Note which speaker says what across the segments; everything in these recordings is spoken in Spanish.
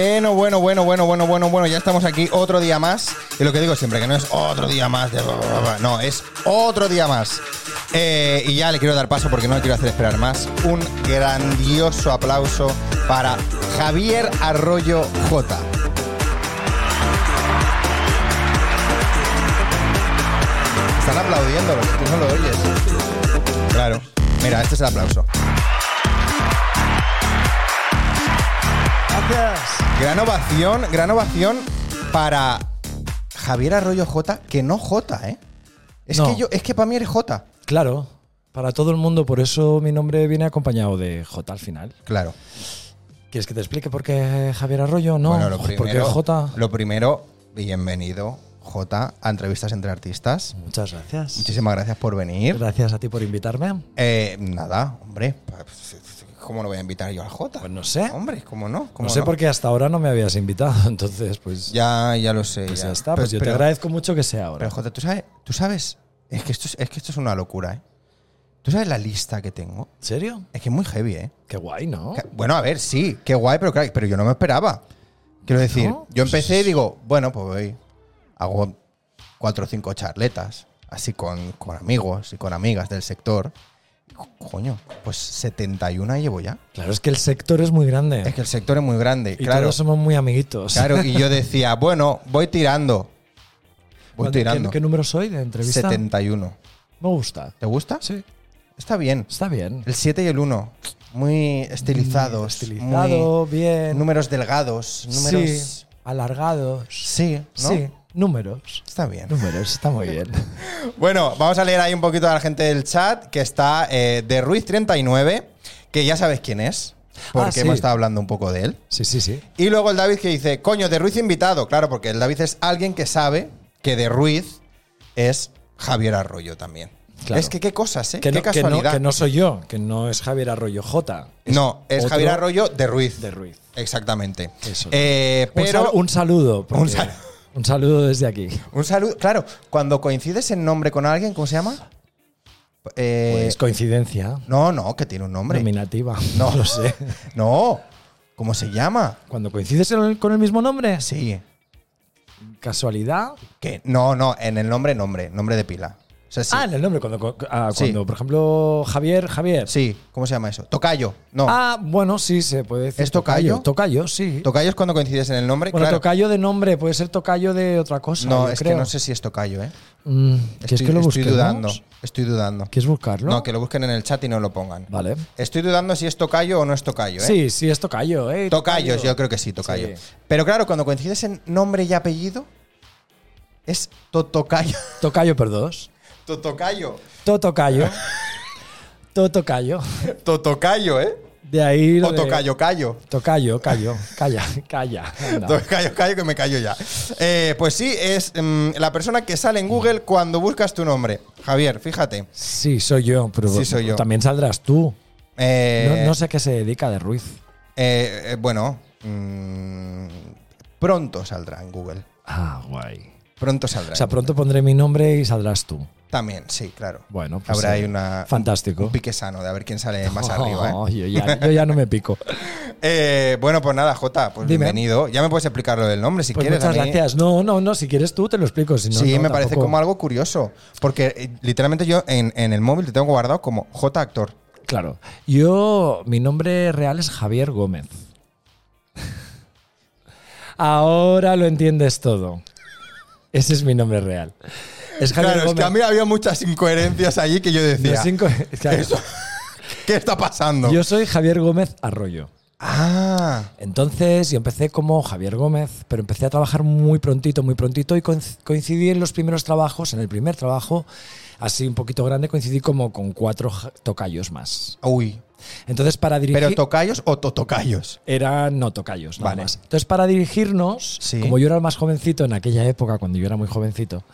Speaker 1: bueno, bueno, bueno, bueno, bueno, bueno, ya estamos aquí otro día más. Y lo que digo siempre, que no es otro día más, de bla, bla, bla, no, es otro día más. Eh, y ya le quiero dar paso porque no le quiero hacer esperar más. Un grandioso aplauso para Javier Arroyo J. Están aplaudiendo, tú no lo oyes. Claro. Mira, este es el aplauso.
Speaker 2: Gracias.
Speaker 1: Gran ovación, gran ovación para Javier Arroyo J, que no J, ¿eh? Es
Speaker 2: No.
Speaker 1: que yo, es que para mí eres J.
Speaker 2: Claro, para todo el mundo, por eso mi nombre viene acompañado de J al final.
Speaker 1: Claro.
Speaker 2: ¿Quieres que te explique por qué Javier Arroyo? No,
Speaker 1: bueno, lo
Speaker 2: porque
Speaker 1: primero,
Speaker 2: J.
Speaker 1: lo primero, bienvenido J a entrevistas entre artistas.
Speaker 2: Muchas gracias.
Speaker 1: Muchísimas gracias por venir.
Speaker 2: Gracias a ti por invitarme.
Speaker 1: Eh, nada, hombre, pues, ¿cómo no voy a invitar yo al J?
Speaker 2: Pues no sé.
Speaker 1: Hombre, ¿cómo no? ¿Cómo
Speaker 2: No sé
Speaker 1: no?
Speaker 2: por qué hasta ahora no me habías invitado, entonces pues
Speaker 1: Ya, ya lo sé.
Speaker 2: pues
Speaker 1: ya.
Speaker 2: ya está. Pues
Speaker 1: Pero-
Speaker 2: yo te
Speaker 1: pero-
Speaker 2: agradezco mucho que sea ahora.
Speaker 1: Pero Jota, ¿tú sabes? ¿Tú sabes? Es que esto es, es que esto es una locura, ¿eh? ¿Tú sabes la lista que tengo?
Speaker 2: ¿En serio?
Speaker 1: Es que es muy heavy, ¿eh?
Speaker 2: Qué guay, ¿no?
Speaker 1: Que- Bueno, a ver, sí, qué guay, pero claro, pero yo no me esperaba. Quiero decir,
Speaker 2: ¿No?
Speaker 1: yo empecé y digo, bueno, pues voy, hago cuatro o cinco charletas, así con, con amigos y con amigas del sector. Co- Coño, pues 71 llevo ya.
Speaker 2: Claro, es que el sector es muy grande.
Speaker 1: Es que el sector es muy grande,
Speaker 2: y
Speaker 1: claro.
Speaker 2: todos somos muy amiguitos.
Speaker 1: Claro, y yo decía, bueno, voy tirando. Voy
Speaker 2: ¿Cuánto- qué-
Speaker 1: tirando.
Speaker 2: ¿Qué, número soy de entrevista?
Speaker 1: 71.
Speaker 2: Me gusta.
Speaker 1: ¿Te gusta?
Speaker 2: Sí.
Speaker 1: Está bien.
Speaker 2: Está bien.
Speaker 1: El 7 y el 1. Muy estilizados.
Speaker 2: Mm, Estilizado,
Speaker 1: muy-
Speaker 2: bien.
Speaker 1: números delgados. Números.
Speaker 2: Sí, alargados.
Speaker 1: Sí. ¿no?
Speaker 2: Sí, números.
Speaker 1: Está bien.
Speaker 2: Números, está muy bien.
Speaker 1: Bueno, vamos a leer ahí un poquito a la gente del chat que está eh, de Ruiz39, que ya sabes quién es, porque
Speaker 2: Ah, sí.
Speaker 1: hemos estado hablando un poco de él.
Speaker 2: Sí, sí, sí.
Speaker 1: Y luego el David que dice, coño, de Ruiz invitado. Claro, porque el David es alguien que sabe que de Ruiz es Javier Arroyo también.
Speaker 2: Claro.
Speaker 1: Es que qué cosas, ¿eh?
Speaker 2: Que
Speaker 1: qué
Speaker 2: no, que,
Speaker 1: casualidad.
Speaker 2: no, que no soy yo, que no es Javier Arroyo J.
Speaker 1: No, es
Speaker 2: otro
Speaker 1: Javier Arroyo de Ruiz.
Speaker 2: de Ruiz.
Speaker 1: Exactamente.
Speaker 2: Eso.
Speaker 1: Eh,
Speaker 2: Un
Speaker 1: pero
Speaker 2: sal- un saludo. porque-
Speaker 1: Un sal- Eh,
Speaker 2: un saludo desde aquí.
Speaker 1: un saludo. Claro, cuando coincides en nombre con alguien, ¿cómo se llama?
Speaker 2: Pues,
Speaker 1: Eh,
Speaker 2: es coincidencia.
Speaker 1: no, no, que tiene un nombre.
Speaker 2: Nominativa.
Speaker 1: No.
Speaker 2: No lo sé.
Speaker 1: No. ¿Cómo se llama?
Speaker 2: Cuando coincides en el- con el mismo nombre, sí.
Speaker 1: Sí.
Speaker 2: casualidad.
Speaker 1: Que no, no, en el nombre, nombre, nombre de pila. O sea, sí.
Speaker 2: Ah, en el nombre. Cuando, co- ah,
Speaker 1: Sí.
Speaker 2: cuando, por ejemplo, Javier, Javier.
Speaker 1: Sí, ¿cómo se llama eso? Tocayo. No.
Speaker 2: Ah, bueno, sí, se puede decir.
Speaker 1: ¿Es tocayo?
Speaker 2: Tocayo, sí.
Speaker 1: Tocayo es cuando coincides en el nombre,
Speaker 2: bueno,
Speaker 1: claro.
Speaker 2: tocayo de nombre, puede ser tocayo de otra cosa.
Speaker 1: no,
Speaker 2: yo
Speaker 1: es
Speaker 2: creo.
Speaker 1: que no sé si es tocayo, ¿eh?
Speaker 2: Mm, ¿quieres
Speaker 1: Estoy,
Speaker 2: que lo
Speaker 1: estoy
Speaker 2: busquemos?
Speaker 1: dudando. Estoy dudando.
Speaker 2: ¿Quieres buscarlo?
Speaker 1: No, que lo ¿Eh? busquen en el chat y no lo pongan.
Speaker 2: Vale.
Speaker 1: Estoy dudando si es tocayo o no es tocayo, ¿eh?
Speaker 2: Sí, sí, es tocayo, ¿eh?
Speaker 1: Tocayos, yo creo que sí, tocayo.
Speaker 2: Sí.
Speaker 1: Pero claro, cuando coincides en nombre y apellido, es totocayo.
Speaker 2: Tocayo, perdón.
Speaker 1: Totocayo.
Speaker 2: Totocayo. Totocayo.
Speaker 1: Totocayo, ¿eh?
Speaker 2: De ahí. lo
Speaker 1: O
Speaker 2: de-
Speaker 1: tocayo, callo.
Speaker 2: Tocayo, callo. Calla, calla. anda.
Speaker 1: Entonces, Callo, callo, que me callo ya. Eh, pues sí, es mm, la persona que sale en Google cuando buscas tu nombre. Javier, fíjate.
Speaker 2: Sí, soy yo, pero
Speaker 1: Sí, soy yo.
Speaker 2: también saldrás tú.
Speaker 1: Eh,
Speaker 2: No, no sé a qué se dedica de Ruiz.
Speaker 1: eh, eh, bueno, mm, pronto saldrá en Google.
Speaker 2: Ah, guay.
Speaker 1: Pronto saldrá.
Speaker 2: O sea,
Speaker 1: en Google.
Speaker 2: pronto pondré mi nombre y saldrás tú.
Speaker 1: También, sí, claro.
Speaker 2: Bueno, pues
Speaker 1: Habrá
Speaker 2: sí.
Speaker 1: ahí una,
Speaker 2: Fantástico.
Speaker 1: un pique sano de a ver quién sale más arriba. ¿eh?
Speaker 2: Oh, yo, ya, yo ya no me pico.
Speaker 1: Eh, bueno, pues nada, Jota, pues
Speaker 2: Dime.
Speaker 1: bienvenido. Ya me puedes explicar lo del nombre si
Speaker 2: Pues
Speaker 1: quieres. a
Speaker 2: muchas
Speaker 1: mí-
Speaker 2: gracias. No, no, no, si quieres tú te lo explico. Si no,
Speaker 1: sí,
Speaker 2: no,
Speaker 1: me parece
Speaker 2: tampoco.
Speaker 1: como algo curioso. Porque eh, literalmente yo en, en el móvil te tengo guardado como J actor.
Speaker 2: Claro. Yo, mi nombre real es Javier Gómez. Ahora lo entiendes todo. Ese es mi nombre real. Es Javier
Speaker 1: Claro, es que
Speaker 2: Gómez.
Speaker 1: a mí había muchas incoherencias allí que yo
Speaker 2: No,
Speaker 1: decía,
Speaker 2: es inco- claro.
Speaker 1: ¿qué está pasando?
Speaker 2: Yo soy Javier Gómez Arroyo.
Speaker 1: Ah,
Speaker 2: Entonces yo empecé como Javier Gómez, pero empecé a trabajar muy prontito, muy prontito y coinc- coincidí en los primeros trabajos, en el primer trabajo, así un poquito grande, coincidí como con cuatro ja- tocayos más.
Speaker 1: uy.
Speaker 2: Entonces para dirigir...
Speaker 1: ¿Pero tocayos o totocayos?
Speaker 2: eran no tocayos, nada
Speaker 1: Vale.
Speaker 2: más. Entonces, para dirigirnos,
Speaker 1: Sí.
Speaker 2: como yo era el más jovencito en aquella época, cuando yo era muy jovencito,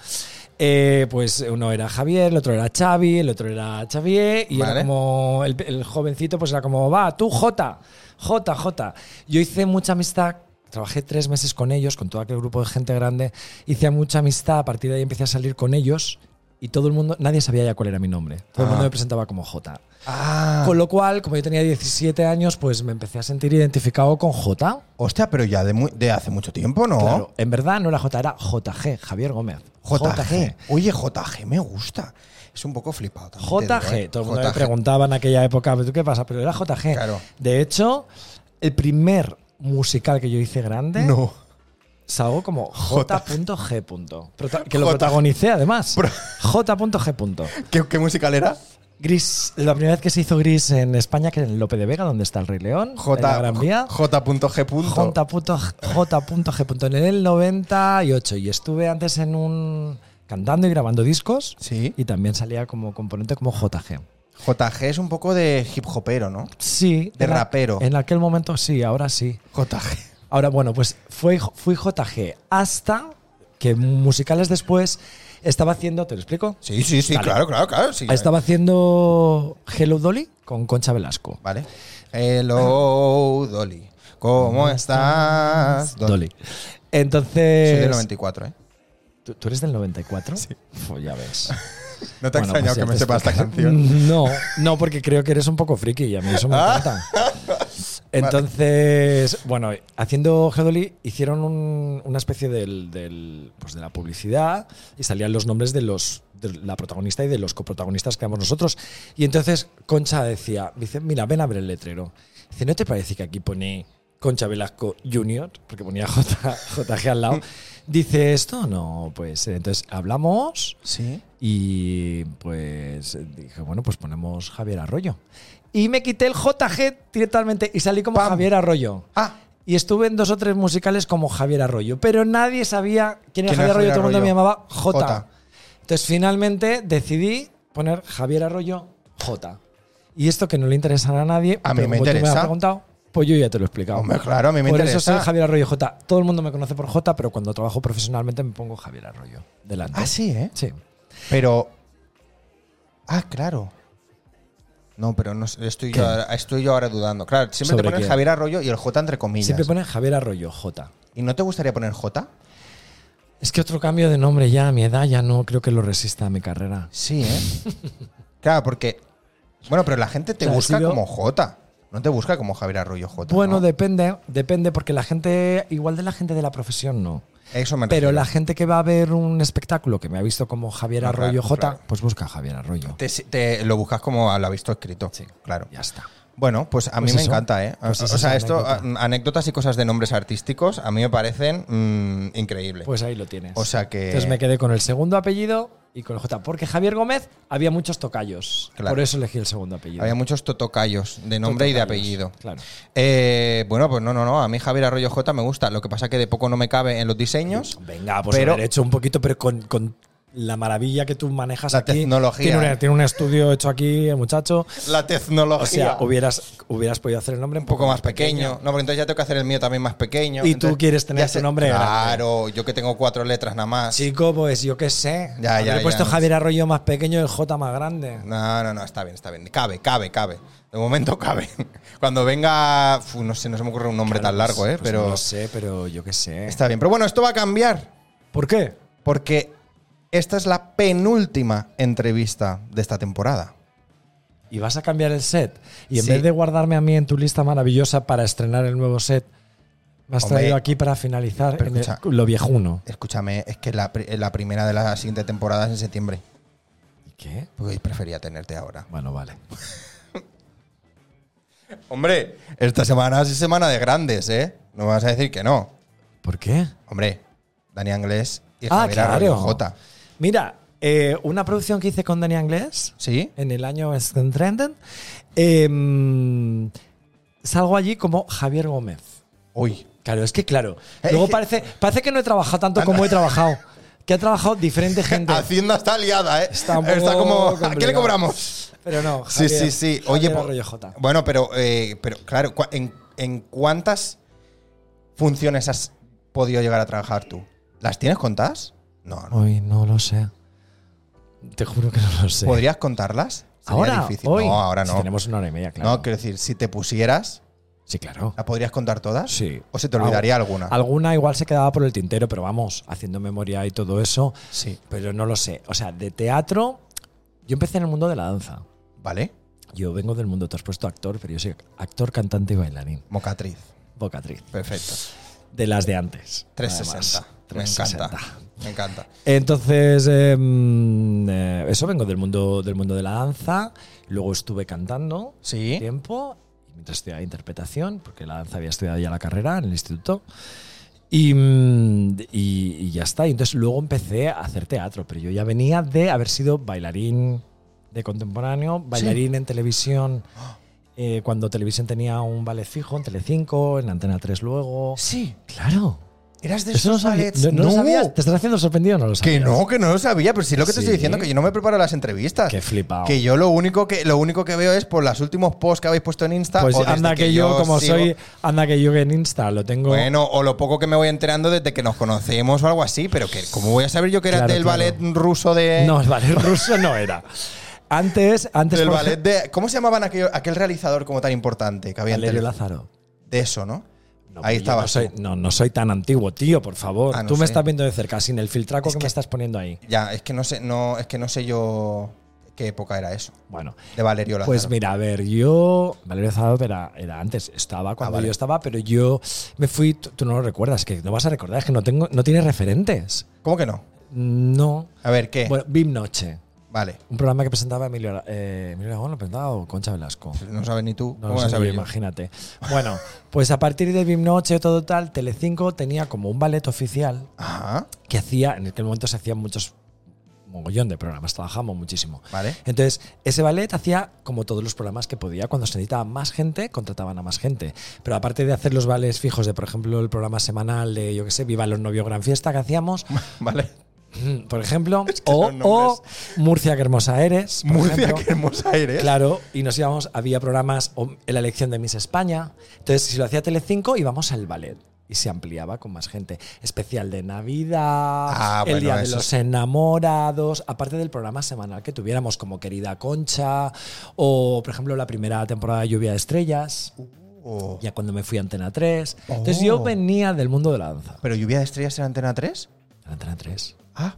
Speaker 2: eh, pues uno era Javier, el otro era Xavi, el otro era Xavier, y
Speaker 1: Vale.
Speaker 2: era como el, el jovencito, pues era como, va, tú, J, J, J. Yo hice mucha amistad. Trabajé tres meses con ellos, con todo aquel grupo de gente grande. Hice mucha amistad. A partir de ahí empecé a salir con ellos. y todo el mundo, nadie sabía ya cuál era mi nombre. Todo el
Speaker 1: Ah.
Speaker 2: mundo me presentaba como J.
Speaker 1: Ah.
Speaker 2: Con lo cual, como yo tenía 17 años, pues me empecé a sentir identificado con J.
Speaker 1: Hostia, pero ya de, mu- de hace mucho tiempo, ¿no?
Speaker 2: Claro, en verdad no era J, era JG, Javier Gómez.
Speaker 1: JG. Oye, JG me gusta. Es un poco flipado. también te digo, ¿eh?
Speaker 2: JG. Todo el mundo me
Speaker 1: JG.
Speaker 2: preguntaba en aquella época, "¿Pero ¿tú qué pasa? Pero era JG.
Speaker 1: Claro.
Speaker 2: De hecho, el primer musical que yo hice grande
Speaker 1: No.
Speaker 2: salgo como J.G. punto. Prota- Que lo
Speaker 1: J.
Speaker 2: protagonicé además.
Speaker 1: Pro-
Speaker 2: J.G. punto.
Speaker 1: ¿Qué, qué musical era?
Speaker 2: Gris, la primera vez que se hizo Gris en España, que era en Lope de Vega, donde está el Rey León, en la Gran Vía.
Speaker 1: J.G. punto.
Speaker 2: J.G. en el 98 y estuve antes en un cantando y grabando discos
Speaker 1: Sí.
Speaker 2: y también salía como componente como JG.
Speaker 1: JG es un poco de hip hopero, ¿no?
Speaker 2: Sí,
Speaker 1: De
Speaker 2: en a-
Speaker 1: rapero.
Speaker 2: En aquel momento sí, ahora sí.
Speaker 1: JG.
Speaker 2: Ahora bueno, pues fui, fui JG hasta que musicales después estaba haciendo, ¿te lo explico?
Speaker 1: Sí, sí, sí,
Speaker 2: Vale.
Speaker 1: claro, claro, claro. sí.
Speaker 2: Estaba haciendo Hello Dolly con Concha Velasco.
Speaker 1: Vale. Hello, Dolly. ¿Cómo estás?
Speaker 2: Dolly.
Speaker 1: Soy
Speaker 2: Entonces,
Speaker 1: del 94, ¿eh?
Speaker 2: ¿tú, tú eres del 94? Sí. ya ves.
Speaker 1: No te ha
Speaker 2: Bueno,
Speaker 1: extrañado
Speaker 2: pues ya
Speaker 1: que me
Speaker 2: te
Speaker 1: sepa esta
Speaker 2: explicaré.
Speaker 1: canción.
Speaker 2: No, no, porque creo que eres un poco friki y a mí eso me
Speaker 1: Ah.
Speaker 2: encanta. Entonces, bueno, haciendo Hedoli hicieron un- una especie del, del- pues de la publicidad y salían los nombres de los de la protagonista y de los coprotagonistas que éramos nosotros. Y entonces Concha decía, dice, mira, ven a ver el letrero. Dice, ¿no te parece que aquí pone Concha Velasco Junior? Porque ponía J, JG al lado. Dice, esto no, pues entonces hablamos
Speaker 1: Sí.
Speaker 2: y pues dije, bueno, pues ponemos Javier Arroyo. Y me quité el JG directamente y salí como
Speaker 1: Pam.
Speaker 2: Javier Arroyo.
Speaker 1: Ah,
Speaker 2: Y estuve en dos o tres musicales como Javier Arroyo, pero nadie sabía quién era
Speaker 1: ¿Quién
Speaker 2: Javier
Speaker 1: era
Speaker 2: Arroyo,
Speaker 1: Javier
Speaker 2: todo el mundo me
Speaker 1: Arroyo?
Speaker 2: llamaba J.
Speaker 1: J.
Speaker 2: Entonces finalmente decidí poner Javier Arroyo J. Y esto que no le interesará a nadie,
Speaker 1: A mí
Speaker 2: pero
Speaker 1: me
Speaker 2: como tú me
Speaker 1: interesa.
Speaker 2: has preguntado, pues yo ya te lo he explicado.
Speaker 1: hombre, claro, a mí me
Speaker 2: por eso
Speaker 1: interesa.
Speaker 2: soy Javier Arroyo J. Todo el mundo me conoce por J, pero cuando trabajo profesionalmente me pongo Javier Arroyo delante.
Speaker 1: Ah, sí, ¿eh?
Speaker 2: Sí.
Speaker 1: Pero. Ah, claro. No, pero no, sé, estoy,
Speaker 2: ¿Qué?
Speaker 1: yo ahora, estoy yo ahora dudando. Claro, siempre te
Speaker 2: ¿Sobre
Speaker 1: ponen
Speaker 2: qué?
Speaker 1: Javier Arroyo y el J entre comillas.
Speaker 2: Siempre ponen Javier Arroyo, J.
Speaker 1: ¿Y no te gustaría poner J?
Speaker 2: Es que otro cambio de nombre ya a mi edad ya no creo que lo resista a mi carrera.
Speaker 1: Sí, ¿eh? claro, porque. Bueno, pero la gente te
Speaker 2: O sea,
Speaker 1: busca
Speaker 2: si yo-
Speaker 1: como J. No te busca como Javier Arroyo J.
Speaker 2: Bueno,
Speaker 1: ¿no?
Speaker 2: depende, depende, porque la gente, igual de la gente de la profesión no.
Speaker 1: Eso me
Speaker 2: Pero
Speaker 1: refiero.
Speaker 2: la gente que va a ver un espectáculo que me ha visto como Javier
Speaker 1: Claro,
Speaker 2: Arroyo J,
Speaker 1: claro.
Speaker 2: pues busca Javier Arroyo.
Speaker 1: Te, te- lo buscas como lo ha visto escrito.
Speaker 2: Sí.
Speaker 1: claro.
Speaker 2: Ya está.
Speaker 1: Bueno, pues a mí
Speaker 2: Pues
Speaker 1: me
Speaker 2: eso.
Speaker 1: encanta, ¿eh?
Speaker 2: Pues
Speaker 1: o
Speaker 2: esa es
Speaker 1: sea,
Speaker 2: la
Speaker 1: esto,
Speaker 2: anécdota.
Speaker 1: a- anécdotas y cosas de nombres artísticos, a mí me parecen mm, increíbles.
Speaker 2: Pues ahí lo tienes.
Speaker 1: o sea que.
Speaker 2: Entonces me quedé con el segundo apellido y con el J, porque Javier Gómez había muchos tocayos.
Speaker 1: Claro.
Speaker 2: Por eso elegí el segundo apellido.
Speaker 1: Había muchos totocayos de nombre y de
Speaker 2: eh. Totocayos,
Speaker 1: apellido.
Speaker 2: Claro.
Speaker 1: Eh, bueno, pues no, no, no. A mí Javier Arroyo J me gusta. Lo que pasa que de poco no me cabe en los diseños.
Speaker 2: Venga, pues
Speaker 1: Pero-
Speaker 2: haber hecho un poquito, pero con, con la maravilla que tú manejas
Speaker 1: La
Speaker 2: aquí.
Speaker 1: tecnología. ¿eh?
Speaker 2: Tiene, una- tiene un estudio hecho aquí, el muchacho.
Speaker 1: La tecnología.
Speaker 2: O sea, hubieras, hubieras podido hacer el nombre
Speaker 1: un poco más pequeño. No, pero entonces ya tengo que hacer el mío también más pequeño.
Speaker 2: Y
Speaker 1: Entonces,
Speaker 2: tú quieres tener
Speaker 1: ya
Speaker 2: tu
Speaker 1: sé-
Speaker 2: nombre grande.
Speaker 1: Claro, yo que tengo cuatro letras nada más.
Speaker 2: Chico, pues yo qué sé.
Speaker 1: Ya, ya,
Speaker 2: Habré
Speaker 1: ya,
Speaker 2: puesto
Speaker 1: no
Speaker 2: Javier Arroyo más pequeño y el J más grande.
Speaker 1: No, no, no, está bien, está bien. Cabe, cabe, cabe. De momento cabe. Cuando venga, fu, no sé, no se me ocurre un nombre tan largo, ¿eh?
Speaker 2: Pues
Speaker 1: pero
Speaker 2: No lo sé, pero yo qué sé.
Speaker 1: está bien. Pero bueno, esto va a cambiar
Speaker 2: ¿Por qué?
Speaker 1: porque esta es la penúltima entrevista de esta temporada.
Speaker 2: Y vas a cambiar el set. Y en
Speaker 1: Sí.
Speaker 2: vez de guardarme a mí en tu lista maravillosa para estrenar el nuevo set, me has
Speaker 1: Hombre,
Speaker 2: traído aquí para finalizar
Speaker 1: pero
Speaker 2: en el-
Speaker 1: escucha.
Speaker 2: lo viejuno.
Speaker 1: Escúchame, es que la, pri- la primera de la siguiente temporada es en septiembre.
Speaker 2: ¿Qué?
Speaker 1: Porque prefería tenerte ahora.
Speaker 2: Bueno, vale.
Speaker 1: Hombre, esta semana es semana de grandes, ¿eh? No me vas a decir que no.
Speaker 2: ¿Por qué?
Speaker 1: Hombre, Dani Anglés y
Speaker 2: Ah,
Speaker 1: Javier Arroyo
Speaker 2: claro.
Speaker 1: J.
Speaker 2: Mira, eh, una producción que hice con Dani Anglés
Speaker 1: ¿Sí?
Speaker 2: en el año Scandrenden, eh, salgo allí como Javier Gómez.
Speaker 1: Uy.
Speaker 2: Claro, es que claro.
Speaker 1: Eh,
Speaker 2: Luego
Speaker 1: que-
Speaker 2: parece, parece que no he trabajado tanto como he trabajado. Que ha trabajado diferente gente.
Speaker 1: Hacienda está liada, ¿eh?
Speaker 2: Está un poco
Speaker 1: como. ¿A qué le
Speaker 2: complicado.
Speaker 1: cobramos?
Speaker 2: Pero no,
Speaker 1: Sí,
Speaker 2: Javier,
Speaker 1: sí, sí. Oye,
Speaker 2: Javier
Speaker 1: po-
Speaker 2: Arroyo J.
Speaker 1: bueno, pero, eh, pero claro, cua- en, en cuántas funciones has podido llegar a trabajar tú? ¿Las tienes contadas? No, no.
Speaker 2: Hoy no lo sé. Te juro que no lo sé.
Speaker 1: ¿Podrías contarlas? Sería
Speaker 2: ahora,
Speaker 1: difícil.
Speaker 2: hoy.
Speaker 1: No, ahora
Speaker 2: Si
Speaker 1: no.
Speaker 2: tenemos una hora y media, claro.
Speaker 1: No, quiero decir, si te pusieras,
Speaker 2: Sí, claro.
Speaker 1: ¿Las podrías contar todas?
Speaker 2: Sí.
Speaker 1: ¿O se te olvidaría
Speaker 2: Al-
Speaker 1: alguna?
Speaker 2: Alguna igual se quedaba por el tintero, pero vamos, haciendo memoria y todo eso.
Speaker 1: Sí.
Speaker 2: Pero no lo sé. O sea, de teatro, yo empecé en el mundo de la danza.
Speaker 1: Vale.
Speaker 2: Yo vengo del mundo, te has puesto actor, pero yo soy actor, cantante y bailarín.
Speaker 1: Mocatriz.
Speaker 2: Bocatriz.
Speaker 1: Perfecto.
Speaker 2: De las de antes.
Speaker 1: 360.
Speaker 2: además.
Speaker 1: Me encanta.
Speaker 2: 360.
Speaker 1: Me encanta.
Speaker 2: Entonces, eh, mm, eh, eso vengo del mundo, del mundo de la danza. Luego estuve cantando
Speaker 1: Sí.
Speaker 2: tiempo, mientras estudiaba interpretación, porque la danza había estudiado ya la carrera en el instituto. Y, mm, y- y ya está. Y entonces luego empecé a hacer teatro, pero yo ya venía de haber sido bailarín de contemporáneo, bailarín en televisión. eh, cuando televisión tenía un ballet fijo en Telecinco, en Antena 3 luego.
Speaker 1: Sí.
Speaker 2: Claro.
Speaker 1: Eras de
Speaker 2: Eso no,
Speaker 1: esos
Speaker 2: sabía-
Speaker 1: ballets.
Speaker 2: no- no lo sabías. ¿Te estás haciendo sorprendido o no lo
Speaker 1: Que
Speaker 2: sabías?
Speaker 1: no, que no lo sabía, pero sí lo que te
Speaker 2: Sí.
Speaker 1: estoy diciendo, que yo no me preparo las entrevistas.
Speaker 2: Qué flipado.
Speaker 1: Que yo lo único que, lo único que veo es por los últimos posts que habéis puesto en Insta.
Speaker 2: Pues
Speaker 1: o desde
Speaker 2: anda que, yo, como
Speaker 1: sigo-
Speaker 2: soy, anda que yo que en Insta lo tengo.
Speaker 1: Bueno, o lo poco que me voy enterando desde que nos conocemos o algo así, pero que ¿cómo voy a saber yo que eras
Speaker 2: Claro,
Speaker 1: del
Speaker 2: claro.
Speaker 1: ballet ruso de.
Speaker 2: No, el ballet ruso no era. Antes, antes
Speaker 1: del
Speaker 2: por
Speaker 1: ballet de. ¿Cómo se llamaban aquel, aquel realizador como tan importante que había en
Speaker 2: Valerio
Speaker 1: tele-
Speaker 2: Lázaro.
Speaker 1: De eso, ¿no?
Speaker 2: No, pues
Speaker 1: Ahí
Speaker 2: yo
Speaker 1: estaba.
Speaker 2: No soy, no, no soy tan antiguo, tío, por favor.
Speaker 1: Ah, no
Speaker 2: Tú me
Speaker 1: sé.
Speaker 2: estás viendo de cerca, sin el filtraco
Speaker 1: Es
Speaker 2: que,
Speaker 1: que-
Speaker 2: me estás poniendo ahí.
Speaker 1: Ya, es que no sé, no, es que no sé yo qué época era eso.
Speaker 2: Bueno.
Speaker 1: De Valerio Lázaro.
Speaker 2: Pues mira, a ver, yo. Valerio Lázaro era, era antes, estaba cuando
Speaker 1: Ah, vale.
Speaker 2: yo estaba, pero yo me fui. Tú, tú no lo recuerdas, que no vas a recordar, es que no, tengo, no tiene referentes.
Speaker 1: ¿Cómo que no?
Speaker 2: No.
Speaker 1: A ver, ¿qué?
Speaker 2: Bueno, BIM Noche.
Speaker 1: vale.
Speaker 2: Un programa que presentaba Emilio, eh, Emilio Aragón, lo presentaba o Concha Velasco.
Speaker 1: No sabes ni tú.
Speaker 2: No
Speaker 1: ¿Cómo
Speaker 2: lo
Speaker 1: vas a
Speaker 2: sé,
Speaker 1: saber yo?
Speaker 2: imagínate. Bueno, pues a partir de BIM Noche, todo tal, Telecinco tenía como un ballet oficial
Speaker 1: Ajá.
Speaker 2: que hacía, en aquel momento se hacían muchos mogollón de programas, trabajamos muchísimo.
Speaker 1: Vale.
Speaker 2: Entonces, ese ballet hacía como todos los programas que podía. Cuando se necesitaba más gente, contrataban a más gente. Pero aparte de hacer los ballets fijos de, por ejemplo, el programa semanal de, yo qué sé, Viva los Novios Gran Fiesta que hacíamos,
Speaker 1: Vale.
Speaker 2: mm, por ejemplo,
Speaker 1: que
Speaker 2: o,
Speaker 1: los nombres.
Speaker 2: o Murcia, que hermosa eres. por
Speaker 1: Murcia,
Speaker 2: ejemplo.
Speaker 1: qué hermosa eres.
Speaker 2: Claro, y nos íbamos, había programas o en la elección de Miss España. Entonces, si lo hacía Telecinco, íbamos al ballet. Y se ampliaba con más gente. Especial de Navidad,
Speaker 1: Ah,
Speaker 2: el
Speaker 1: bueno,
Speaker 2: Día de
Speaker 1: eso
Speaker 2: los Enamorados, aparte del programa semanal que tuviéramos como Querida Concha, o por ejemplo la primera temporada de Lluvia de Estrellas,
Speaker 1: Oh.
Speaker 2: ya cuando me fui a Antena 3. Entonces
Speaker 1: Oh.
Speaker 2: yo venía del mundo de la danza.
Speaker 1: ¿Pero lluvia de estrellas era Antena 3?
Speaker 2: En Antena 3.
Speaker 1: Ah.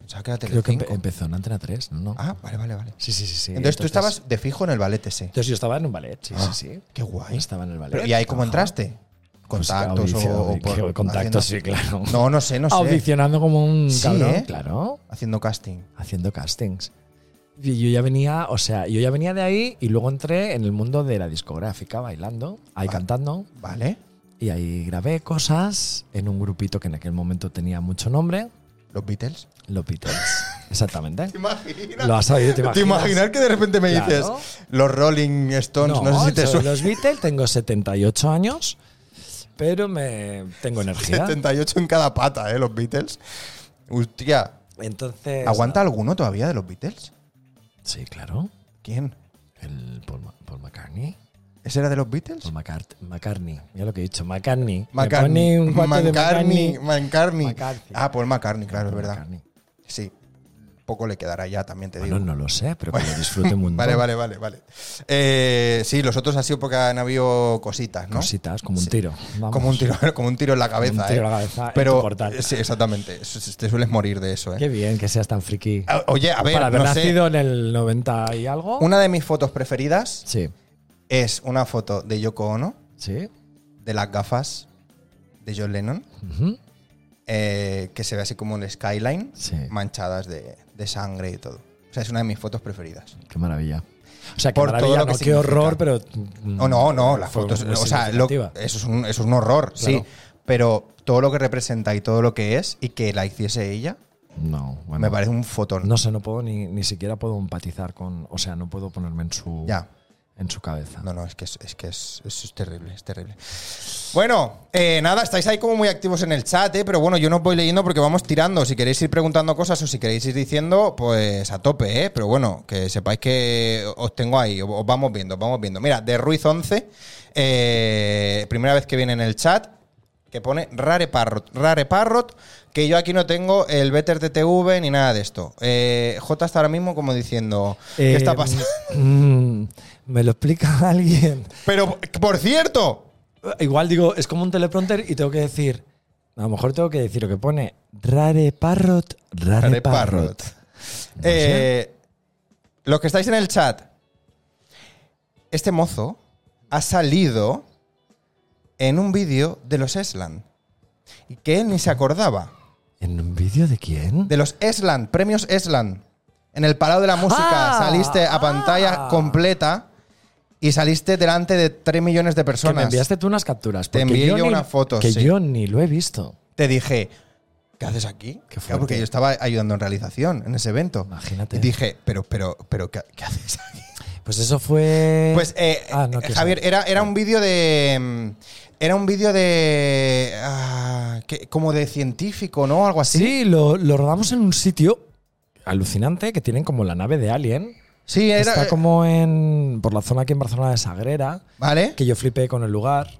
Speaker 1: Pensaba que era
Speaker 2: Creo que
Speaker 1: Telecinco.
Speaker 2: empe- empezó en Antena 3, ¿no? no.
Speaker 1: Ah, vale, vale, vale.
Speaker 2: Sí, sí, sí, sí.
Speaker 1: Entonces, tú estabas de fijo en el ballet ese.
Speaker 2: Entonces yo estaba en un ballet, sí,
Speaker 1: Ah,
Speaker 2: sí, sí.
Speaker 1: Qué guay.
Speaker 2: Estaba en el ballet.
Speaker 1: Pero, ¿Y ahí cómo
Speaker 2: Ajá.
Speaker 1: entraste?
Speaker 2: Pues,
Speaker 1: ¿Contactos
Speaker 2: audicio-
Speaker 1: o, o
Speaker 2: que-
Speaker 1: por-
Speaker 2: contactos, sí,
Speaker 1: haciendo-
Speaker 2: claro.
Speaker 1: No, no sé, no sé.
Speaker 2: Audicionando como un
Speaker 1: Sí,
Speaker 2: cabrón,
Speaker 1: ¿eh?
Speaker 2: claro,
Speaker 1: Haciendo casting.
Speaker 2: haciendo castings. Y yo ya venía, o sea, yo ya venía de ahí y luego entré en el mundo de la discográfica bailando,
Speaker 1: Vale.
Speaker 2: ahí cantando
Speaker 1: Vale.
Speaker 2: y ahí grabé cosas en un grupito que en aquel momento tenía mucho nombre,
Speaker 1: Los Beatles.
Speaker 2: Los Beatles. Exactamente.
Speaker 1: imaginas?
Speaker 2: Lo has sabido, te imaginas.
Speaker 1: ¿Te imaginas que de repente me dices
Speaker 2: Claro.
Speaker 1: los Rolling Stones? No, sé si te
Speaker 2: soy
Speaker 1: suena.
Speaker 2: los Beatles, tengo 78 años, pero me tengo energía.
Speaker 1: 78 en cada pata, ¿eh? Los Beatles. Hostia.
Speaker 2: Entonces,
Speaker 1: ¿Aguanta alguno todavía de los Beatles?
Speaker 2: Sí, claro.
Speaker 1: ¿Quién?
Speaker 2: El Paul, Ma- Paul McCartney.
Speaker 1: ¿Ese era de los Beatles?
Speaker 2: Paul Macart- McCartney. Ya lo que he dicho. McCartney. Me
Speaker 1: McCartney.
Speaker 2: pone un cuate de
Speaker 1: McCartney. McCartney.
Speaker 2: McCarthy.
Speaker 1: Ah, Paul McCartney, claro, es
Speaker 2: Paul
Speaker 1: verdad.
Speaker 2: McCartney.
Speaker 1: Sí. Poco le quedará ya, también te
Speaker 2: Bueno,
Speaker 1: digo.
Speaker 2: no lo sé, pero que lo disfrute un montón.
Speaker 1: Vale, vale, vale, vale. Eh, sí, los otros ha sido porque han habido cositas, ¿no?
Speaker 2: Cositas, como un
Speaker 1: Sí.
Speaker 2: tiro. Vamos.
Speaker 1: Como un tiro, como un tiro en la
Speaker 2: un
Speaker 1: cabeza,
Speaker 2: tiro
Speaker 1: ¿eh?
Speaker 2: en la cabeza, en tu
Speaker 1: Pero
Speaker 2: portal.
Speaker 1: sí, exactamente. Su- Te sueles morir de eso,
Speaker 2: Qué
Speaker 1: ¿eh?
Speaker 2: bien que seas tan friki.
Speaker 1: Ah, Oye, a ver,
Speaker 2: Para haber
Speaker 1: no sé,
Speaker 2: nacido en el 90 y algo.
Speaker 1: una de mis fotos preferidas
Speaker 2: Sí.
Speaker 1: es una foto de Yoko Ono,
Speaker 2: Sí.
Speaker 1: de las gafas de John Lennon,
Speaker 2: Ujú.
Speaker 1: eh, que se ve así como un skyline,
Speaker 2: Sí.
Speaker 1: manchadas de, de sangre y todo. O sea, es una de mis fotos preferidas.
Speaker 2: Qué maravilla. O sea, qué
Speaker 1: Por todo
Speaker 2: maravilla,
Speaker 1: lo que
Speaker 2: no, qué
Speaker 1: significa.
Speaker 2: horror, pero. mm,
Speaker 1: No, no, no, las
Speaker 2: fue
Speaker 1: fotos.
Speaker 2: muy
Speaker 1: O sea, lo- eh, eso,
Speaker 2: significativa.
Speaker 1: es un, eso es un horror, sí.
Speaker 2: Claro.
Speaker 1: Pero todo lo que representa y todo lo que es y que la hiciese ella,
Speaker 2: No, bueno.
Speaker 1: me parece un fotón.
Speaker 2: No sé, no puedo ni, ni siquiera puedo empatizar con. O sea, no puedo ponerme en su.
Speaker 1: Ya.
Speaker 2: En su cabeza.
Speaker 1: No, no, es que es, es que es, es- es terrible, es terrible. Bueno, eh, nada, estáis ahí como muy activos en el chat, eh, pero bueno, yo no os voy leyendo porque vamos tirando. Si queréis ir preguntando cosas o si queréis ir diciendo, pues a tope, eh, pero bueno, que sepáis que os tengo ahí, os- os vamos viendo, os vamos viendo. Mira, de Ruiz 11, eh, primera vez que viene en el chat, que pone Rare Parrot, Rare Parrot, que yo aquí no tengo el Better TTV ni nada de esto. Eh, J está ahora mismo como diciendo, ¿qué
Speaker 2: Eh,
Speaker 1: está pasando?
Speaker 2: mm, me lo explica alguien.
Speaker 1: Pero, por cierto,
Speaker 2: Igual digo, es como un teleprompter y tengo que decir, a lo mejor tengo que decir lo que pone rare parrot, rare,
Speaker 1: Rare
Speaker 2: parrot.
Speaker 1: parrot. eh, los que estáis en el chat, este mozo ha salido en un vídeo de los Esland. Y que él ni se acordaba.
Speaker 2: ¿En un vídeo de quién?
Speaker 1: De los Esland, premios Esland. En el Palau de la Música
Speaker 2: Ah,
Speaker 1: saliste a
Speaker 2: ah.
Speaker 1: pantalla completa y saliste delante de 3 millones de
Speaker 2: que me
Speaker 1: personas.
Speaker 2: enviaste tú unas capturas.
Speaker 1: Te
Speaker 2: porque
Speaker 1: envié yo
Speaker 2: ni-
Speaker 1: una foto,
Speaker 2: Que
Speaker 1: sí.
Speaker 2: yo ni lo he visto.
Speaker 1: Te dije, ¿qué haces aquí?
Speaker 2: Qué
Speaker 1: Claro, porque
Speaker 2: fuerte.
Speaker 1: yo estaba ayudando en realización en ese evento.
Speaker 2: Imagínate.
Speaker 1: Y dije, pero, pero, pero, ¿qué, qué haces aquí?
Speaker 2: Pues eso fue.
Speaker 1: Pues, eh,
Speaker 2: Ah, no,
Speaker 1: eh,
Speaker 2: que
Speaker 1: Javier,
Speaker 2: sabe.
Speaker 1: era, era un vídeo de. mm, Era un vídeo de. ah, que- como de científico, ¿no? Algo así.
Speaker 2: Sí, lo, lo rodamos en un sitio alucinante que tienen como la nave de Alien.
Speaker 1: Sí,
Speaker 2: que
Speaker 1: era. eh,
Speaker 2: Está como en. por la zona aquí en Barcelona de Sagrera.
Speaker 1: ¿Vale?
Speaker 2: Que yo flipé con el lugar.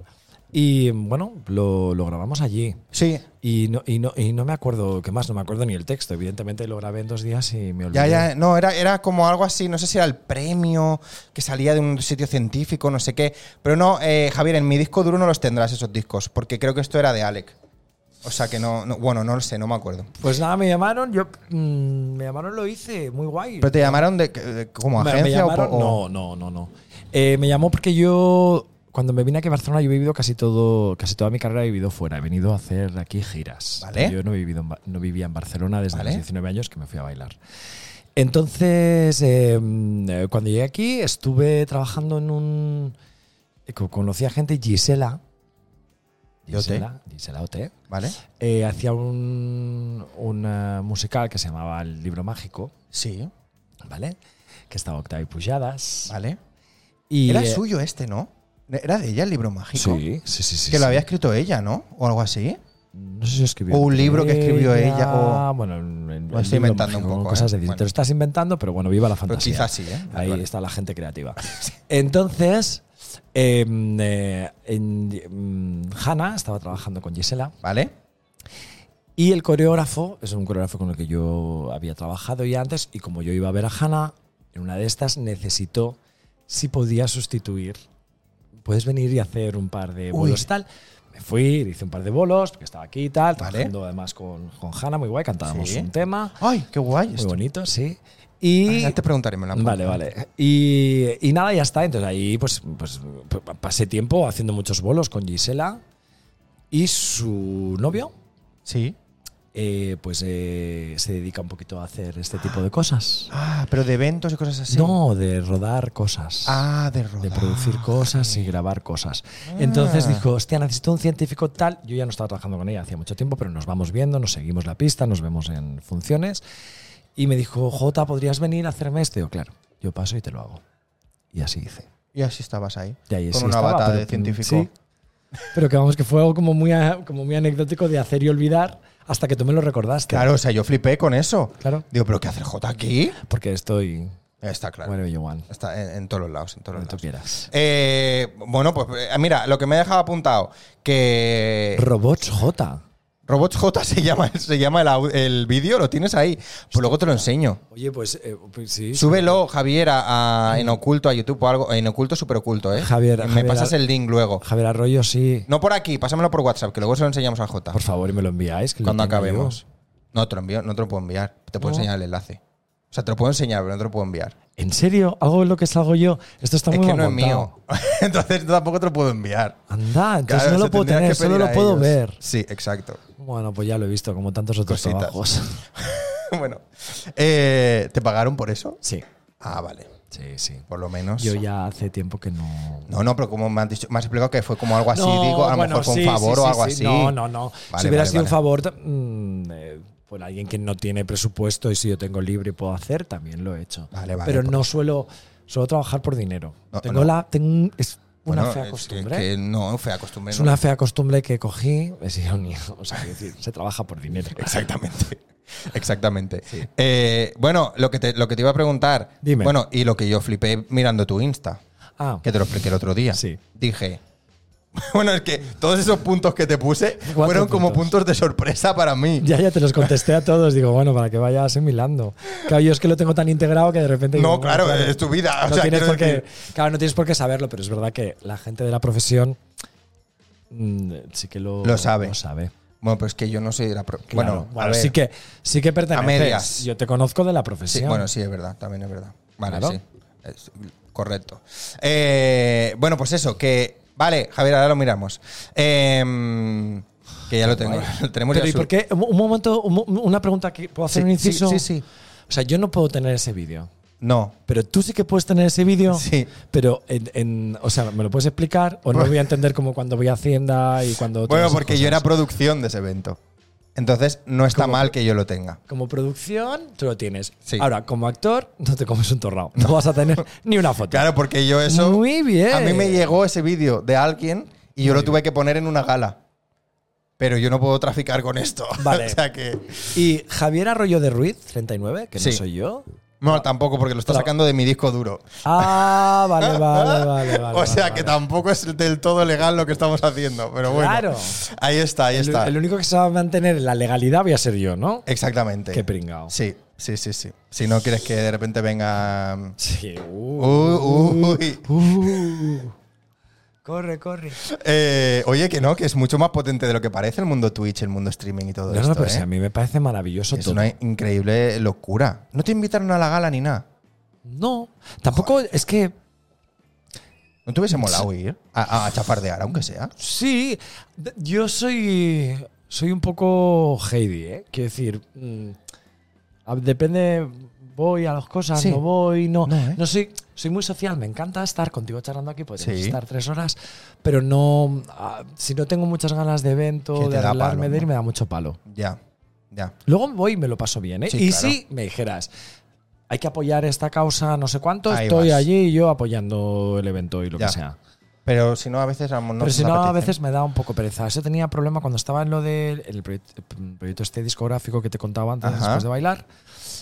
Speaker 2: Y bueno, lo, lo grabamos allí.
Speaker 1: Sí.
Speaker 2: Y no, y, no, y no me acuerdo, ¿qué más? No me acuerdo ni el texto. Evidentemente lo grabé en dos días y me olvidé.
Speaker 1: Ya, ya, no, era, era como algo así, no sé si era el premio que salía de un sitio científico, no sé qué. Pero no, eh, Javier, en mi disco duro no los tendrás esos discos, porque creo que esto era de Alec. O sea que no, no- bueno, no lo sé, no me acuerdo.
Speaker 2: Pues nada, me llamaron, yo mm, me llamaron, lo hice, muy guay.
Speaker 1: ¿Pero te llamaron de, de- como
Speaker 2: Me-
Speaker 1: agencia
Speaker 2: me
Speaker 1: o po-
Speaker 2: llamaron-
Speaker 1: o,
Speaker 2: No, no, no, no. Eh, me llamó porque yo, cuando me vine aquí a Barcelona, yo he vivido casi todo, casi toda mi carrera he vivido fuera. He venido a hacer aquí giras.
Speaker 1: Vale.
Speaker 2: Pero Yo no, he vivido en Ba- no vivía en Barcelona desde
Speaker 1: Vale.
Speaker 2: los 19 años que me fui a bailar. Entonces, eh, eh, cuando llegué aquí, estuve trabajando en un... eh, co- Conocí a gente, Gisela.
Speaker 1: ¿De OT?
Speaker 2: Gisela, Gisela OT.
Speaker 1: ¿Vale?
Speaker 2: eh, hacía un, un eh, musical que se llamaba El Libro Mágico,
Speaker 1: Sí.
Speaker 2: ¿vale? Que estaba Octavio Pujadas.
Speaker 1: ¿Vale?
Speaker 2: Y,
Speaker 1: Ah, Era
Speaker 2: eh,
Speaker 1: suyo este, ¿no? Era de ella el libro mágico.
Speaker 2: Sí, sí, sí. sí,
Speaker 1: que lo
Speaker 2: sí.
Speaker 1: había escrito ella, ¿no? O algo así.
Speaker 2: No sé si escribió.
Speaker 1: o un libro que escribió ella, o-
Speaker 2: Bueno, en- en-
Speaker 1: Lo
Speaker 2: el
Speaker 1: estoy
Speaker 2: libro
Speaker 1: inventando
Speaker 2: mágico,
Speaker 1: un poco,
Speaker 2: Cosas
Speaker 1: ¿eh?
Speaker 2: de decir, Te
Speaker 1: Bueno.
Speaker 2: lo estás inventando, pero bueno, viva la fantasía.
Speaker 1: quizás sí, ¿eh?
Speaker 2: Ahí
Speaker 1: Vale.
Speaker 2: está la gente creativa. Entonces, eh, eh, en- mm, Hannah estaba trabajando con Gisela.
Speaker 1: ¿Vale?
Speaker 2: Y el coreógrafo, es un coreógrafo con el que yo había trabajado ya antes, y como yo iba a ver a Hannah, en una de estas necesitó si podía sustituir. Puedes venir y hacer un par de
Speaker 1: Uy.
Speaker 2: bolos y tal. Me fui, hice un par de bolos, porque estaba aquí y tal,
Speaker 1: Vale.
Speaker 2: trabajando además con, con Hannah, muy guay, cantábamos
Speaker 1: Sí.
Speaker 2: un tema,
Speaker 1: ¡Ay, qué guay!
Speaker 2: muy
Speaker 1: esto.
Speaker 2: bonito, sí.
Speaker 1: Ah,
Speaker 2: Y
Speaker 1: ya te preguntaré, me lo apunto.
Speaker 2: Vale, vale. Y, y nada, ya está. Entonces ahí pues, pues p- pasé tiempo haciendo muchos bolos con Gisela y su novio,
Speaker 1: Sí.
Speaker 2: eh, pues eh, se dedica un poquito a hacer este tipo de cosas.
Speaker 1: Ah, pero de eventos y cosas así.
Speaker 2: No, de rodar cosas.
Speaker 1: Ah, de rodar.
Speaker 2: De producir cosas y grabar cosas. Entonces
Speaker 1: Ah.
Speaker 2: dijo, hostia, necesito un científico tal. Yo ya no estaba trabajando con ella hacía mucho tiempo, pero nos vamos viendo, nos seguimos la pista, nos vemos en funciones. Y me dijo, Jota, ¿podrías venir a hacerme este? Yo, claro, yo paso y te lo hago. Y así hice.
Speaker 1: Y así estabas ahí.
Speaker 2: Y ahí
Speaker 1: con
Speaker 2: sí
Speaker 1: una
Speaker 2: estaba,
Speaker 1: bata
Speaker 2: pero-
Speaker 1: de científico.
Speaker 2: sí. Pero que vamos, que fue algo como muy, a- como muy anecdótico de hacer y olvidar hasta que tú me lo recordaste.
Speaker 1: Claro, o sea, yo flipé con eso.
Speaker 2: Claro.
Speaker 1: Digo, ¿pero qué hace el J aquí?
Speaker 2: Porque estoy
Speaker 1: Está claro.
Speaker 2: Whatever you want.
Speaker 1: Está en, en todos los lados, en todos los
Speaker 2: Donde tú
Speaker 1: lados.
Speaker 2: quieras.
Speaker 1: Eh, bueno, pues eh, mira, lo que me he dejado apuntado, que
Speaker 2: Robots J.
Speaker 1: Robots J se llama, se llama el, au- el vídeo, lo tienes ahí. Pues luego te lo enseño.
Speaker 2: Oye, pues, eh, pues sí.
Speaker 1: Súbelo, Javier, a, a en oculto, a YouTube o algo. En oculto, súper oculto, ¿eh?
Speaker 2: Javier,
Speaker 1: Me
Speaker 2: Javier,
Speaker 1: pasas
Speaker 2: al-
Speaker 1: el link luego.
Speaker 2: Javier Arroyo, sí.
Speaker 1: No por aquí, pásamelo por WhatsApp, que luego se lo enseñamos a Jota.
Speaker 2: Por favor, y me lo enviáis. que lo
Speaker 1: Cuando
Speaker 2: tengo
Speaker 1: acabemos.
Speaker 2: yo.
Speaker 1: No te lo envío, no te lo puedo enviar. Te puedo
Speaker 2: No.
Speaker 1: enseñar el enlace. O sea, te lo puedo enseñar, pero no te lo puedo enviar.
Speaker 2: ¿En serio? ¿Hago lo que salgo yo? Esto está
Speaker 1: es
Speaker 2: muy
Speaker 1: que
Speaker 2: mal
Speaker 1: no es
Speaker 2: montado.
Speaker 1: mío. Entonces tampoco te lo puedo enviar.
Speaker 2: Anda, entonces
Speaker 1: Claro,
Speaker 2: no
Speaker 1: se
Speaker 2: lo puedo
Speaker 1: tendrías
Speaker 2: tener,
Speaker 1: que
Speaker 2: solo
Speaker 1: pedir
Speaker 2: lo
Speaker 1: a
Speaker 2: puedo
Speaker 1: ellos.
Speaker 2: ver.
Speaker 1: Sí, exacto.
Speaker 2: Bueno, pues ya lo he visto, como tantos otros
Speaker 1: Cositas.
Speaker 2: trabajos.
Speaker 1: bueno, eh, ¿te pagaron por eso?
Speaker 2: Sí,
Speaker 1: Ah, vale.
Speaker 2: sí, sí.
Speaker 1: Por lo menos.
Speaker 2: Yo ya hace tiempo que no.
Speaker 1: No, no, pero como me han dicho, me has explicado que fue como algo así,
Speaker 2: No,
Speaker 1: digo, a lo
Speaker 2: bueno,
Speaker 1: mejor fue un
Speaker 2: sí,
Speaker 1: favor
Speaker 2: sí,
Speaker 1: o
Speaker 2: sí,
Speaker 1: algo
Speaker 2: sí.
Speaker 1: así.
Speaker 2: No, no, no.
Speaker 1: Vale,
Speaker 2: si hubiera
Speaker 1: vale,
Speaker 2: sido un
Speaker 1: vale.
Speaker 2: favor ta- mm, eh, por alguien que no tiene presupuesto y si yo tengo libre y puedo hacer, también lo he hecho.
Speaker 1: Vale, vale,
Speaker 2: Pero
Speaker 1: por-
Speaker 2: no suelo, suelo trabajar por dinero.
Speaker 1: No,
Speaker 2: tengo
Speaker 1: no.
Speaker 2: la, tengo- es una
Speaker 1: Bueno,
Speaker 2: fea
Speaker 1: es
Speaker 2: costumbre.
Speaker 1: Que, que no, fea costumbre.
Speaker 2: es
Speaker 1: no.
Speaker 2: una fea costumbre que cogí. Es ironía. O sea, quiero decir, se trabaja por dinero.
Speaker 1: Exactamente. Exactamente. Eh, bueno, lo que, te, lo que te iba a preguntar.
Speaker 2: Dime.
Speaker 1: Bueno, y lo que yo flipé mirando tu Insta,
Speaker 2: Ah,
Speaker 1: que te lo expliqué el otro día.
Speaker 2: Sí.
Speaker 1: Dije, Bueno, es que todos esos puntos que te puse fueron como
Speaker 2: puntos?
Speaker 1: puntos de sorpresa para mí.
Speaker 2: Ya, ya te los contesté a todos. Digo, bueno, para que vaya asimilando. Claro, yo es que lo tengo tan integrado que de repente. digo,
Speaker 1: No,
Speaker 2: bueno,
Speaker 1: claro, es tu vida. o
Speaker 2: no
Speaker 1: sea,
Speaker 2: tienes
Speaker 1: quiero
Speaker 2: por qué-
Speaker 1: decir-
Speaker 2: claro, no tienes por qué saberlo, pero es verdad que la gente de la profesión mm, sí que lo,
Speaker 1: Lo sabe.
Speaker 2: sabe.
Speaker 1: Bueno, pero es que yo no soy de la pro- Bueno,
Speaker 2: Claro.
Speaker 1: a
Speaker 2: Bueno,
Speaker 1: ver.
Speaker 2: sí que sí que perteneces.
Speaker 1: medias.
Speaker 2: Yo te conozco de la
Speaker 1: Sí,
Speaker 2: profesión.
Speaker 1: bueno, sí, es verdad, también es verdad. Vale,
Speaker 2: Claro.
Speaker 1: sí. Es correcto. Eh, bueno, pues eso, que. Vale, Javier, ahora lo miramos. Em, que ya lo tengo. Lo tenemos
Speaker 2: Pero
Speaker 1: ya
Speaker 2: ¿y
Speaker 1: su-
Speaker 2: por qué? Un un momento, un mo- una pregunta que puedo hacer
Speaker 1: Sí,
Speaker 2: un
Speaker 1: sí,
Speaker 2: inciso.
Speaker 1: sí, sí.
Speaker 2: O sea, yo no puedo tener ese vídeo.
Speaker 1: No.
Speaker 2: Pero tú sí que puedes tener ese vídeo.
Speaker 1: Sí.
Speaker 2: Pero, en, en- o sea, ¿me lo puedes explicar? O no
Speaker 1: Bueno.
Speaker 2: voy a entender como cuando voy a Hacienda y cuando. todas
Speaker 1: Bueno,
Speaker 2: esas
Speaker 1: porque yo era
Speaker 2: cosas.
Speaker 1: producción de ese evento. Entonces, no está
Speaker 2: ¿Cómo?
Speaker 1: mal que yo lo tenga.
Speaker 2: Como producción, tú lo tienes.
Speaker 1: Sí.
Speaker 2: Ahora, como actor, no te comes un torrao. No vas a tener ni una foto.
Speaker 1: Claro, porque yo eso.
Speaker 2: Muy bien.
Speaker 1: A mí me llegó ese vídeo de alguien y yo lo tuve que poner en una gala. Pero yo no puedo traficar con esto.
Speaker 2: Vale.
Speaker 1: o sea que.
Speaker 2: Y Javier Arroyo de Ruiz, 39, que
Speaker 1: Sí.
Speaker 2: no soy yo.
Speaker 1: No, tampoco, porque lo está
Speaker 2: Tra-
Speaker 1: sacando de mi disco duro.
Speaker 2: Ah, vale, vale, vale. vale
Speaker 1: o sea
Speaker 2: vale,
Speaker 1: que
Speaker 2: vale.
Speaker 1: tampoco es del todo legal lo que estamos haciendo, pero bueno.
Speaker 2: Claro.
Speaker 1: Ahí está, ahí está.
Speaker 2: El, el único que se va a mantener en la legalidad voy a ser yo, ¿no?
Speaker 1: Exactamente.
Speaker 2: Qué pringao.
Speaker 1: Sí, sí, sí, sí. Si no quieres que de repente venga.
Speaker 2: Sí. uh,
Speaker 1: Uy, uy.
Speaker 2: uh. Corre, corre.
Speaker 1: Eh, oye, que no, que es mucho más potente de lo que parece el mundo Twitch, el mundo streaming y todo
Speaker 2: No, no,
Speaker 1: esto.
Speaker 2: pero
Speaker 1: ¿eh?
Speaker 2: si a mí me parece maravilloso
Speaker 1: es
Speaker 2: todo.
Speaker 1: una increíble locura. No te invitaron a la gala ni nada.
Speaker 2: No, tampoco es que
Speaker 1: ¿No te hubiese molado ir a, a chafardear, aunque sea?
Speaker 2: sí, d- yo soy soy un poco Heidi, ¿eh? Quiero decir, mm, a- depende voy a las cosas,
Speaker 1: Sí.
Speaker 2: no voy, no,
Speaker 1: No,
Speaker 2: no,
Speaker 1: ¿eh?
Speaker 2: soy soy muy social, me encanta estar contigo charlando aquí, podemos
Speaker 1: Sí.
Speaker 2: estar tres horas, pero no ah, si no tengo muchas ganas de
Speaker 1: Que
Speaker 2: evento,
Speaker 1: te
Speaker 2: de
Speaker 1: da palo,
Speaker 2: arreglarme, de
Speaker 1: ¿no?
Speaker 2: ir, me da mucho palo.
Speaker 1: Ya, ya.
Speaker 2: Luego voy y me lo paso bien, ¿eh?
Speaker 1: Sí,
Speaker 2: y
Speaker 1: claro.
Speaker 2: si me dijeras, hay que apoyar esta causa, no sé cuánto,
Speaker 1: Ahí
Speaker 2: estoy
Speaker 1: vas.
Speaker 2: allí y yo apoyando el evento y lo
Speaker 1: Ya.
Speaker 2: que sea.
Speaker 1: Pero si no, a veces. No
Speaker 2: Pero
Speaker 1: nos
Speaker 2: si no, a
Speaker 1: apetece.
Speaker 2: veces me da un poco pereza. Eso tenía problema cuando estaba en lo del el proyecto, el proyecto este discográfico que te contaba antes,
Speaker 1: Ajá.
Speaker 2: después de bailar.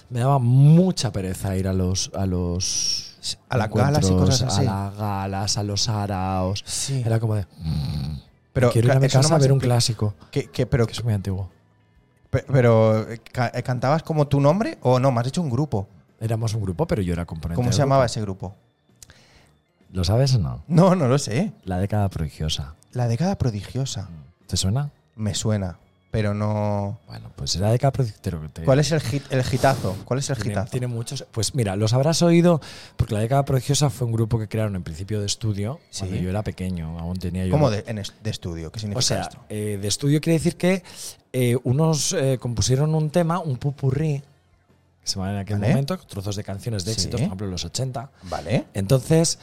Speaker 2: Me daba mucha pereza ir a los. A los
Speaker 1: A las galas y
Speaker 2: encuentros,
Speaker 1: cosas así.
Speaker 2: A las galas, a los araos.
Speaker 1: Sí.
Speaker 2: Era como de. "Mm,
Speaker 1: Pero,
Speaker 2: quiero ir a
Speaker 1: ca-
Speaker 2: mi
Speaker 1: eso no
Speaker 2: casa
Speaker 1: me
Speaker 2: a
Speaker 1: has
Speaker 2: ver un
Speaker 1: expli-
Speaker 2: clásico.
Speaker 1: que- que- pero,
Speaker 2: Que es muy antiguo.
Speaker 1: pe- pero eh, ca- eh, ¿cantabas como tu nombre o no? Me has dicho un grupo.
Speaker 2: Éramos un grupo, pero yo era componente.
Speaker 1: ¿Cómo
Speaker 2: del
Speaker 1: se
Speaker 2: grupo.
Speaker 1: llamaba ese grupo?
Speaker 2: ¿Lo sabes o no?
Speaker 1: No, no lo sé.
Speaker 2: La década prodigiosa.
Speaker 1: La década prodigiosa.
Speaker 2: ¿Te suena?
Speaker 1: Me suena, pero no.
Speaker 2: Bueno, pues la década prodigiosa.
Speaker 1: ¿Cuál es el, hit, el hitazo? ¿Cuál es el
Speaker 2: Eh, Tiene,
Speaker 1: hitazo?
Speaker 2: tiene muchos. Pues mira, los habrás oído, porque la década prodigiosa fue un grupo que crearon en principio de estudio cuando
Speaker 1: Sí.
Speaker 2: yo era pequeño, aún tenía yo.
Speaker 1: ¿Cómo de, en es- de estudio? ¿Qué significa
Speaker 2: o sea,
Speaker 1: esto?
Speaker 2: eh, de estudio quiere decir que eh, unos eh, compusieron un tema, un pupurrí, que se llamaba en aquel
Speaker 1: Vale.
Speaker 2: momento, trozos de canciones de
Speaker 1: Sí.
Speaker 2: éxitos, por ejemplo, los 80.
Speaker 1: ¿Vale?
Speaker 2: Entonces,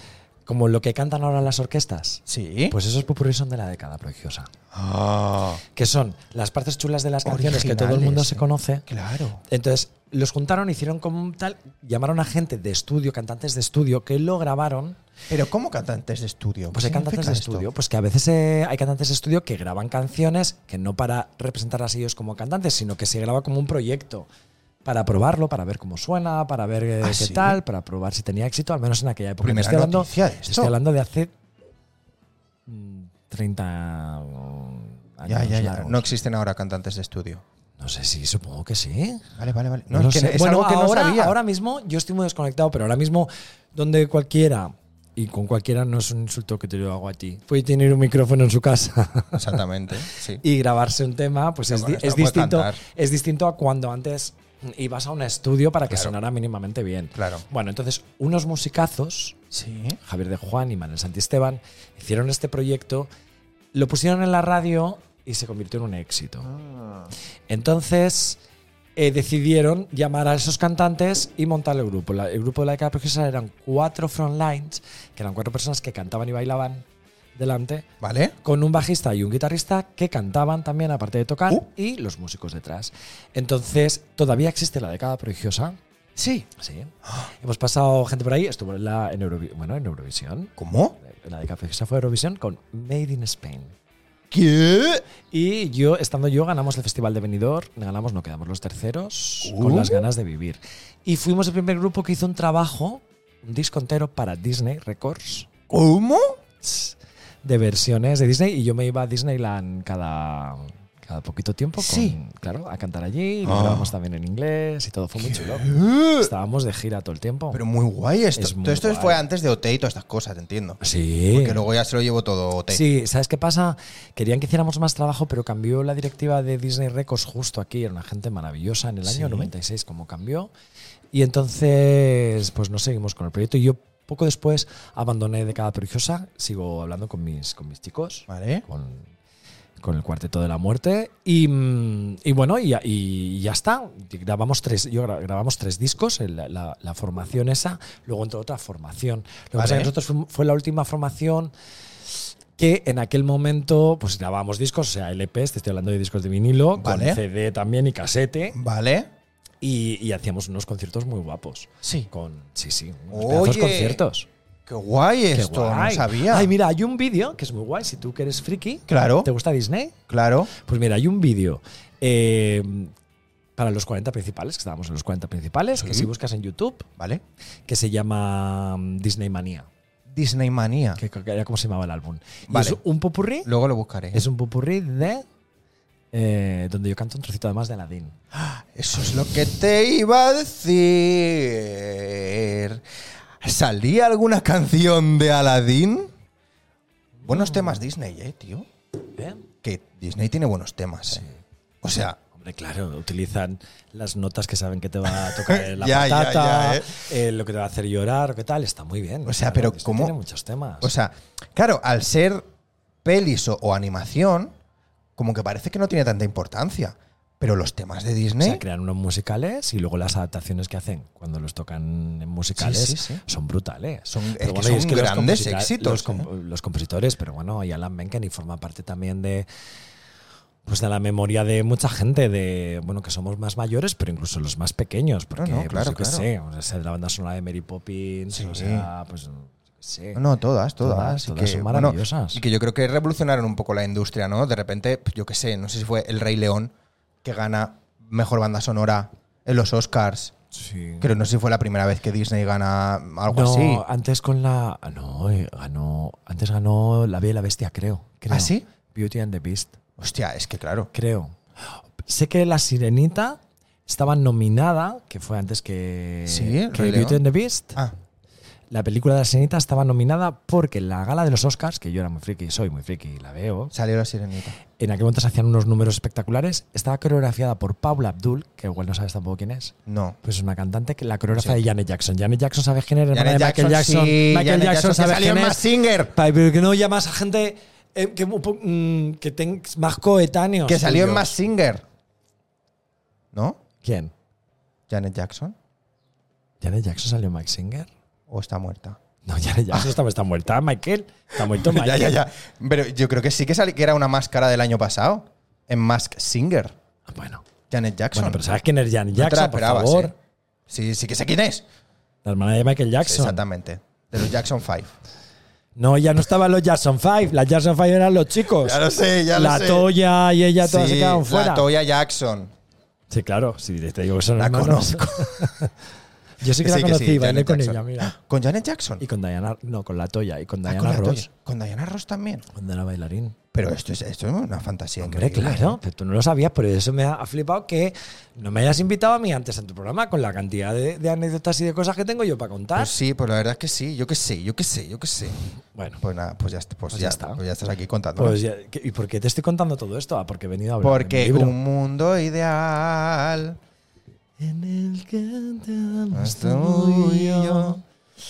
Speaker 2: como lo que cantan ahora las orquestas,
Speaker 1: Sí.
Speaker 2: pues esos pupurrí son de la década prodigiosa,
Speaker 1: Ah,
Speaker 2: que son las partes chulas de las canciones que todo el
Speaker 1: Originales,
Speaker 2: mundo
Speaker 1: eh.
Speaker 2: se conoce.
Speaker 1: claro.
Speaker 2: Entonces los juntaron, hicieron como un tal, llamaron a gente de estudio, cantantes de estudio, que lo grabaron.
Speaker 1: Pero ¿cómo cantantes de estudio?
Speaker 2: Pues
Speaker 1: ¿Qué
Speaker 2: hay cantantes
Speaker 1: significa
Speaker 2: de
Speaker 1: esto?
Speaker 2: estudio, pues que a veces eh, hay cantantes de estudio que graban canciones que no para representarlas ellos como cantantes, sino que se graba como un proyecto para probarlo, para ver cómo suena, para ver eh,
Speaker 1: ¿Ah,
Speaker 2: qué
Speaker 1: sí?
Speaker 2: tal, para probar si tenía éxito, al menos en aquella época.
Speaker 1: Primera
Speaker 2: estoy, hablando,
Speaker 1: noticia de esto.
Speaker 2: estoy hablando de hace mm, 30 mm, años.
Speaker 1: Ya, ya, ya.
Speaker 2: largos.
Speaker 1: No existen ahora cantantes de estudio.
Speaker 2: no sé si, supongo que sí.
Speaker 1: Vale, vale, vale.
Speaker 2: No
Speaker 1: No,
Speaker 2: lo
Speaker 1: es que
Speaker 2: sé.
Speaker 1: es
Speaker 2: bueno,
Speaker 1: algo que
Speaker 2: ahora,
Speaker 1: no sabía.
Speaker 2: ahora mismo yo estoy muy desconectado, pero ahora mismo donde cualquiera, y con cualquiera no es un insulto que te lo hago a ti, puede tener un micrófono en su casa
Speaker 1: Exactamente, sí.
Speaker 2: y grabarse un tema, pues es,
Speaker 1: bueno,
Speaker 2: di-
Speaker 1: esto
Speaker 2: es
Speaker 1: puede
Speaker 2: distinto,
Speaker 1: cantar.
Speaker 2: es distinto a cuando antes ibas a un estudio para que
Speaker 1: Claro.
Speaker 2: sonara mínimamente bien.
Speaker 1: Claro.
Speaker 2: Bueno, entonces unos musicazos
Speaker 1: Sí.
Speaker 2: Javier de Juan y Manuel Santisteban, hicieron este proyecto, lo pusieron en la radio y se convirtió en un éxito. Entonces eh, decidieron llamar a esos cantantes y montar el grupo. La- el grupo de la década preciosa eran cuatro frontlines, que eran cuatro personas que cantaban y bailaban delante,
Speaker 1: ¿Vale?
Speaker 2: con un bajista y un guitarrista que cantaban también, aparte de tocar,
Speaker 1: Uh.
Speaker 2: y los músicos detrás. Entonces, todavía existe la década prodigiosa.
Speaker 1: Sí.
Speaker 2: Sí. Hemos pasado gente por ahí, estuvo en, la, en, Eurovi- bueno, en Eurovisión.
Speaker 1: ¿Cómo?
Speaker 2: La de Café Fiesta fue a Eurovisión con Made in Spain.
Speaker 1: ¿Qué?
Speaker 2: Y yo, estando yo, ganamos el Festival de Benidorm, ganamos, no quedamos los terceros,
Speaker 1: Uh.
Speaker 2: con las ganas de vivir. Y fuimos el primer grupo que hizo un trabajo, un disco entero para Disney Records,
Speaker 1: ¿Cómo?
Speaker 2: tss, de versiones de Disney y yo me iba a Disneyland cada, cada poquito tiempo. con-
Speaker 1: Sí.
Speaker 2: Claro, a cantar allí, y
Speaker 1: Ah.
Speaker 2: grabamos también en inglés y todo fue muy chulo. Estábamos de gira todo el tiempo.
Speaker 1: Pero muy guay esto.
Speaker 2: Es muy
Speaker 1: Todo esto
Speaker 2: guay.
Speaker 1: fue antes de OT y todas estas cosas, te entiendo.
Speaker 2: sí.
Speaker 1: Que luego ya se lo llevo todo OT.
Speaker 2: Sí, ¿sabes qué pasa? Querían que hiciéramos más trabajo, pero cambió la directiva de Disney Records justo aquí. Era una gente maravillosa en el año
Speaker 1: Sí.
Speaker 2: 96, como cambió. Y entonces, pues no seguimos con el proyecto. Y yo poco después abandoné Década Prodigiosa. Sigo hablando con mis, con mis chicos,
Speaker 1: Vale.
Speaker 2: con, con el Cuarteto de la Muerte. Y, mm, y bueno, y, ya- y ya está. Grabamos tres, yo gra- grabamos tres discos, el- la, la formación esa, luego entró otra formación. Lo que pasa
Speaker 1: Vale.
Speaker 2: es que nosotros fuim- fue la última formación que en aquel momento pues grabábamos discos, o sea, LPs, te estoy hablando de discos de vinilo,
Speaker 1: Vale.
Speaker 2: con CD también y casete,
Speaker 1: Vale.
Speaker 2: y, y hacíamos unos conciertos muy guapos.
Speaker 1: Sí.
Speaker 2: Con, sí, sí, unos pedazos
Speaker 1: Oye,
Speaker 2: conciertos.
Speaker 1: Qué guay
Speaker 2: Qué
Speaker 1: esto,
Speaker 2: guay.
Speaker 1: no sabía.
Speaker 2: Ay, mira, hay un vídeo que es muy guay, si tú que eres friki,
Speaker 1: Claro,
Speaker 2: ¿te gusta Disney?
Speaker 1: claro.
Speaker 2: Pues mira, hay un vídeo eh, para los 40 principales, que estábamos en los 40 principales, que
Speaker 1: Sí.
Speaker 2: si buscas en YouTube,
Speaker 1: Vale.
Speaker 2: que se llama mm, Disney Manía,
Speaker 1: Disney Manía.
Speaker 2: que, que era como se llamaba el álbum. Y
Speaker 1: Vale.
Speaker 2: es un popurrí,
Speaker 1: Luego lo buscaré.
Speaker 2: es un popurrí de... eh, donde yo canto un trocito además de Aladdin.
Speaker 1: Eso es lo que te iba a decir. ¿Salía alguna canción de Aladdin? Buenos temas Disney, eh, tío.
Speaker 2: ¿Eh?
Speaker 1: Que Disney tiene buenos temas, eh. O sea,
Speaker 2: Hombre, claro, utilizan las notas que saben que te va a tocar la
Speaker 1: Ya, ya,
Speaker 2: patata,
Speaker 1: ya, ¿eh?
Speaker 2: eh, lo que te va a hacer llorar, o qué tal, está muy bien.
Speaker 1: O sea, pero
Speaker 2: Disney
Speaker 1: ¿cómo?
Speaker 2: Tiene muchos temas.
Speaker 1: o sea, claro, al ser pelis o, o animación, como que parece que no tiene tanta importancia. Pero los temas de
Speaker 2: O
Speaker 1: Disney.
Speaker 2: sea, crean unos musicales y luego las adaptaciones que hacen cuando los tocan en musicales
Speaker 1: Sí, sí, sí.
Speaker 2: son brutales.
Speaker 1: Son- es
Speaker 2: Pero
Speaker 1: que
Speaker 2: y
Speaker 1: son grandes
Speaker 2: composita-
Speaker 1: éxitos, ¿eh?
Speaker 2: Los, comp- los compositores, pero bueno, y Alan Menken y forma parte también de. Pues de la memoria de mucha gente, de bueno, que somos más mayores, pero incluso los más pequeños, porque
Speaker 1: no,
Speaker 2: pues,
Speaker 1: claro,
Speaker 2: yo qué
Speaker 1: claro.
Speaker 2: sé, o sea, la banda sonora de Mary Poppins,
Speaker 1: Sí.
Speaker 2: o sea, pues yo qué sé.
Speaker 1: No, todas, todas.
Speaker 2: Todas,
Speaker 1: y
Speaker 2: todas
Speaker 1: que,
Speaker 2: son
Speaker 1: bueno,
Speaker 2: maravillosas.
Speaker 1: y que yo creo que revolucionaron un poco la industria, ¿no? De repente, pues, yo qué sé, no sé si fue El Rey León que gana mejor banda sonora en los Oscars.
Speaker 2: Sí.
Speaker 1: Creo, no sé si fue la primera vez que Disney gana algo
Speaker 2: No,
Speaker 1: así.
Speaker 2: antes con la. ah, No, eh, ganó. Antes ganó La Bella y la Bestia, creo. creo.
Speaker 1: ¿Ah, sí?
Speaker 2: Beauty and the Beast.
Speaker 1: Hostia, es que claro.
Speaker 2: Creo. Sé que La Sirenita estaba nominada, que fue antes que,
Speaker 1: Sí,
Speaker 2: que
Speaker 1: Rey
Speaker 2: Beauty
Speaker 1: León.
Speaker 2: and the Beast.
Speaker 1: Ah,
Speaker 2: La película de La Sirenita estaba nominada porque en la gala de los Oscars, que yo era muy friki, soy muy friki y la veo,
Speaker 1: salió la sirenita.
Speaker 2: en aquel momento se hacían unos números espectaculares. Estaba coreografiada por Paula Abdul, que igual no sabes tampoco quién es.
Speaker 1: No.
Speaker 2: Pues es una cantante que la coreógrafa de Janet Jackson. Janet Jackson, ¿sabes quién era? Hermana
Speaker 1: Janet
Speaker 2: de Michael Jackson.
Speaker 1: sí,
Speaker 2: Michael
Speaker 1: Janet Jackson,
Speaker 2: Jackson,
Speaker 1: que
Speaker 2: ¿sabes
Speaker 1: salió
Speaker 2: quién
Speaker 1: en
Speaker 2: es?
Speaker 1: Mazinger.
Speaker 2: Pa- Pero que no llamas a gente eh, que, un po- mm, que ten- más coetáneos.
Speaker 1: Que salió en
Speaker 2: tuyos.
Speaker 1: Mazinger. ¿No?
Speaker 2: ¿Quién?
Speaker 1: Janet Jackson.
Speaker 2: ¿Janet Jackson salió en Mike Singer?
Speaker 1: ¿O está muerta?
Speaker 2: No, Janet Jackson está, está muerta, Michael. Está muerto
Speaker 1: Ah. ya,
Speaker 2: Michael.
Speaker 1: ya, ya. Pero yo creo que sí que, sali- que era una máscara del año pasado. En Mask Singer.
Speaker 2: Ah, Bueno,
Speaker 1: Janet Jackson.
Speaker 2: bueno, pero ¿sabes quién es Janet
Speaker 1: No te la
Speaker 2: Jackson? por
Speaker 1: esperabas,
Speaker 2: favor.
Speaker 1: ¿eh? Sí, sí que sé quién es.
Speaker 2: La hermana de Michael Jackson.
Speaker 1: Exactamente. De los Jackson 5.
Speaker 2: no, ya no estaban los Jackson Five. Las Jackson Five eran los chicos.
Speaker 1: sé,
Speaker 2: la Toya y ella todas
Speaker 1: Sí,
Speaker 2: se quedaron fuera.
Speaker 1: La Toya Jackson.
Speaker 2: Sí, claro. Si te digo que son
Speaker 1: La
Speaker 2: hermanos. Yo sí que,
Speaker 1: Sí,
Speaker 2: la
Speaker 1: que sí,
Speaker 2: conocí, bailé
Speaker 1: Janet
Speaker 2: con
Speaker 1: Jackson. Ah,
Speaker 2: ella, mira.
Speaker 1: Con Janet Jackson.
Speaker 2: Y con Diana, no, con la Toya y con
Speaker 1: Ah,
Speaker 2: Diana
Speaker 1: con la
Speaker 2: Ross.
Speaker 1: Toya. Con Diana Ross también.
Speaker 2: Cuando era bailarín.
Speaker 1: Pero esto es, esto es una fantasía
Speaker 2: Hombre,
Speaker 1: increíble,
Speaker 2: claro,
Speaker 1: ¿eh?
Speaker 2: pero tú no lo sabías, por eso me ha ha flipado que no me hayas invitado a mí antes en tu programa con la cantidad de, de anécdotas y de cosas que tengo yo para contar.
Speaker 1: Pues sí, pues la verdad es que sí. Yo qué sé, yo qué sé, yo qué sé.
Speaker 2: bueno,
Speaker 1: Pues nada, pues ya, está- pues
Speaker 2: Pues
Speaker 1: ya,
Speaker 2: ya está.
Speaker 1: pues ya estás aquí contando.
Speaker 2: pues ya- ¿qué- ¿y por qué te estoy contando todo esto? Ah, porque he venido a hablar. de
Speaker 1: Porque
Speaker 2: mi libro.
Speaker 1: un mundo ideal.
Speaker 2: En el que te amas
Speaker 1: hasta
Speaker 2: tú y yo.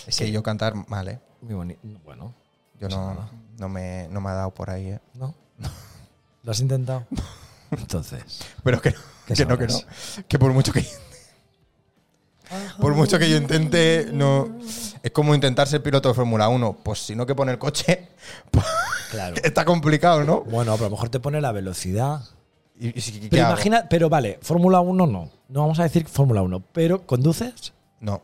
Speaker 1: Es que yo cantar mal, ¿eh?
Speaker 2: Muy bonito. Bueno,
Speaker 1: Yo
Speaker 2: pasa
Speaker 1: no,
Speaker 2: nada.
Speaker 1: no, me, no me ha dado por ahí, ¿eh?
Speaker 2: ¿no? ¿Lo has intentado? Entonces.
Speaker 1: Pero que no,
Speaker 2: ¿Qué
Speaker 1: que no, que no.
Speaker 2: sabrás?
Speaker 1: Que por mucho que, por mucho que yo intente, no. Es como intentar ser piloto de Fórmula 1. Pues si no que pone el coche,
Speaker 2: Claro.
Speaker 1: está complicado, ¿no?
Speaker 2: Bueno, pero a lo mejor te pone la velocidad.
Speaker 1: Y- y si- ¿qué
Speaker 2: Pero
Speaker 1: hago?
Speaker 2: imagina, pero vale, Fórmula 1 no. No vamos a decir Fórmula 1, pero ¿conduces?
Speaker 1: No.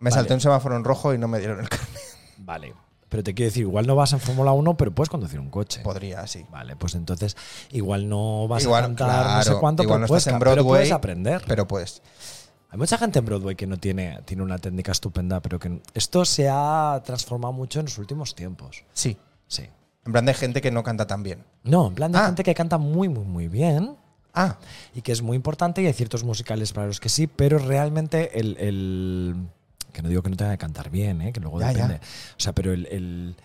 Speaker 1: Me
Speaker 2: Vale.
Speaker 1: salté un semáforo en rojo y no me dieron el carnet.
Speaker 2: Vale. Pero te quiero decir, igual no vas en Fórmula 1, pero puedes conducir un coche.
Speaker 1: Podría, sí.
Speaker 2: Vale, pues entonces igual no vas
Speaker 1: Igual,
Speaker 2: a cantar no sé
Speaker 1: claro,
Speaker 2: cuánto,
Speaker 1: igual
Speaker 2: pero,
Speaker 1: no
Speaker 2: puedes,
Speaker 1: estás en
Speaker 2: ca- pero
Speaker 1: Broadway,
Speaker 2: puedes aprender.
Speaker 1: Pero pues,
Speaker 2: Hay mucha gente en Broadway que no tiene, tiene una técnica estupenda, pero que n- esto se ha transformado mucho en los últimos tiempos.
Speaker 1: sí.
Speaker 2: Sí.
Speaker 1: En plan de gente que no canta tan bien.
Speaker 2: No, en plan de
Speaker 1: Ah.
Speaker 2: gente que canta muy, muy, muy bien
Speaker 1: Ah,
Speaker 2: y que es muy importante y hay ciertos musicales para los que sí, pero realmente el... el- que no digo que no tenga que cantar bien, ¿eh? que luego
Speaker 1: Ya, ya.
Speaker 2: depende. O sea, pero el, el-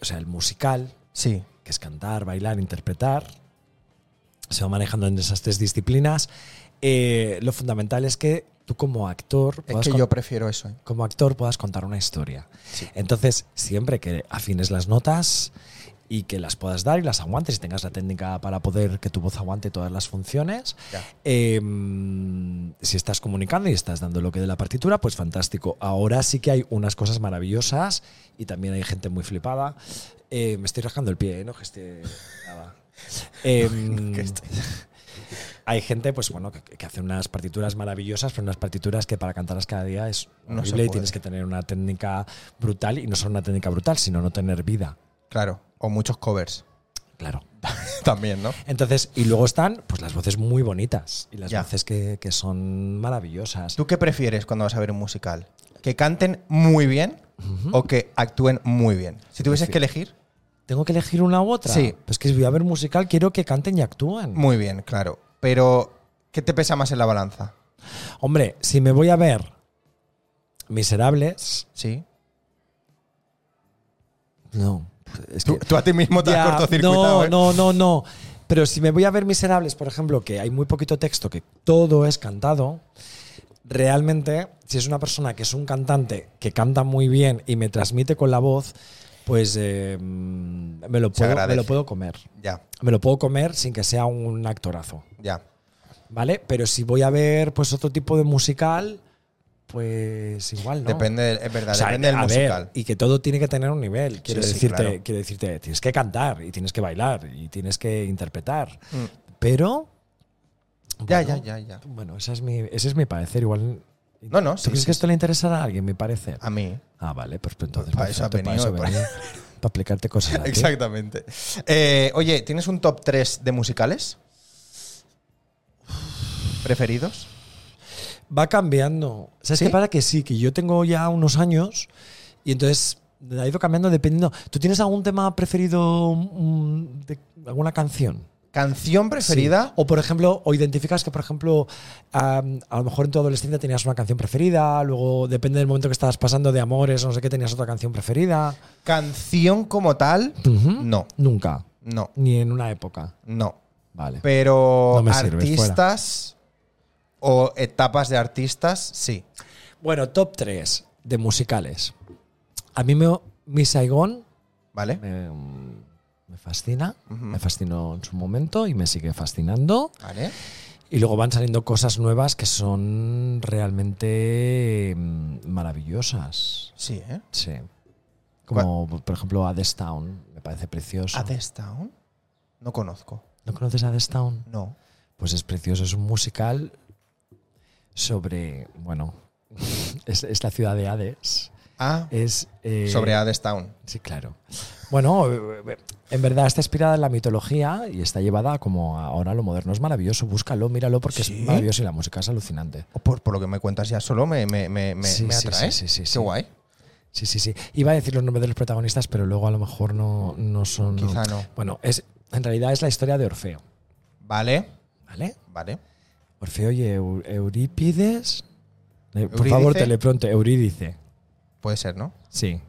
Speaker 2: o sea, el musical,
Speaker 1: sí.
Speaker 2: que es cantar, bailar, interpretar, se va manejando en esas tres disciplinas. Eh, lo fundamental es que tú como actor
Speaker 1: Es
Speaker 2: puedas
Speaker 1: que
Speaker 2: con-
Speaker 1: yo prefiero eso. ¿eh?
Speaker 2: como actor puedas contar una historia.
Speaker 1: Sí.
Speaker 2: Entonces, siempre que afines las notas y que las puedas dar y las aguantes y tengas la técnica para poder que tu voz aguante todas las funciones,
Speaker 1: Ya.
Speaker 2: eh, mm, si estás comunicando y estás dando lo que de la partitura, pues fantástico. Ahora sí que hay unas cosas maravillosas y también hay gente muy flipada. Eh, me estoy rascando el pie, ¿eh? no que esté... nada. Eh,
Speaker 1: que esté-
Speaker 2: Hay gente, pues bueno, que, que hace unas partituras maravillosas, pero unas partituras que para cantarlas cada día es
Speaker 1: No se
Speaker 2: horrible y
Speaker 1: puede.
Speaker 2: tienes que tener una técnica brutal y no solo una técnica brutal, sino no tener vida.
Speaker 1: Claro. O muchos covers.
Speaker 2: Claro.
Speaker 1: También, ¿no?
Speaker 2: Entonces, y luego están pues las voces muy bonitas y las
Speaker 1: Ya.
Speaker 2: voces que, que son maravillosas.
Speaker 1: ¿Tú qué prefieres cuando vas a ver un musical? ¿Que canten muy bien o que actúen muy bien? Si tuvieses que elegir,
Speaker 2: ¿Tengo que elegir una u otra?
Speaker 1: Sí.
Speaker 2: Pues que si voy a ver musical, quiero que canten y actúen.
Speaker 1: muy bien, claro. Pero, ¿qué te pesa más en la balanza?
Speaker 2: Hombre, si me voy a ver Miserables,
Speaker 1: Sí.
Speaker 2: no. Es
Speaker 1: Tú,
Speaker 2: que-
Speaker 1: tú a ti mismo te has
Speaker 2: Ya,
Speaker 1: cortocircuitado. ¿eh?
Speaker 2: No, no, no, no. Pero si me voy a ver Miserables, por ejemplo, que hay muy poquito texto, que todo es cantado, realmente, si es una persona que es un cantante, que canta muy bien y me transmite con la voz, pues eh, mm, me, lo
Speaker 1: Se
Speaker 2: puedo, me
Speaker 1: agradece.
Speaker 2: lo puedo comer.
Speaker 1: Ya,
Speaker 2: Me lo puedo comer sin que sea un actorazo,
Speaker 1: ya.
Speaker 2: ¿vale? Pero si voy a ver pues otro tipo de musical, pues igual, ¿no?
Speaker 1: Depende, del- es verdad,
Speaker 2: O sea,
Speaker 1: depende del
Speaker 2: a ver,
Speaker 1: musical.
Speaker 2: y que todo tiene que tener un nivel. Quiero,
Speaker 1: Sí, sí,
Speaker 2: decirte,
Speaker 1: claro.
Speaker 2: quiero decirte, tienes que cantar y tienes que bailar y tienes que interpretar.
Speaker 1: Mm.
Speaker 2: Pero.
Speaker 1: Ya,
Speaker 2: bueno,
Speaker 1: ya, ya, ya.
Speaker 2: Bueno, esa es mi, ese es mi parecer. Igual.
Speaker 1: No, no,
Speaker 2: ¿Tú
Speaker 1: sí,
Speaker 2: crees
Speaker 1: sí,
Speaker 2: que esto le interesará a alguien, mi parecer?
Speaker 1: A mí.
Speaker 2: Ah, vale, pues entonces.
Speaker 1: Para eso ha
Speaker 2: perfecto,
Speaker 1: venido,
Speaker 2: Para,
Speaker 1: para-
Speaker 2: eso venía, para aplicarte cosas. a ti.
Speaker 1: Exactamente. Eh, oye, ¿tienes un top 3 de musicales? ¿Preferidos?
Speaker 2: Va cambiando. ¿Sabes
Speaker 1: ¿Sí?
Speaker 2: qué pasa? Que sí, que yo tengo ya unos años y entonces ha ido cambiando dependiendo. ¿Tú tienes algún tema preferido mm, de alguna canción?
Speaker 1: ¿Canción
Speaker 2: Sí.
Speaker 1: preferida?
Speaker 2: O por ejemplo, o identificas que, por ejemplo, am, a lo mejor en tu adolescencia tenías una canción preferida, luego depende del momento que estabas pasando de amores, no sé qué, tenías otra canción preferida.
Speaker 1: ¿Canción como tal?
Speaker 2: Ujú.
Speaker 1: No,
Speaker 2: Nunca,
Speaker 1: no,
Speaker 2: ni en una época.
Speaker 1: no.
Speaker 2: Vale.
Speaker 1: Pero
Speaker 2: No me sirve,
Speaker 1: artistas o etapas de artistas, sí.
Speaker 2: Bueno, top 3 de musicales. A mí me, mi Saigón
Speaker 1: ¿Vale?
Speaker 2: me, me fascina,
Speaker 1: Ujú.
Speaker 2: me fascinó en su momento y me sigue fascinando.
Speaker 1: Vale.
Speaker 2: Y luego van saliendo cosas nuevas que son realmente mm, maravillosas.
Speaker 1: Sí, ¿eh?
Speaker 2: Sí. Como por ejemplo Adestown, me parece precioso.
Speaker 1: ¿A This Town? No conozco.
Speaker 2: ¿No conoces Adestown?
Speaker 1: No.
Speaker 2: Pues es precioso, es un musical sobre, bueno, es, es la ciudad de Hades.
Speaker 1: Ah,
Speaker 2: Es eh,
Speaker 1: sobre A This Town.
Speaker 2: Sí, claro. Bueno, eh, en verdad está inspirada en la mitología y está llevada como ahora a lo moderno. Es maravilloso, búscalo, míralo porque
Speaker 1: ¿Sí?
Speaker 2: es maravilloso y la música es alucinante.
Speaker 1: Por, por lo que me cuentas ya solo me, me, me, me-
Speaker 2: Sí,
Speaker 1: me
Speaker 2: sí,
Speaker 1: atrae.
Speaker 2: sí, sí, sí,
Speaker 1: Qué
Speaker 2: sí.
Speaker 1: guay.
Speaker 2: Sí, sí, sí. Iba a decir los nombres de los protagonistas, pero luego a lo mejor no, no son.
Speaker 1: Quizá no.
Speaker 2: Bueno, es, en realidad es la historia de Orfeo,
Speaker 1: Vale,
Speaker 2: ¿vale?
Speaker 1: vale.
Speaker 2: Orfeo y Eu- Eurípides. Eh, Por
Speaker 1: ¿Eurídice?
Speaker 2: favor, telepronto, Eurídice.
Speaker 1: Puede ser, ¿no?
Speaker 2: Sí.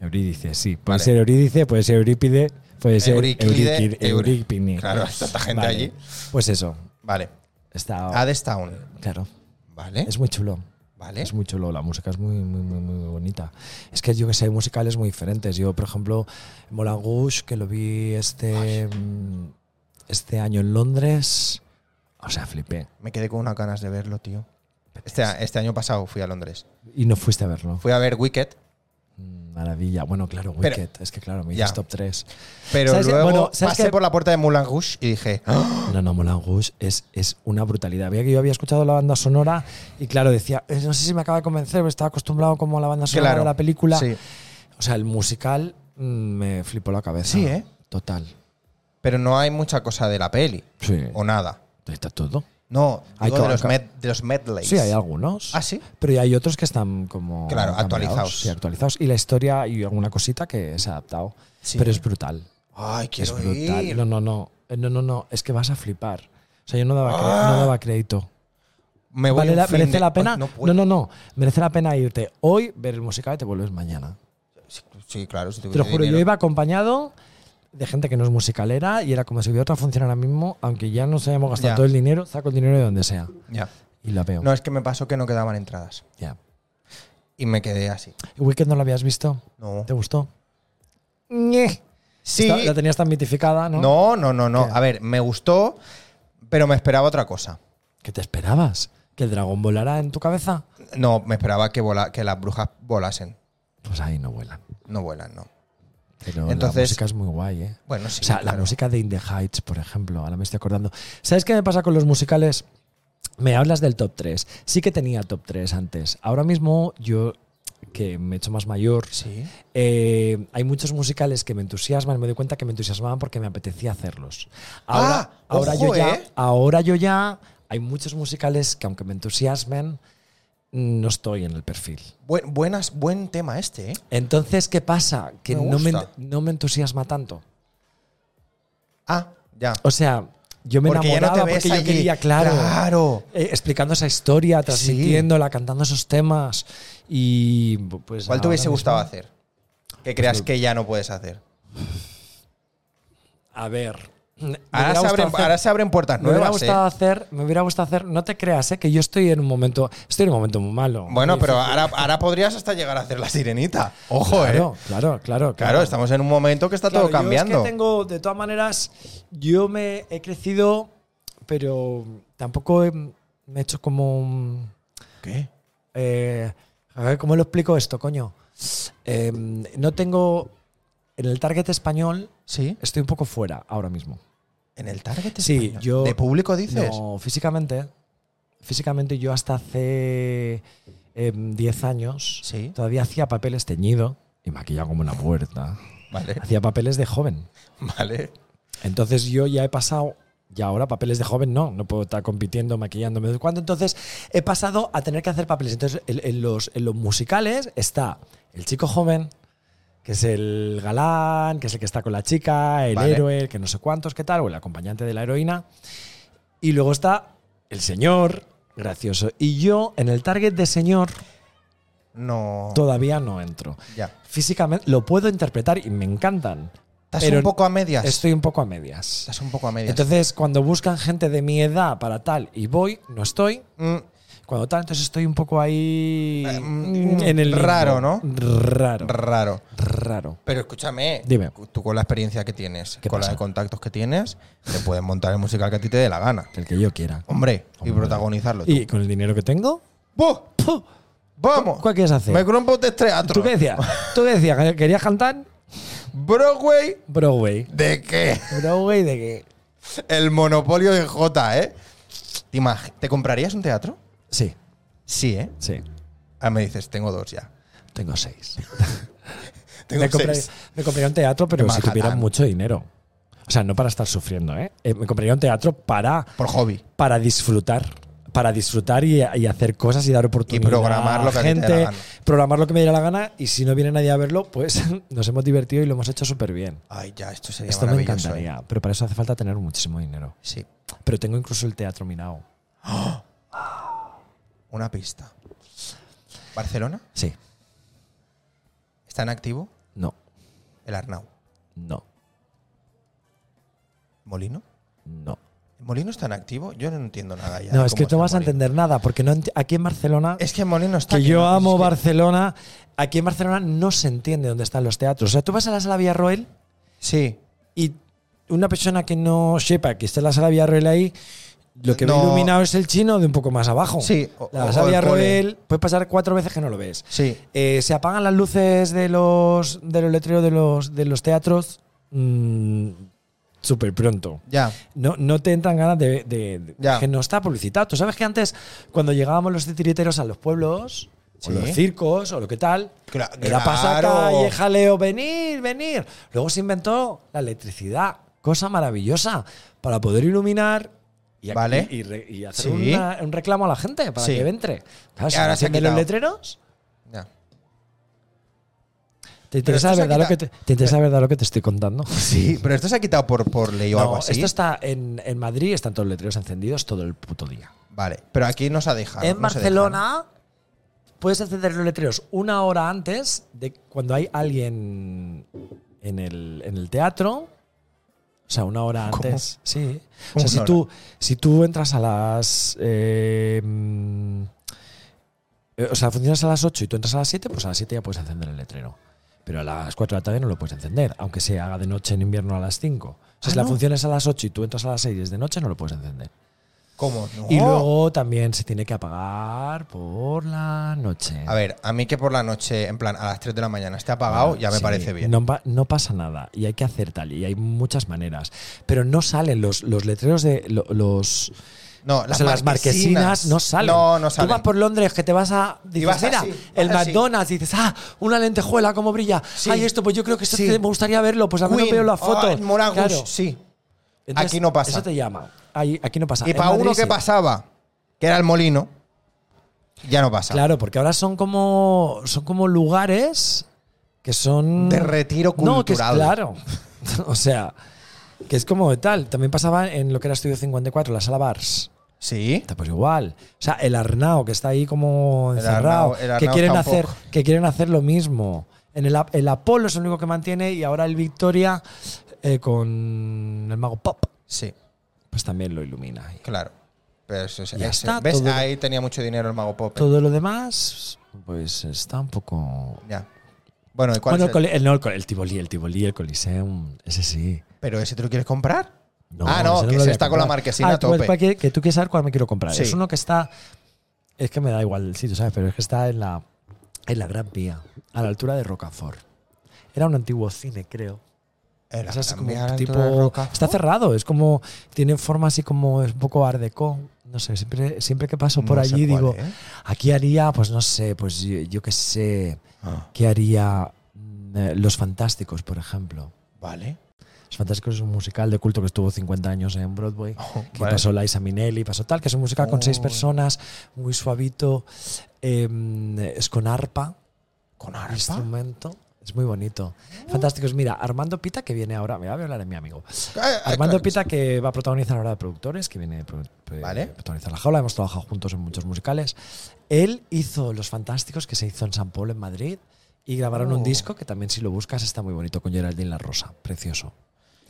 Speaker 2: Eurídice, sí. Puede
Speaker 1: Vale.
Speaker 2: ser Eurídice, puede ser Eurípide, puede ser
Speaker 1: Euríclide,
Speaker 2: Euríquid-
Speaker 1: Eur-
Speaker 2: Eurípine.
Speaker 1: Claro, hay tanta gente allí.
Speaker 2: Pues eso.
Speaker 1: Vale.
Speaker 2: Está.
Speaker 1: A This Town.
Speaker 2: claro.
Speaker 1: Vale.
Speaker 2: Ah. Es muy chulo.
Speaker 1: ¿Eh? Vale.
Speaker 2: Es muy chulo, la música es muy, muy, muy, muy bonita. Es que yo que sé, hay musicales muy diferentes. Yo, por ejemplo, Moulin Rouge, que lo vi este, mm, este año en Londres, o sea, flipé.
Speaker 1: Me quedé con unas ganas de verlo, tío. Este, este año pasado fui a Londres.
Speaker 2: Y no fuiste a verlo.
Speaker 1: Fui a ver Wicked,
Speaker 2: Mm, Maravilla. Bueno, claro,
Speaker 1: Pero-
Speaker 2: Wicked. es que claro, me
Speaker 1: Ya.
Speaker 2: dices top 3.
Speaker 1: pero
Speaker 2: ¿Sabes qué?
Speaker 1: luego
Speaker 2: Bueno, ¿sabes
Speaker 1: pasé
Speaker 2: qué?
Speaker 1: por la puerta de Moulin Rouge y dije, ¡Ah!
Speaker 2: No, no, Moulin Rouge es, es una brutalidad. Veía que yo había escuchado la banda sonora y claro, decía, "Eh, no sé si me acaba de convencer, pero estaba acostumbrado como a la banda sonora
Speaker 1: claro.
Speaker 2: de la película.
Speaker 1: Sí.
Speaker 2: O sea, el musical mm, me flipó la cabeza.
Speaker 1: Sí, ¿eh?
Speaker 2: Total.
Speaker 1: Pero no hay mucha cosa de la peli.
Speaker 2: Sí.
Speaker 1: O nada.
Speaker 2: Está todo.
Speaker 1: No,
Speaker 2: Hay
Speaker 1: digo de,
Speaker 2: todo,
Speaker 1: los
Speaker 2: claro.
Speaker 1: med- de los medleys.
Speaker 2: Sí, hay algunos.
Speaker 1: ¿Ah, sí?
Speaker 2: Pero hay otros que están como.
Speaker 1: Claro,
Speaker 2: cambiados,
Speaker 1: actualizados.
Speaker 2: Sí, actualizados. Y la historia y alguna cosita que se ha adaptado.
Speaker 1: Sí.
Speaker 2: Pero es brutal.
Speaker 1: Ay,
Speaker 2: Es
Speaker 1: quiero
Speaker 2: brutal.
Speaker 1: ir.
Speaker 2: No, no, no. Eh, No, no, no. Es que vas a flipar. O sea, yo no daba, cre- no daba crédito.
Speaker 1: Ah. Me voy
Speaker 2: Vale
Speaker 1: un
Speaker 2: la-
Speaker 1: fin
Speaker 2: ¿Merece
Speaker 1: de-
Speaker 2: la pena?
Speaker 1: Ay,
Speaker 2: No,
Speaker 1: puedo.
Speaker 2: no, no. Merece la pena irte hoy, ver el musical y te vuelves mañana.
Speaker 1: Sí, Sí, claro, si
Speaker 2: Te lo
Speaker 1: tuviese
Speaker 2: juro, yo
Speaker 1: dinero.
Speaker 2: iba acompañado de gente que no es musicalera y era como si hubiera otra función ahora mismo, aunque ya nos hayamos gastado
Speaker 1: Ya.
Speaker 2: todo el dinero, saco el dinero de donde sea
Speaker 1: Ya.
Speaker 2: y la veo.
Speaker 1: No, es que me pasó que no quedaban entradas.
Speaker 2: Ya.
Speaker 1: Y me quedé así.
Speaker 2: ¿Y Wicked no la habías visto?
Speaker 1: No.
Speaker 2: ¿Te gustó? Ñe.
Speaker 1: Sí.
Speaker 2: Está- la tenías tan mitificada, ¿no?
Speaker 1: No, no, no, no.
Speaker 2: ¿Qué?
Speaker 1: A ver, me gustó, pero me esperaba otra cosa.
Speaker 2: ¿Qué te esperabas? ¿Que el dragón volara en tu cabeza?
Speaker 1: No, me esperaba que, vola- que las brujas volasen.
Speaker 2: Pues ahí no vuelan.
Speaker 1: No vuelan, no.
Speaker 2: Pero la
Speaker 1: Entonces-
Speaker 2: música es muy guay, ¿eh?
Speaker 1: Bueno, sí.
Speaker 2: o sea, la
Speaker 1: claro.
Speaker 2: música de In the Heights, por ejemplo, ahora me estoy acordando. ¿Sabes qué me pasa con los musicales? Me hablas del top 3. Sí que tenía top 3 antes. Ahora mismo yo, que me he hecho más mayor,
Speaker 1: Sí.
Speaker 2: eh, hay muchos musicales que me entusiasman. Me doy cuenta que me entusiasmaban porque me apetecía hacerlos. Ahora,
Speaker 1: Ah,
Speaker 2: ahora,
Speaker 1: ojo,
Speaker 2: yo ya,
Speaker 1: ¿eh?
Speaker 2: ahora yo ya, hay muchos musicales que aunque me entusiasmen, no estoy en el perfil.
Speaker 1: Buen, buenas, buen tema este, ¿eh?
Speaker 2: Entonces, ¿qué pasa? Que
Speaker 1: Me
Speaker 2: no, me,
Speaker 1: gusta.
Speaker 2: no me entusiasma tanto.
Speaker 1: Ah, ya.
Speaker 2: O sea, yo me
Speaker 1: porque ya no
Speaker 2: enamoraba
Speaker 1: te ves
Speaker 2: porque yo
Speaker 1: allí.
Speaker 2: quería, claro,
Speaker 1: Claro.
Speaker 2: eh, explicando esa historia, transmitiéndola, cantando esos temas. Y pues.
Speaker 1: ¿Cuál te
Speaker 2: ahora
Speaker 1: hubiese
Speaker 2: mismo-
Speaker 1: gustado hacer? Que creas que ya no puedes hacer.
Speaker 2: A ver. me hubiera
Speaker 1: Ahora se,
Speaker 2: gustado
Speaker 1: abren,
Speaker 2: hacer-
Speaker 1: ahora se abren puertas
Speaker 2: me hubiera
Speaker 1: nuevas. ¿eh?
Speaker 2: gustado hacer, me hubiera gustado hacer, no te creas, eh, que yo estoy en un momento, estoy en un momento muy malo. Eh,
Speaker 1: Bueno,
Speaker 2: Sí,
Speaker 1: pero
Speaker 2: sí,
Speaker 1: ahora, ahora podrías hasta llegar a hacer la sirenita. Ojo, ¿eh?
Speaker 2: claro,
Speaker 1: Claro,
Speaker 2: claro, claro, claro,
Speaker 1: estamos en un momento que está
Speaker 2: Claro,
Speaker 1: todo cambiando.
Speaker 2: Yo es que tengo, de todas maneras, yo me he crecido, pero tampoco he- me he hecho como un-
Speaker 1: ¿Qué?
Speaker 2: Eh, a ver, ¿cómo lo explico esto, coño? Eh, no tengo. En el target español
Speaker 1: Sí.
Speaker 2: estoy un poco fuera ahora mismo.
Speaker 1: ¿En el Target?
Speaker 2: Sí,
Speaker 1: español?
Speaker 2: yo-
Speaker 1: ¿De público dices?
Speaker 2: No, físicamente. Físicamente yo hasta hace em, 10 años
Speaker 1: Sí.
Speaker 2: todavía hacía papeles teñido y maquillado como una muerta.
Speaker 1: Vale,
Speaker 2: hacía papeles de joven.
Speaker 1: vale.
Speaker 2: Entonces yo ya he pasado, y ahora papeles de joven no, no puedo estar compitiendo, maquillándome de vez en cuando. Entonces he pasado a tener que hacer papeles. Entonces en, en los, en los musicales está el chico joven, que es el galán, que es el que está con la chica, el
Speaker 1: Vale.
Speaker 2: héroe, el que no sé cuántos, qué tal, o el acompañante de la heroína. Y luego está el señor, gracioso. Y yo en el target de señor
Speaker 1: No.
Speaker 2: todavía no entro.
Speaker 1: Ya.
Speaker 2: Físicamente lo puedo interpretar y me encantan.
Speaker 1: Estás
Speaker 2: Pero
Speaker 1: un poco a medias.
Speaker 2: Estoy un poco a medias.
Speaker 1: Estás un poco a medias.
Speaker 2: Entonces, cuando buscan gente de mi edad para tal y voy, no estoy.
Speaker 1: Mm,
Speaker 2: Cuando tal, entonces estoy un poco ahí
Speaker 1: Eh,
Speaker 2: mm,
Speaker 1: mm,
Speaker 2: en el limbo.
Speaker 1: raro, ¿no?
Speaker 2: Raro,
Speaker 1: raro.
Speaker 2: raro.
Speaker 1: Pero escúchame.
Speaker 2: Dime.
Speaker 1: Tú con la experiencia que tienes,
Speaker 2: ¿Qué
Speaker 1: con
Speaker 2: pasa?
Speaker 1: los contactos que tienes, te puedes montar el musical que a ti te dé la gana.
Speaker 2: El que yo quiera.
Speaker 1: Hombre, y
Speaker 2: Hombre.
Speaker 1: protagonizarlo tú.
Speaker 2: Y con el dinero que tengo,
Speaker 1: ¡Buh!
Speaker 2: ¡puf!
Speaker 1: ¡Vamos!
Speaker 2: ¿cuál quieres hacer?
Speaker 1: Me compro un de teatro.
Speaker 2: ¿Tú qué decías? ¿Tú qué decías? ¿Que ¿Querías cantar?
Speaker 1: Broadway,
Speaker 2: Broadway.
Speaker 1: ¿de qué?
Speaker 2: Broadway de qué?
Speaker 1: El monopolio de J, ¿eh? ¿Te, imag- ¿Te comprarías un teatro?
Speaker 2: Sí,
Speaker 1: Sí, ¿eh?
Speaker 2: sí.
Speaker 1: Ah, me dices, tengo dos ya.
Speaker 2: Tengo seis.
Speaker 1: Tengo
Speaker 2: me, compré-
Speaker 1: seis.
Speaker 2: me compraría un teatro, pero
Speaker 1: En
Speaker 2: si tuviera
Speaker 1: Manhattan.
Speaker 2: mucho dinero. O sea, no para estar sufriendo, ¿eh? Eh, Me compraría un teatro para
Speaker 1: Por hobby.
Speaker 2: para disfrutar. Para disfrutar y, y hacer cosas y dar oportunidades.
Speaker 1: programar lo que a ti te dé la gana.
Speaker 2: Programar lo que me diera la gana y si no viene nadie a verlo, pues nos hemos divertido y lo hemos hecho súper bien.
Speaker 1: Ay, ya, esto sería
Speaker 2: Esto me
Speaker 1: maravilloso. ¿eh?
Speaker 2: encantaría, pero para eso hace falta tener muchísimo dinero.
Speaker 1: Sí.
Speaker 2: Pero tengo incluso el teatro mirado.
Speaker 1: Una pista. ¿Barcelona?
Speaker 2: Sí,
Speaker 1: ¿Está en activo?
Speaker 2: no,
Speaker 1: El Arnau.
Speaker 2: no,
Speaker 1: ¿Molino?
Speaker 2: no.
Speaker 1: ¿El Molino está en activo? Yo no entiendo nada ya.
Speaker 2: No,
Speaker 1: de
Speaker 2: es que
Speaker 1: cómo
Speaker 2: tú
Speaker 1: está
Speaker 2: vas a
Speaker 1: el Molino.
Speaker 2: entender nada, porque no enti- aquí en Barcelona,
Speaker 1: Es que el Molino está.
Speaker 2: que
Speaker 1: aquí,
Speaker 2: yo
Speaker 1: ¿no?
Speaker 2: amo
Speaker 1: Es que-
Speaker 2: Barcelona, aquí en Barcelona no se entiende dónde están los teatros. O sea, tú vas a la sala Villarroel
Speaker 1: Sí.
Speaker 2: y una persona que no sepa que está la sala Villarroel ahí, lo que
Speaker 1: No.
Speaker 2: ve iluminado es el chino de un poco más abajo.
Speaker 1: Sí, o- o-
Speaker 2: la
Speaker 1: o
Speaker 2: sala
Speaker 1: el
Speaker 2: Villarroel puede pasar cuatro veces que no lo ves.
Speaker 1: Sí.
Speaker 2: Eh, se apagan las luces de los de los letreros de los de los teatros mm, súper pronto.
Speaker 1: Ya.
Speaker 2: No, no te entran ganas de, de- de-
Speaker 1: Ya.
Speaker 2: que no está publicitado. Tú sabes que antes, cuando llegábamos los titiriteros a los pueblos,
Speaker 1: Sí.
Speaker 2: o los circos, o lo que tal,
Speaker 1: Cla-
Speaker 2: era
Speaker 1: claro.
Speaker 2: pasar y jaleo, venir, venir. Luego se inventó la electricidad, cosa maravillosa, para poder iluminar y, aquí-
Speaker 1: Vale.
Speaker 2: y re- y hacer
Speaker 1: Sí.
Speaker 2: una- un reclamo a la gente para
Speaker 1: Sí.
Speaker 2: que entre. Claro,
Speaker 1: Y
Speaker 2: si
Speaker 1: ahora
Speaker 2: no
Speaker 1: se ha
Speaker 2: encienden los
Speaker 1: quitado.
Speaker 2: letreros,
Speaker 1: Ya.
Speaker 2: ¿Te interesa, de
Speaker 1: esto se
Speaker 2: verdad,
Speaker 1: ha
Speaker 2: lo que te,
Speaker 1: quitado-
Speaker 2: te interesa de verdad lo que te estoy contando?
Speaker 1: Sí, pero esto se ha quitado por, por ley o algo
Speaker 2: No,
Speaker 1: así.
Speaker 2: esto está en, en Madrid, están todos los letreros encendidos todo el puto día.
Speaker 1: Vale, pero aquí no se ha dejado.
Speaker 2: en
Speaker 1: no se deja,
Speaker 2: Barcelona puedes encender los letreros una hora antes de cuando hay alguien en el, en el teatro. O sea, una hora
Speaker 1: ¿Cómo?
Speaker 2: antes. Sí. O
Speaker 1: ¿Cómo
Speaker 2: sea, si
Speaker 1: una
Speaker 2: tú, si tú entras a las. eh, mm, eh, o sea, funcionas a las 8 y tú entras a las 7, pues a las 7 ya puedes encender el letrero. Pero a las 4 de la tarde no lo puedes encender, aunque se haga de noche en invierno a las 5. O sea, si la
Speaker 1: Ah, no.
Speaker 2: función es a las 8 y tú entras a las 6 y es de noche, no lo puedes encender.
Speaker 1: ¿no? ¿Cómo? No.
Speaker 2: Y luego también se tiene que apagar por la noche.
Speaker 1: A ver, a mí que por la noche, en plan, a las 3 de la mañana esté apagado, ya me
Speaker 2: Ah, Sí,
Speaker 1: parece bien.
Speaker 2: No, pa- no pasa nada y hay que hacer tal y hay muchas maneras. Pero no salen los, los letreros de lo- los...
Speaker 1: No,
Speaker 2: o sea, Las, marquesinas, no salen.
Speaker 1: No, no salen.
Speaker 2: Tú vas por Londres que te vas a... Dices,
Speaker 1: vas
Speaker 2: mira,
Speaker 1: así,
Speaker 2: el
Speaker 1: vas así".
Speaker 2: McDonald's. Y dices, ah, una lentejuela, cómo brilla.
Speaker 1: Sí.
Speaker 2: Ay, esto, pues yo creo que esto
Speaker 1: Sí.
Speaker 2: te- me gustaría verlo. Pues a mí no
Speaker 1: Queen,
Speaker 2: veo la foto.
Speaker 1: oh, Moragus,
Speaker 2: Claro.
Speaker 1: sí.
Speaker 2: Entonces,
Speaker 1: Aquí no pasa.
Speaker 2: Eso te llama. Ahí- aquí no pasa.
Speaker 1: Y
Speaker 2: En
Speaker 1: para
Speaker 2: Madrid
Speaker 1: uno que
Speaker 2: sí.
Speaker 1: pasaba, que era el molino, ya no pasa.
Speaker 2: Claro, porque ahora son como son como lugares que son
Speaker 1: De retiro
Speaker 2: No, que es-
Speaker 1: cultural.
Speaker 2: claro. o sea, que es como de tal. También pasaba en lo que era Estudio 54, la sala Bars.
Speaker 1: Sí.
Speaker 2: Está pues igual. O sea, el Arnao que está ahí como
Speaker 1: El
Speaker 2: encerrado,
Speaker 1: Arnao- el Arnao
Speaker 2: que quieren
Speaker 1: tampoco.
Speaker 2: hacer que quieren hacer lo mismo. En el, Ap- el Apolo es el único que mantiene y ahora el Victoria eh, con el mago Pop
Speaker 1: Sí,
Speaker 2: pues también lo ilumina.
Speaker 1: claro. Pero eso es-
Speaker 2: Ya
Speaker 1: ese-
Speaker 2: está,
Speaker 1: ¿Ves?
Speaker 2: todo-
Speaker 1: Ahí tenía mucho dinero el mago Pop.
Speaker 2: Todo lo demás pues está un poco
Speaker 1: Ya. Bueno, ¿y cuál es
Speaker 2: bueno, el,
Speaker 1: el-
Speaker 2: coli- el- no, el, coli- el Tivoli, el Tivoli, el Coliseum, ese sí.
Speaker 1: ¿Pero ese tú lo quieres comprar?
Speaker 2: No,
Speaker 1: ah, no, que
Speaker 2: ese me
Speaker 1: ese
Speaker 2: lo voy a
Speaker 1: está con la
Speaker 2: comprar.
Speaker 1: marquesina
Speaker 2: Ah,
Speaker 1: a
Speaker 2: tú, es
Speaker 1: tope.
Speaker 2: para que, que tú quieres saber cuál me quiero comprar.
Speaker 1: Sí.
Speaker 2: Es uno que está. Es que me da igual el sitio, ¿sabes? Pero es que está en la, en la Gran Vía, a la altura de Rocafort. Era un antiguo cine, creo.
Speaker 1: Era
Speaker 2: Es así
Speaker 1: tan
Speaker 2: como
Speaker 1: bien
Speaker 2: un
Speaker 1: alto
Speaker 2: tipo-
Speaker 1: la roca.
Speaker 2: Está cerrado, es como. Tiene forma así como. Es un poco art deco. No sé, siempre, siempre que paso por
Speaker 1: No sé
Speaker 2: allí
Speaker 1: cuál,
Speaker 2: digo.
Speaker 1: ¿eh?
Speaker 2: Aquí haría, pues no sé, pues yo, yo qué sé.
Speaker 1: Ah,
Speaker 2: ¿Qué haría mm, eh, Los Fantásticos, por ejemplo?
Speaker 1: vale.
Speaker 2: Los Fantásticos es un musical de culto que estuvo 50 años en Broadway.
Speaker 1: Oh,
Speaker 2: que
Speaker 1: vale.
Speaker 2: pasó Liza Minnelli, pasó tal, que es un musical con seis
Speaker 1: Oh.
Speaker 2: personas, muy suavito. eh, es con arpa,
Speaker 1: ¿Con arpa?
Speaker 2: instrumento. Es muy bonito. Fantásticos. Mira, Armando Pita, que viene ahora. Mira, voy a hablar de mi amigo.
Speaker 1: Eh, eh,
Speaker 2: Armando
Speaker 1: claro.
Speaker 2: Pita, que va a protagonizar ahora de productores, que viene a pro- pro-
Speaker 1: Vale.
Speaker 2: protagonizar La Jaula. Hemos trabajado juntos en muchos musicales. Él hizo Los Fantásticos, que se hizo en San Pablo, en Madrid. Y grabaron
Speaker 1: Oh.
Speaker 2: un disco que también, si lo buscas, está muy bonito con Geraldine La Rosa. Precioso.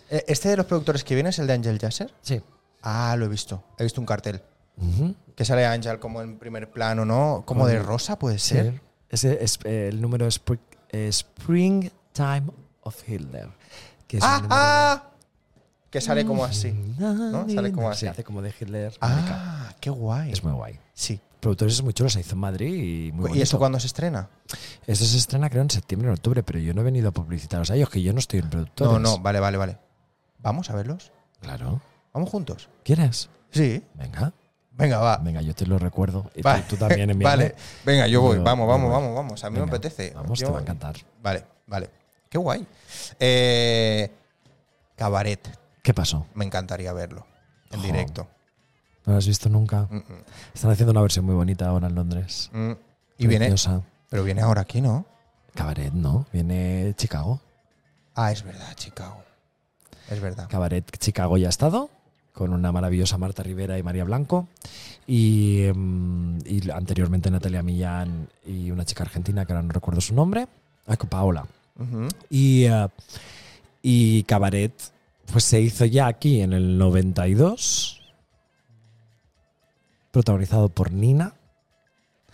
Speaker 1: Eh, ¿Este de los productores que viene es el de Angel Jasser?
Speaker 2: Sí.
Speaker 1: Ah, lo he visto. He visto un cartel.
Speaker 2: Ujú.
Speaker 1: Que sale Angel como en primer plano, ¿no? Como de
Speaker 2: Con-
Speaker 1: rosa, puede
Speaker 2: Sí.
Speaker 1: ser.
Speaker 2: Ese es, eh, el número es Spring, eh, Springtime of Hitler. Que es
Speaker 1: ¡Ah!
Speaker 2: el número-
Speaker 1: ¡Ah! Que sale como así.
Speaker 2: Mm.
Speaker 1: ¿no? Sale como
Speaker 2: Se
Speaker 1: así.
Speaker 2: hace como de Hitler. América.
Speaker 1: ¡Ah! ¡Qué guay!
Speaker 2: Es muy guay.
Speaker 1: Sí.
Speaker 2: Productores es muy chulo, se hizo en Madrid y muy
Speaker 1: ¿Y
Speaker 2: bonito.
Speaker 1: eso cuándo se estrena?
Speaker 2: Esto se estrena creo en septiembre o en octubre, pero yo no he venido a publicitaros a ellos, que yo no estoy en productores.
Speaker 1: No, no, vale, vale, vale. ¿Vamos a verlos?
Speaker 2: Claro.
Speaker 1: ¿Vamos juntos?
Speaker 2: ¿Quieres?
Speaker 1: Sí.
Speaker 2: Venga.
Speaker 1: Venga, va.
Speaker 2: Venga, yo te lo recuerdo. Y tú-
Speaker 1: Vale.
Speaker 2: tú, también envíame.
Speaker 1: Vale. Venga, yo voy.
Speaker 2: Yo-
Speaker 1: Vamos,
Speaker 2: yo
Speaker 1: vamos,
Speaker 2: voy.
Speaker 1: vamos, vamos. A mí me
Speaker 2: Venga,
Speaker 1: apetece.
Speaker 2: Vamos,
Speaker 1: Yo-
Speaker 2: te va a encantar.
Speaker 1: Vale, vale. Qué guay. Eh, cabaret.
Speaker 2: ¿Qué pasó?
Speaker 1: Me encantaría verlo en
Speaker 2: Jo.
Speaker 1: directo.
Speaker 2: ¿No lo has visto nunca?
Speaker 1: Mm, mm,
Speaker 2: Están haciendo una versión muy bonita ahora en Londres.
Speaker 1: mm. Y viene,
Speaker 2: Preciosa.
Speaker 1: pero viene ahora aquí, ¿no?
Speaker 2: Cabaret, ¿no? Viene Chicago.
Speaker 1: Ah, es verdad, Chicago. Es verdad.
Speaker 2: Cabaret Chicago ya ha estado, con una maravillosa Marta Rivera y María Blanco. Y, em, y anteriormente Natalia Millán y una chica argentina que ahora no recuerdo su nombre. Ah, con Paola.
Speaker 1: Ujú.
Speaker 2: Y, eh, y Cabaret pues se hizo ya aquí en el 92, protagonizado por Nina,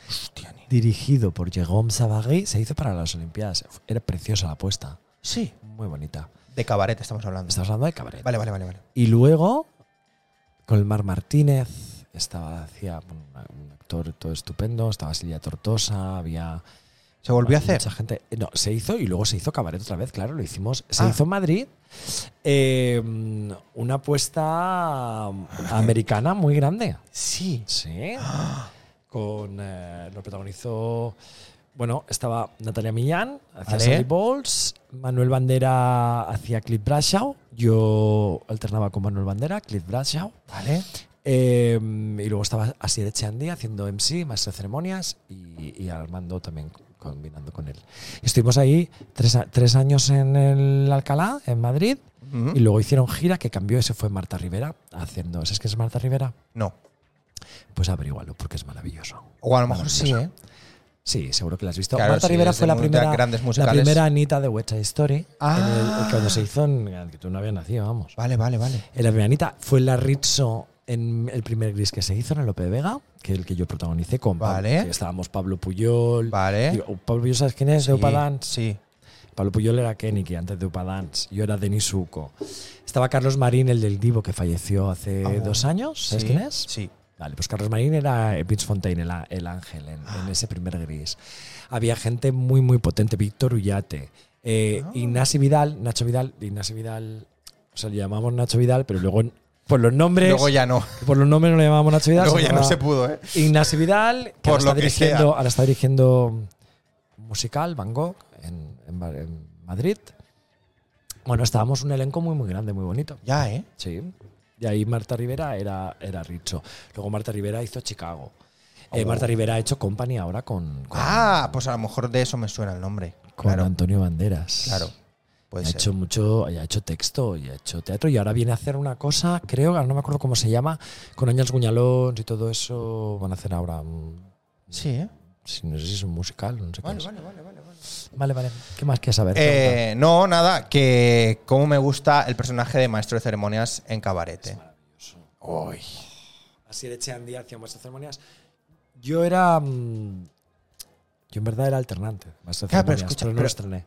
Speaker 1: Hostia, ni-
Speaker 2: dirigido por Jérôme Savary, se hizo para las Olimpiadas. Era preciosa la apuesta,
Speaker 1: Sí.
Speaker 2: muy bonita.
Speaker 1: De cabaret estamos hablando.
Speaker 2: Estamos hablando de Cabaret.
Speaker 1: Vale, vale, vale, vale.
Speaker 2: Y luego, con el Mar Martínez, estaba hacía bueno, una- un actor todo estupendo, estaba Silvia Tortosa, había
Speaker 1: ¿Se volvió a hacer?
Speaker 2: mucha gente. Eh, No, se hizo y luego se hizo cabaret otra vez, claro, lo hicimos. Se
Speaker 1: Ah.
Speaker 2: hizo en Madrid. eh, una apuesta americana muy grande.
Speaker 1: Sí.
Speaker 2: Sí. Con. eh, lo protagonizó. Bueno, estaba Natalia Millán, hacía
Speaker 1: Vale.
Speaker 2: Sally Bowles, Manuel Bandera hacía Cliff Brashaw, yo alternaba con Manuel Bandera, Cliff Brashaw,
Speaker 1: Vale.
Speaker 2: eh, y luego estaba Asier Echeandía haciendo MC, maestro de ceremonias, y, y Armando también combinando con él. Estuvimos ahí tres, a- tres años en el Alcalá, en Madrid,
Speaker 1: Ujú.
Speaker 2: y luego hicieron gira que cambió, ese fue Marta Rivera, haciendo, ¿sabes qué es Marta Rivera?
Speaker 1: No.
Speaker 2: Pues averígualo porque es maravilloso.
Speaker 1: O a lo mejor sí, ¿eh?
Speaker 2: Sí, seguro que la has visto.
Speaker 1: Claro,
Speaker 2: Marta
Speaker 1: sí,
Speaker 2: Rivera
Speaker 1: es de
Speaker 2: fue la
Speaker 1: mu- de
Speaker 2: primera,
Speaker 1: grandes
Speaker 2: la
Speaker 1: musicales.
Speaker 2: primera Anita de West Side Story,
Speaker 1: Ah.
Speaker 2: en el- cuando se hizo, en, que tú no habías nacido, vamos.
Speaker 1: Vale, vale, vale.
Speaker 2: En la primera Anita fue la Rizzo en el primer gris que se hizo en el Lope de Vega, que es el que yo protagonicé con Pablo.
Speaker 1: Vale.
Speaker 2: que estábamos Pablo Puyol.
Speaker 1: Vale.
Speaker 2: Digo, "Oh, Pablo Puyol, ¿sabes quién es? De Upa Dance.
Speaker 1: Sí.
Speaker 2: Pablo Puyol era Kenny, que antes de Upa Dance. Yo era Denis Suco. Estaba Carlos Marín, el del Divo, que falleció hace
Speaker 1: Ah,
Speaker 2: dos años. ¿Sabes
Speaker 1: sí,
Speaker 2: quién es?
Speaker 1: Sí.
Speaker 2: Vale, pues Carlos Marín era eh, Vince Fontaine, el, a- el ángel, en, en ese primer gris. Había gente muy, muy potente. Víctor Ullate. Eh,
Speaker 1: Ah.
Speaker 2: Ignacio Vidal, Nacho Vidal, Ignacio Vidal, o sea, le llamamos Nacho Vidal, pero luego en- por los nombres,
Speaker 1: Luego ya no.
Speaker 2: por los nombres no le llamamos Nacho Vidal.
Speaker 1: Luego ya no
Speaker 2: llamaba
Speaker 1: se pudo, ¿eh?
Speaker 2: Ignacio Vidal, que
Speaker 1: Por
Speaker 2: ahora, está
Speaker 1: lo que sea.
Speaker 2: dirigiendo, ahora está dirigiendo un musical, Van Gogh, en, en Ba- en Madrid. Bueno, estábamos un elenco muy, muy grande, muy bonito.
Speaker 1: Ya, ¿eh?
Speaker 2: Sí. Y ahí Marta Rivera era, era Richo. Luego Marta Rivera hizo Chicago. Eh, Marta Rivera ha hecho Company ahora con, con,
Speaker 1: Oh. Ah, pues a lo mejor de eso me suena el nombre.
Speaker 2: con
Speaker 1: Claro,
Speaker 2: Antonio Banderas.
Speaker 1: claro.
Speaker 2: Y
Speaker 1: Puede
Speaker 2: Ha
Speaker 1: ser.
Speaker 2: hecho mucho, y ha hecho texto, y ha hecho teatro, y ahora viene a hacer una cosa, creo, ahora no me acuerdo cómo se llama, con Ángel Guñalón y todo eso. Van a hacer ahora, un-
Speaker 1: Sí, ¿eh? Pues
Speaker 2: si no sé si es un musical, no sé qué
Speaker 1: Vale,
Speaker 2: es.
Speaker 1: vale, vale, vale. vale.
Speaker 2: Vale, vale. ¿Qué más quieres saber? Pregunta.
Speaker 1: Eh, no, nada, que cómo me gusta el personaje de maestro de ceremonias en cabarete. Uy.
Speaker 2: así de Echeandía hacía maestro de ceremonias. Yo era. mm, yo en verdad era alternante, maestro de
Speaker 1: Claro, pero
Speaker 2: ceremonias,
Speaker 1: escucha,
Speaker 2: pero no
Speaker 1: pero-
Speaker 2: lo estrené.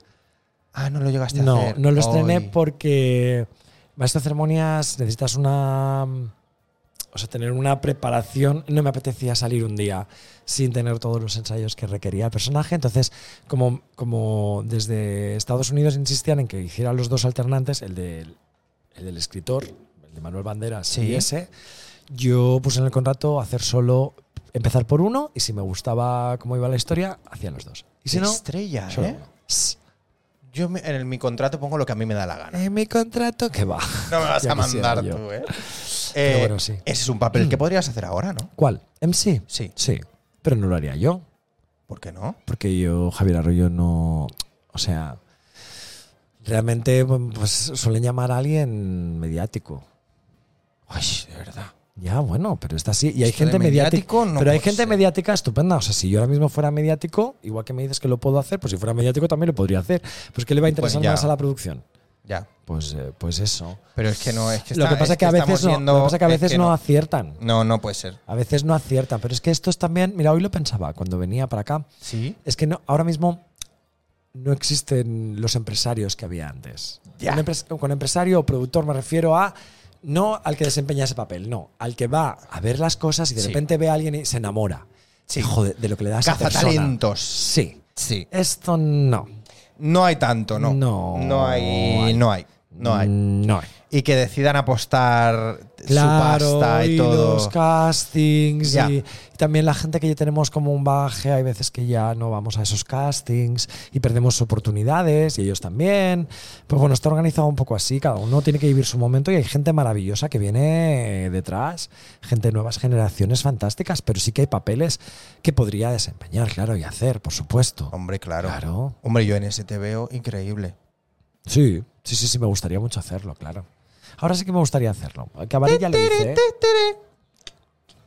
Speaker 1: Ah, no lo llegaste a
Speaker 2: No,
Speaker 1: hacer.
Speaker 2: no lo estrené
Speaker 1: Uy.
Speaker 2: porque maestro de ceremonias necesitas una. O sea, tener una preparación. No me apetecía salir un día sin tener todos los ensayos que requería el personaje. Entonces, como, como desde Estados Unidos insistían en que hiciera los dos alternantes, el del, el del escritor, el de Manuel Banderas
Speaker 1: Sí.
Speaker 2: y ese, yo puse en el contrato hacer solo, empezar por uno y si me gustaba cómo iba la historia, hacía los dos. Y si no,
Speaker 1: Estrella,
Speaker 2: solo
Speaker 1: ¿eh?
Speaker 2: uno. Sss.
Speaker 1: Yo me- en el- mi contrato pongo lo que a mí me da la gana.
Speaker 2: En mi contrato que va.
Speaker 1: No me vas
Speaker 2: Ya
Speaker 1: a mandar
Speaker 2: quisiera yo.
Speaker 1: tú, ¿eh?
Speaker 2: Pero
Speaker 1: Eh,
Speaker 2: bueno, sí. Mm.
Speaker 1: Ese es un papel que podrías hacer ahora, ¿no?
Speaker 2: ¿Cuál? ¿MC?
Speaker 1: Sí.
Speaker 2: Sí. Pero no lo haría yo.
Speaker 1: ¿Por qué no?
Speaker 2: Porque yo, Javier Arroyo, no. O sea. Realmente, pues suelen llamar a alguien mediático.
Speaker 1: Ay, de verdad.
Speaker 2: Ya, bueno, pero está así. Y hay
Speaker 1: Esto de
Speaker 2: gente mediática.
Speaker 1: mediático no
Speaker 2: pero hay
Speaker 1: puede
Speaker 2: gente
Speaker 1: ser.
Speaker 2: mediática estupenda. O sea, si yo ahora mismo fuera mediático, igual que me dices que lo puedo hacer, pues si fuera mediático también lo podría hacer. Pues ¿qué le va a interesar
Speaker 1: Pues ya.
Speaker 2: más a la producción?
Speaker 1: Ya.
Speaker 2: Pues, eh, pues eso.
Speaker 1: Pero es que no, es que
Speaker 2: lo
Speaker 1: está-
Speaker 2: que pasa es que, a
Speaker 1: estamos
Speaker 2: veces, no,
Speaker 1: viendo-
Speaker 2: lo que pasa es que a
Speaker 1: es
Speaker 2: veces
Speaker 1: que
Speaker 2: no.
Speaker 1: no.
Speaker 2: aciertan.
Speaker 1: No, no puede ser.
Speaker 2: A veces no aciertan. Pero es que estos también. Mira, hoy lo pensaba cuando venía para acá.
Speaker 1: Sí.
Speaker 2: Es que no, ahora mismo no existen los empresarios que había antes.
Speaker 1: Ya.
Speaker 2: Con, empres- con empresario o productor me refiero a no al que desempeña ese papel, no, al que va a ver las cosas y de
Speaker 1: Sí.
Speaker 2: repente ve a alguien y se enamora.
Speaker 1: Sí.
Speaker 2: Joder, de lo que le das a esa
Speaker 1: Caza
Speaker 2: persona.
Speaker 1: talentos.
Speaker 2: Sí.
Speaker 1: Sí.
Speaker 2: Esto no.
Speaker 1: No hay tanto, ¿no?
Speaker 2: No
Speaker 1: No hay.
Speaker 2: hay.
Speaker 1: No hay. No hay.
Speaker 2: No hay.
Speaker 1: Y que decidan apostar su pasta y,
Speaker 2: y
Speaker 1: todo.
Speaker 2: los castings
Speaker 1: Ya.
Speaker 2: y, y también la gente que ya tenemos como un bagaje, hay veces que ya no vamos a esos castings y perdemos oportunidades y ellos también. Pues bueno, está organizado un poco así, cada uno tiene que vivir su momento y hay gente maravillosa que viene detrás, gente de nuevas generaciones fantásticas, pero sí que hay papeles que podría desempeñar, claro, y hacer, por supuesto.
Speaker 1: Hombre, claro.
Speaker 2: Claro.
Speaker 1: Hombre, yo en ese te veo increíble.
Speaker 2: Sí, sí, sí, sí, me gustaría mucho hacerlo, claro. Ahora sí que me gustaría hacerlo. Cabaret ya lo hice. ¿eh?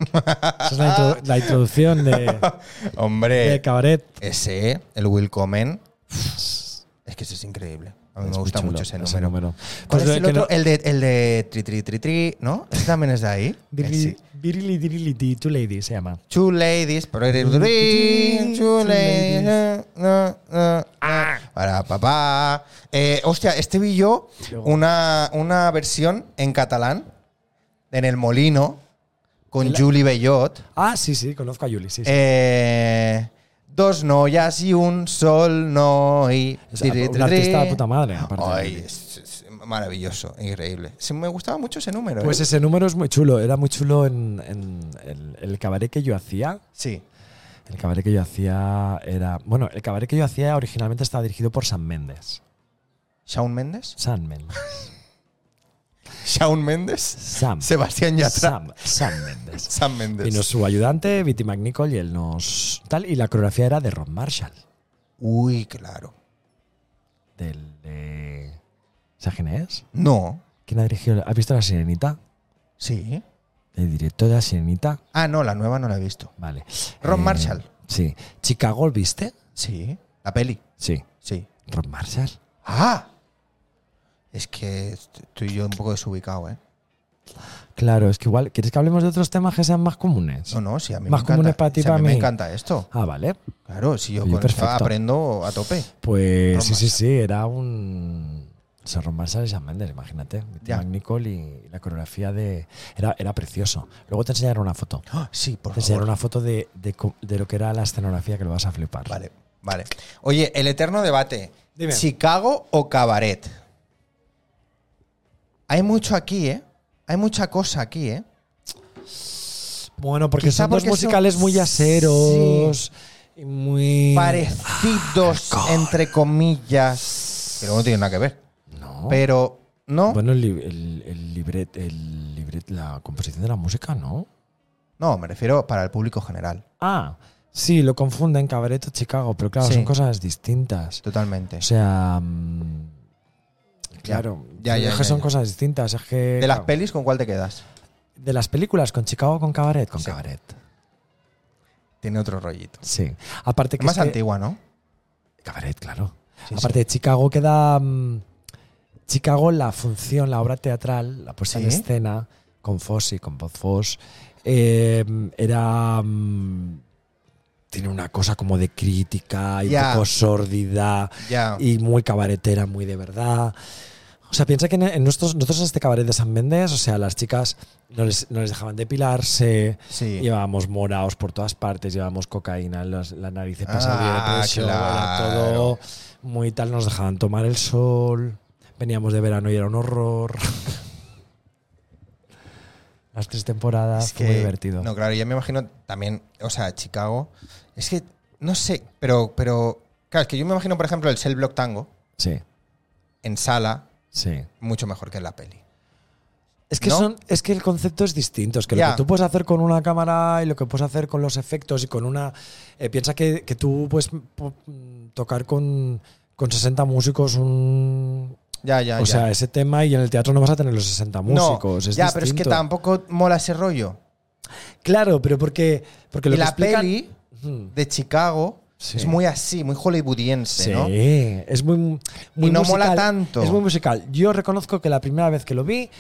Speaker 2: Esa es la, introdu- la introducción de,
Speaker 1: Hombre,
Speaker 2: de Cabaret.
Speaker 1: ese, el Willkommen. Es que ese es increíble. A mí me
Speaker 2: Es muy
Speaker 1: gusta
Speaker 2: chulo
Speaker 1: mucho ese número. ¿Cuál
Speaker 2: Pues
Speaker 1: es
Speaker 2: lo
Speaker 1: el
Speaker 2: que
Speaker 1: otro?
Speaker 2: no-
Speaker 1: El, de, el de Tri Tri Tri Tri, ¿no? Ese también es de ahí.
Speaker 2: Virili-
Speaker 1: Ese.
Speaker 2: Virili Dirility, Two Lady se llama.
Speaker 1: Two ladies. pero eres- Two ladies. na, na, na.
Speaker 2: Ah.
Speaker 1: Para papá. Eh, hostia, este vi yo una, una versión en catalán en El Molino con Julie Bellot.
Speaker 2: Ah, sí, sí, conozco a Yuli, sí, sí.
Speaker 1: Eh, dos noias y un sol noi.
Speaker 2: Es
Speaker 1: Tri, tri,
Speaker 2: un
Speaker 1: tri,
Speaker 2: artista
Speaker 1: tri.
Speaker 2: de puta madre, aparte.
Speaker 1: Ay, es- es maravilloso, increíble. Sí, me gustaba mucho ese número.
Speaker 2: Pues
Speaker 1: ¿eh?
Speaker 2: ese número es muy chulo. Era muy chulo en, en el- el cabaret que yo hacía.
Speaker 1: Sí.
Speaker 2: El cabaret que yo hacía era. Bueno, el cabaret que yo hacía originalmente estaba dirigido por San Méndez.
Speaker 1: Shawn Méndez.
Speaker 2: San Méndez.
Speaker 1: Shawn Méndez.
Speaker 2: Sam.
Speaker 1: Sebastián Yatra.
Speaker 2: Sam, Sam Méndez.
Speaker 1: Sam Méndez.
Speaker 2: Vino su ayudante, Viti McNichol, y él nos. Tal, y la coreografía era de Ron Marshall.
Speaker 1: Uy, claro.
Speaker 2: Del, de... ¿Sabes quién es?
Speaker 1: No.
Speaker 2: ¿Quién ha dirigido? ¿Has visto La Sirenita?
Speaker 1: Sí.
Speaker 2: El director de La Sirenita.
Speaker 1: Ah, no, la nueva no la he visto.
Speaker 2: Vale. Eh,
Speaker 1: Ron Marshall.
Speaker 2: Sí. ¿Chicago viste?
Speaker 1: Sí. La peli.
Speaker 2: Sí.
Speaker 1: Sí.
Speaker 2: ¿Ron Marshall?
Speaker 1: ¡Ah! Es que est- estoy yo un poco desubicado, ¿eh?
Speaker 2: Claro, es que igual. ¿Quieres que hablemos de otros temas que sean más comunes?
Speaker 1: No, no, sí, a mí
Speaker 2: Más
Speaker 1: me encanta.
Speaker 2: comunes para ti,
Speaker 1: Sí, a
Speaker 2: para
Speaker 1: mí me
Speaker 2: mí.
Speaker 1: encanta esto.
Speaker 2: Ah, vale.
Speaker 1: Claro, si yo
Speaker 2: Oye,
Speaker 1: con esto
Speaker 2: perfecto.
Speaker 1: aprendo a tope.
Speaker 2: Pues
Speaker 1: Ron
Speaker 2: sí, sí, sí, era un. Se Marshall y Sam Mendes, imagínate. Mitty
Speaker 1: Ya.
Speaker 2: McNichol y la coreografía de. Era, era precioso. Luego te enseñaré una foto.
Speaker 1: Ah, Sí, por
Speaker 2: Te enseñaré
Speaker 1: favor.
Speaker 2: una foto de, de co- de lo que era la escenografía que lo vas a flipar.
Speaker 1: Vale, vale. Oye, el eterno debate.
Speaker 2: Dime.
Speaker 1: ¿Chicago o cabaret? Hay mucho aquí, ¿eh? Hay mucha cosa aquí, ¿eh?
Speaker 2: Bueno, porque
Speaker 1: Quizá
Speaker 2: son dos
Speaker 1: porque son-
Speaker 2: musicales muy yaceros. y Muy.
Speaker 1: Parecidos,
Speaker 2: Ah,
Speaker 1: entre comillas. Que luego no tienen nada que ver.
Speaker 2: No.
Speaker 1: Pero, ¿no?
Speaker 2: Bueno, el, li- el, el libret, el libret- la composición de la música, ¿no?
Speaker 1: No, me refiero para el público general.
Speaker 2: Ah, sí, lo confunden Cabaret o Chicago, pero claro,
Speaker 1: Sí.
Speaker 2: son cosas distintas.
Speaker 1: Totalmente.
Speaker 2: O sea, mm, claro,
Speaker 1: Ya, ya,
Speaker 2: es
Speaker 1: ya,
Speaker 2: que son
Speaker 1: ya.
Speaker 2: cosas distintas. Es que,
Speaker 1: ¿De las
Speaker 2: claro,
Speaker 1: pelis con cuál te quedas?
Speaker 2: de las películas, con Chicago, o con Cabaret, con
Speaker 1: Sí.
Speaker 2: Cabaret.
Speaker 1: Tiene otro rollito.
Speaker 2: Sí. Aparte
Speaker 1: Es
Speaker 2: que
Speaker 1: más
Speaker 2: es que-
Speaker 1: antigua, ¿no?
Speaker 2: Cabaret, claro.
Speaker 1: Sí,
Speaker 2: Aparte de Chicago queda mm, Chicago la función, la obra teatral, la puesta en
Speaker 1: Sí.
Speaker 2: escena con Foss y con Bob Foss eh, era mm, tiene una cosa como de crítica y
Speaker 1: Ya.
Speaker 2: un poco sórdida
Speaker 1: Ya.
Speaker 2: y muy cabaretera, muy de verdad. O sea, piensa que en, en nuestros, nosotros en este cabaret de San Méndez, o sea, las chicas no les, no les dejaban depilarse,
Speaker 1: Sí.
Speaker 2: llevábamos moraos por todas partes, llevábamos cocaína, en las- la nariz de
Speaker 1: Ah,
Speaker 2: pasada
Speaker 1: claro.
Speaker 2: era todo muy tal, nos dejaban tomar el sol, veníamos de verano y era un horror. las tres temporadas,
Speaker 1: Es
Speaker 2: fue muy divertido.
Speaker 1: No, claro, yo me imagino también, o sea, Chicago. Es que, no sé, pero, pero, claro, es que yo me imagino, por ejemplo, el Cell Block Tango
Speaker 2: Sí,
Speaker 1: en sala
Speaker 2: sí.
Speaker 1: mucho mejor que en la peli.
Speaker 2: Es que,
Speaker 1: ¿No?
Speaker 2: son, es que el concepto es distinto. Es que
Speaker 1: Ya.
Speaker 2: lo que tú puedes hacer con una cámara y lo que puedes hacer con los efectos y con una. eh, piensa que, que tú puedes po- mm, tocar con, con 60 músicos un.
Speaker 1: Ya, ya,
Speaker 2: o
Speaker 1: ya.
Speaker 2: sea, ese tema y en el teatro no vas a tener los 60 músicos.
Speaker 1: no,
Speaker 2: es
Speaker 1: ya, pero es que
Speaker 2: distinto.
Speaker 1: tampoco mola ese rollo.
Speaker 2: Claro, pero porque. porque lo
Speaker 1: Y
Speaker 2: que
Speaker 1: la
Speaker 2: explican-
Speaker 1: peli
Speaker 2: Ujú.
Speaker 1: de Chicago
Speaker 2: Sí.
Speaker 1: es muy así, muy hollywoodiense,
Speaker 2: Sí,
Speaker 1: ¿no?
Speaker 2: es muy, muy
Speaker 1: Y no mola
Speaker 2: musical,
Speaker 1: tanto.
Speaker 2: Es muy musical. Yo reconozco que la primera vez que lo vi,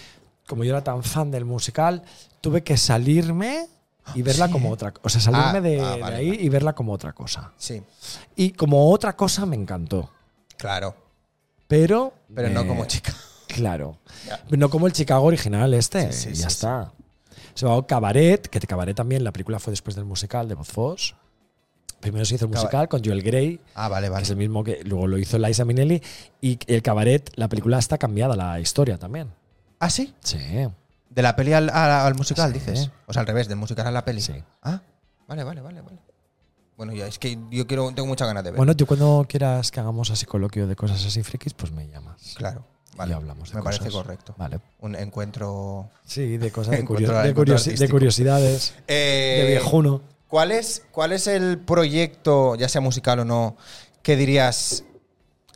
Speaker 2: como yo era tan fan del musical, tuve que salirme y verla
Speaker 1: Sí.
Speaker 2: como otra cosa. O sea, salirme
Speaker 1: Ah,
Speaker 2: de,
Speaker 1: ah,
Speaker 2: de
Speaker 1: vale,
Speaker 2: ahí
Speaker 1: vale.
Speaker 2: y verla como otra cosa.
Speaker 1: Sí,
Speaker 2: Y como otra cosa me encantó.
Speaker 1: claro.
Speaker 2: Pero.
Speaker 1: Pero no
Speaker 2: eh,
Speaker 1: como Chicago.
Speaker 2: Claro.
Speaker 1: Ya.
Speaker 2: No como el Chicago original este.
Speaker 1: Sí, sí,
Speaker 2: y
Speaker 1: sí,
Speaker 2: ya
Speaker 1: sí.
Speaker 2: está. Se llamaba Cabaret, que te Cabaret también, la película fue después del musical de Bob Foss. Primero se hizo el
Speaker 1: Caba-
Speaker 2: musical con Joel Grey,
Speaker 1: Ah, vale,
Speaker 2: que es el
Speaker 1: vale.
Speaker 2: mismo que luego lo hizo Liza Minnelli. Y el cabaret, la película está cambiada, la historia también.
Speaker 1: Ah, sí.
Speaker 2: Sí.
Speaker 1: De la peli al, a- al musical,
Speaker 2: Sí.
Speaker 1: dices. O sea, al revés, del musical a la peli.
Speaker 2: Sí.
Speaker 1: Ah, vale, vale, vale, vale. Bueno, ya, es que yo quiero, tengo muchas ganas de ver.
Speaker 2: Bueno, tú cuando quieras que hagamos así coloquio de cosas así frikis, pues me llamas.
Speaker 1: claro.
Speaker 2: Y
Speaker 1: Vale.
Speaker 2: hablamos de
Speaker 1: Me
Speaker 2: cosas.
Speaker 1: parece correcto.
Speaker 2: Vale.
Speaker 1: Un encuentro.
Speaker 2: Sí, de cosas de,
Speaker 1: Encuentro-
Speaker 2: curio- de
Speaker 1: encuentro
Speaker 2: curiosi-
Speaker 1: artístico.
Speaker 2: de curiosidades,
Speaker 1: eh,
Speaker 2: de viejuno.
Speaker 1: ¿Cuál es, ¿Cuál es el proyecto, ya sea musical o no, que dirías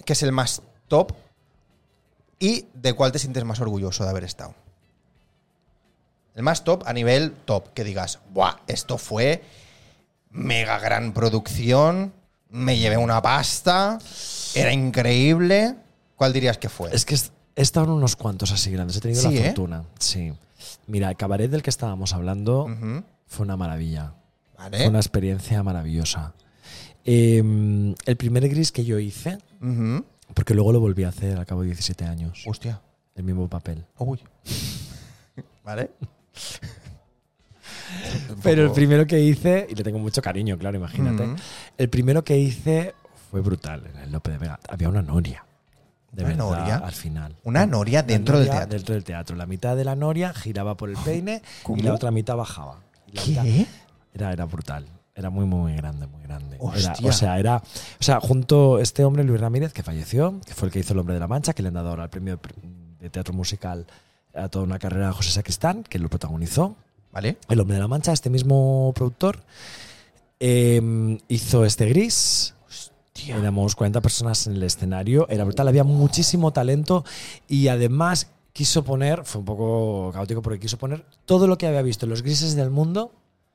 Speaker 1: que es el más top? ¿Y de cuál te sientes más orgulloso de haber estado? El más top a nivel top, que digas, ¡buah! Esto fue mega gran producción, me llevé una pasta, era increíble. ¿Cuál dirías que fue?
Speaker 2: Es que es- he estado en unos cuantos así grandes, he tenido
Speaker 1: Sí,
Speaker 2: la
Speaker 1: ¿eh?
Speaker 2: fortuna. Sí. Mira, el cabaret del que estábamos hablando
Speaker 1: Ujú, ¿Eh?
Speaker 2: fue una maravilla.
Speaker 1: ¿Vale?
Speaker 2: Fue una experiencia maravillosa. Em, el primer gris que yo hice,
Speaker 1: Ujú.
Speaker 2: Porque luego lo volví a hacer al cabo de 17 años.
Speaker 1: Hostia.
Speaker 2: El mismo papel.
Speaker 1: Uy. ¿Vale? Un
Speaker 2: Pero el
Speaker 1: poco-
Speaker 2: primero que hice, y le tengo mucho cariño, claro, imagínate.
Speaker 1: Ujú.
Speaker 2: El primero que hice fue brutal, en el Lope de Vega. Había una noria. De
Speaker 1: ¿Una
Speaker 2: verdad,
Speaker 1: noria?
Speaker 2: al final.
Speaker 1: Una noria
Speaker 2: Una
Speaker 1: dentro del
Speaker 2: noria
Speaker 1: teatro. Ah,
Speaker 2: Dentro del teatro. La mitad de la noria giraba por el peine
Speaker 1: ¿Cómo?
Speaker 2: y la otra mitad bajaba. Y la mitad- Era, era brutal. Era muy, muy grande, muy grande. Era-
Speaker 1: Hostia.
Speaker 2: o sea, era. O sea, junto este hombre, Luis Ramírez, que falleció, que fue el que hizo El Hombre de la Mancha, que le han dado ahora el premio de pr- de teatro musical a toda una carrera de José Sacristán, que lo protagonizó.
Speaker 1: ¿Vale?
Speaker 2: El Hombre de la Mancha, este mismo productor, eh, hizo este em, gris. Éramos 40 personas en el escenario, era brutal, había muchísimo talento y además quiso poner, fue un poco caótico porque quiso poner todo lo que había visto en los grises del mundo,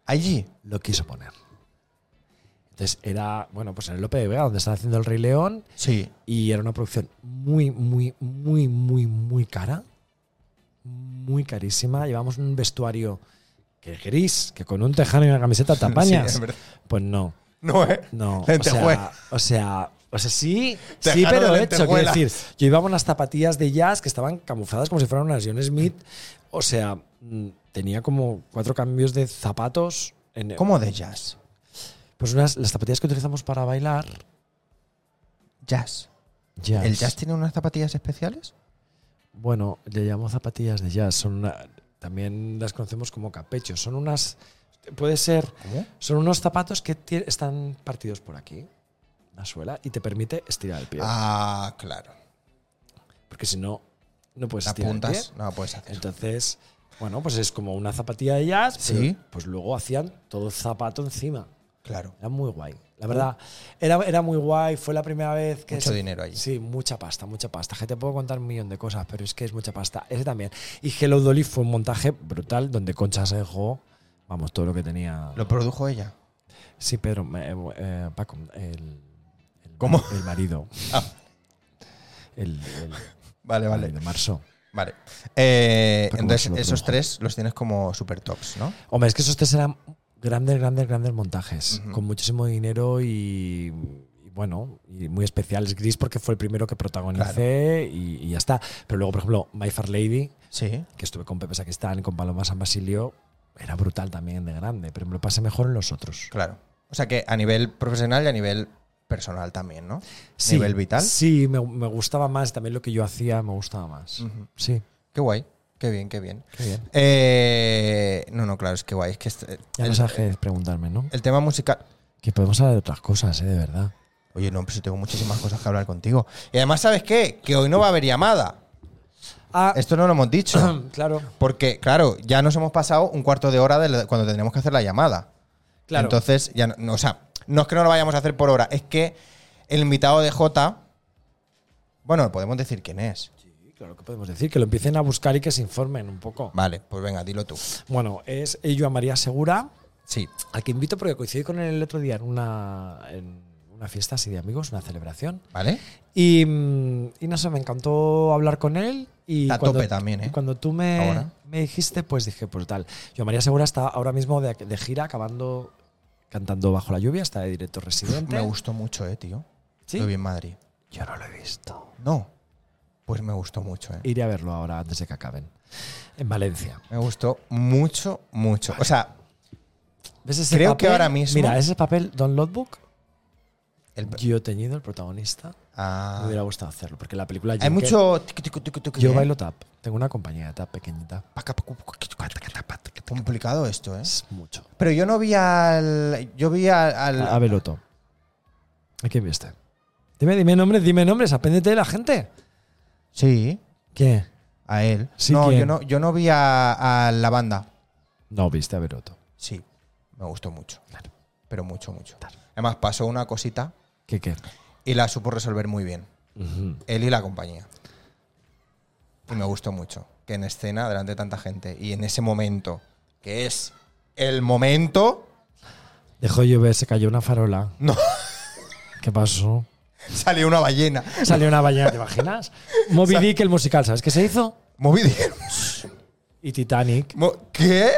Speaker 2: allí lo quiso poner. Entonces era, bueno, pues en el Lope de Vega, donde estaba haciendo El Rey León,
Speaker 1: Sí.
Speaker 2: y era una producción muy, muy, muy, muy, muy cara. Muy carísima. Llevamos un vestuario que es gris, que con un tejano y una camiseta te apañas.
Speaker 1: es verdad.
Speaker 2: pues no,
Speaker 1: No, ¿eh?
Speaker 2: no. O
Speaker 1: Lentejuela.
Speaker 2: sea, o sea, o sea, sí,
Speaker 1: Tejano
Speaker 2: sí, pero
Speaker 1: de
Speaker 2: hecho. Quiero
Speaker 1: lentejuela.
Speaker 2: decir, yo llevaba unas zapatillas de jazz que estaban camufladas como si fueran unas John Smith. O sea, mm, tenía como cuatro cambios de zapatos. En,
Speaker 1: ¿Cómo de jazz?
Speaker 2: Pues unas, las zapatillas que utilizamos para bailar.
Speaker 1: Jazz.
Speaker 2: Jazz.
Speaker 1: ¿El jazz tiene unas zapatillas especiales?
Speaker 2: Bueno, le llamo zapatillas de jazz. Son una- también las conocemos como capechos. Son unas. Puede ser.
Speaker 1: ¿Cómo?
Speaker 2: Son unos zapatos que tie- están partidos por aquí, la suela, y te permite estirar el pie.
Speaker 1: Ah, claro.
Speaker 2: Porque si no, no puedes
Speaker 1: Las
Speaker 2: estirar el pie.
Speaker 1: puntas no lo puedes hacer.
Speaker 2: Entonces, bueno, pues es como una zapatilla de jazz. pero,
Speaker 1: Sí.
Speaker 2: pues luego hacían todo el zapato encima.
Speaker 1: Claro.
Speaker 2: Era muy guay. La verdad, era, era muy guay. Fue la primera vez que.
Speaker 1: Mucho
Speaker 2: se-
Speaker 1: dinero allí.
Speaker 2: Sí, mucha pasta, mucha pasta. Que te puedo contar un millón de cosas, pero es que es mucha pasta. Ese también. Y Hello Dolly fue un montaje brutal donde Concha se dejó, vamos, todo lo que tenía.
Speaker 1: Lo produjo ella.
Speaker 2: Sí, Pedro, me- eh, eh, Paco, el. el-
Speaker 1: ¿Cómo?
Speaker 2: El marido.
Speaker 1: Ah.
Speaker 2: El, el-
Speaker 1: Vale,
Speaker 2: el
Speaker 1: vale.
Speaker 2: de marzo.
Speaker 1: Vale. Eh,
Speaker 2: Pero
Speaker 1: entonces,
Speaker 2: como se lo
Speaker 1: esos
Speaker 2: produjo.
Speaker 1: tres los tienes como super tops, ¿no?
Speaker 2: Hombre, es que esos tres eran grandes, grandes, grandes montajes,
Speaker 1: Ujú.
Speaker 2: con muchísimo dinero y, y bueno, y muy especiales. Gris porque fue el primero que protagonicé y, y ya está. Pero luego, por ejemplo, My Fair Lady,
Speaker 1: Sí.
Speaker 2: que estuve con Pepe Sacristán y con Paloma San Basilio, era brutal también de grande, pero me lo pasé mejor en los otros.
Speaker 1: Claro. O sea que a nivel profesional y a nivel personal también, ¿no? ¿Nivel vital?
Speaker 2: Sí, me, me gustaba más, también lo que yo hacía me gustaba más.
Speaker 1: Ujú.
Speaker 2: Sí,
Speaker 1: Qué guay. Qué bien, qué bien.
Speaker 2: qué bien.
Speaker 1: Eh, no, no, claro, es que guay. Es que este-
Speaker 2: Ya no
Speaker 1: el,
Speaker 2: sabes qué preguntarme, ¿no?
Speaker 1: el tema musical.
Speaker 2: Que podemos hablar de otras cosas, ¿eh? De verdad.
Speaker 1: Oye, no, pero si tengo muchísimas cosas que hablar contigo. Y además, ¿sabes qué? Que hoy no va a haber llamada.
Speaker 2: Ah,
Speaker 1: Esto no lo hemos dicho.
Speaker 2: claro.
Speaker 1: Porque, claro, ya nos hemos pasado un cuarto de hora de la- cuando tendríamos que hacer la llamada.
Speaker 2: Claro.
Speaker 1: Entonces, ya no, no, o sea, no es que no lo vayamos a hacer por hora, es que el invitado de J. Bueno, podemos decir quién es.
Speaker 2: Sí, Claro que podemos decir, que lo empiecen a buscar y que se informen un poco.
Speaker 1: Vale, pues venga, dilo tú.
Speaker 2: Bueno, es ello a María Segura,
Speaker 1: Sí.
Speaker 2: a que invito porque coincidí con él el otro día en una, en una fiesta así de amigos, una celebración.
Speaker 1: ¿Vale?
Speaker 2: Y, mm, y no sé, me encantó hablar con él. Y
Speaker 1: Está a tope también, ¿eh?
Speaker 2: y cuando tú me,
Speaker 1: Ahora.
Speaker 2: me dijiste, pues dije, pues tal. Yo, María Segura está ahora mismo de, de gira, acabando cantando bajo la lluvia, está de directo residente.
Speaker 1: Me gustó mucho, eh, tío.
Speaker 2: ¿Sí?
Speaker 1: Lo vi en Madrid.
Speaker 2: Yo no lo he visto.
Speaker 1: No. Pues me gustó mucho, eh.
Speaker 2: Iré a verlo ahora antes de que acaben. En Valencia.
Speaker 1: Me gustó mucho, mucho. O sea,
Speaker 2: ¿Ves ese
Speaker 1: Creo que
Speaker 2: papel?
Speaker 1: ahora mismo-
Speaker 2: Mira, ese papel, Don Lotbook,
Speaker 1: el.
Speaker 2: yo teñido, el protagonista, me
Speaker 1: Ah.
Speaker 2: hubiera gustado hacerlo, porque la película.
Speaker 1: Hay
Speaker 2: yo que-
Speaker 1: mucho. tic, tic, tic, tic,
Speaker 2: Yo
Speaker 1: eh.
Speaker 2: bailo tap. Tengo una compañía de tap pequeñita.
Speaker 1: Paca, pacu, pacu, tic, tic, tic, tic. Complicado esto, eh.
Speaker 2: Es mucho.
Speaker 1: Pero yo no vi al. Yo vi al. al-
Speaker 2: A Beloto. ¿A quién viste? Dime, dime nombres, dime nombres, apéndete de la gente.
Speaker 1: sí,
Speaker 2: ¿Qué?
Speaker 1: a él.
Speaker 2: Sí,
Speaker 1: no,
Speaker 2: ¿quién?
Speaker 1: yo no, yo no vi a, a la banda.
Speaker 2: No viste a Beloto.
Speaker 1: Sí, me gustó mucho.
Speaker 2: Claro.
Speaker 1: Pero mucho, mucho.
Speaker 2: Claro.
Speaker 1: Además, pasó una cosita
Speaker 2: ¿Qué qué?
Speaker 1: y la supo resolver muy bien.
Speaker 2: Ujú.
Speaker 1: Él y la compañía. Y me gustó mucho. Que en escena, delante de tanta gente, y en ese momento, que es el momento,
Speaker 2: Dejó de llover, se cayó una farola.
Speaker 1: No.
Speaker 2: ¿Qué pasó?
Speaker 1: salió una ballena.
Speaker 2: Salió una ballena, ¿te imaginas? Moby Dick, el musical, ¿sabes qué se hizo?
Speaker 1: Movido.
Speaker 2: Y Titanic.
Speaker 1: ¿Qué?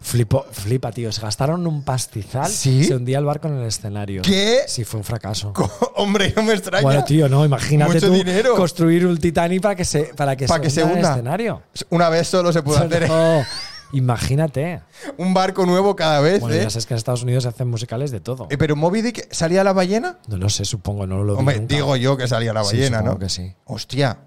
Speaker 2: Flipo, flipa, tío. Se gastaron un pastizal.
Speaker 1: ¿Sí?
Speaker 2: Se hundía el barco en el escenario.
Speaker 1: ¿Qué?
Speaker 2: Sí, fue un fracaso.
Speaker 1: Co- Hombre, no me extraña.
Speaker 2: Bueno, tío, no, imagínate
Speaker 1: Mucho
Speaker 2: tú
Speaker 1: dinero.
Speaker 2: construir un Titanic para que se, para que
Speaker 1: Para que
Speaker 2: se
Speaker 1: se
Speaker 2: hunda el
Speaker 1: hunda.
Speaker 2: escenario.
Speaker 1: Una vez solo se pudo hacer
Speaker 2: No, imagínate.
Speaker 1: un barco nuevo cada vez,
Speaker 2: Bueno,
Speaker 1: ¿eh?
Speaker 2: ya sabes que en Estados Unidos se hacen musicales de todo.
Speaker 1: Eh, Pero Moby Dick salía la ballena.
Speaker 2: No lo sé, supongo, no lo vi
Speaker 1: Hombre,
Speaker 2: nunca.
Speaker 1: digo yo que salía la
Speaker 2: Sí,
Speaker 1: ballena,
Speaker 2: supongo
Speaker 1: ¿no?
Speaker 2: que sí.
Speaker 1: Hostia,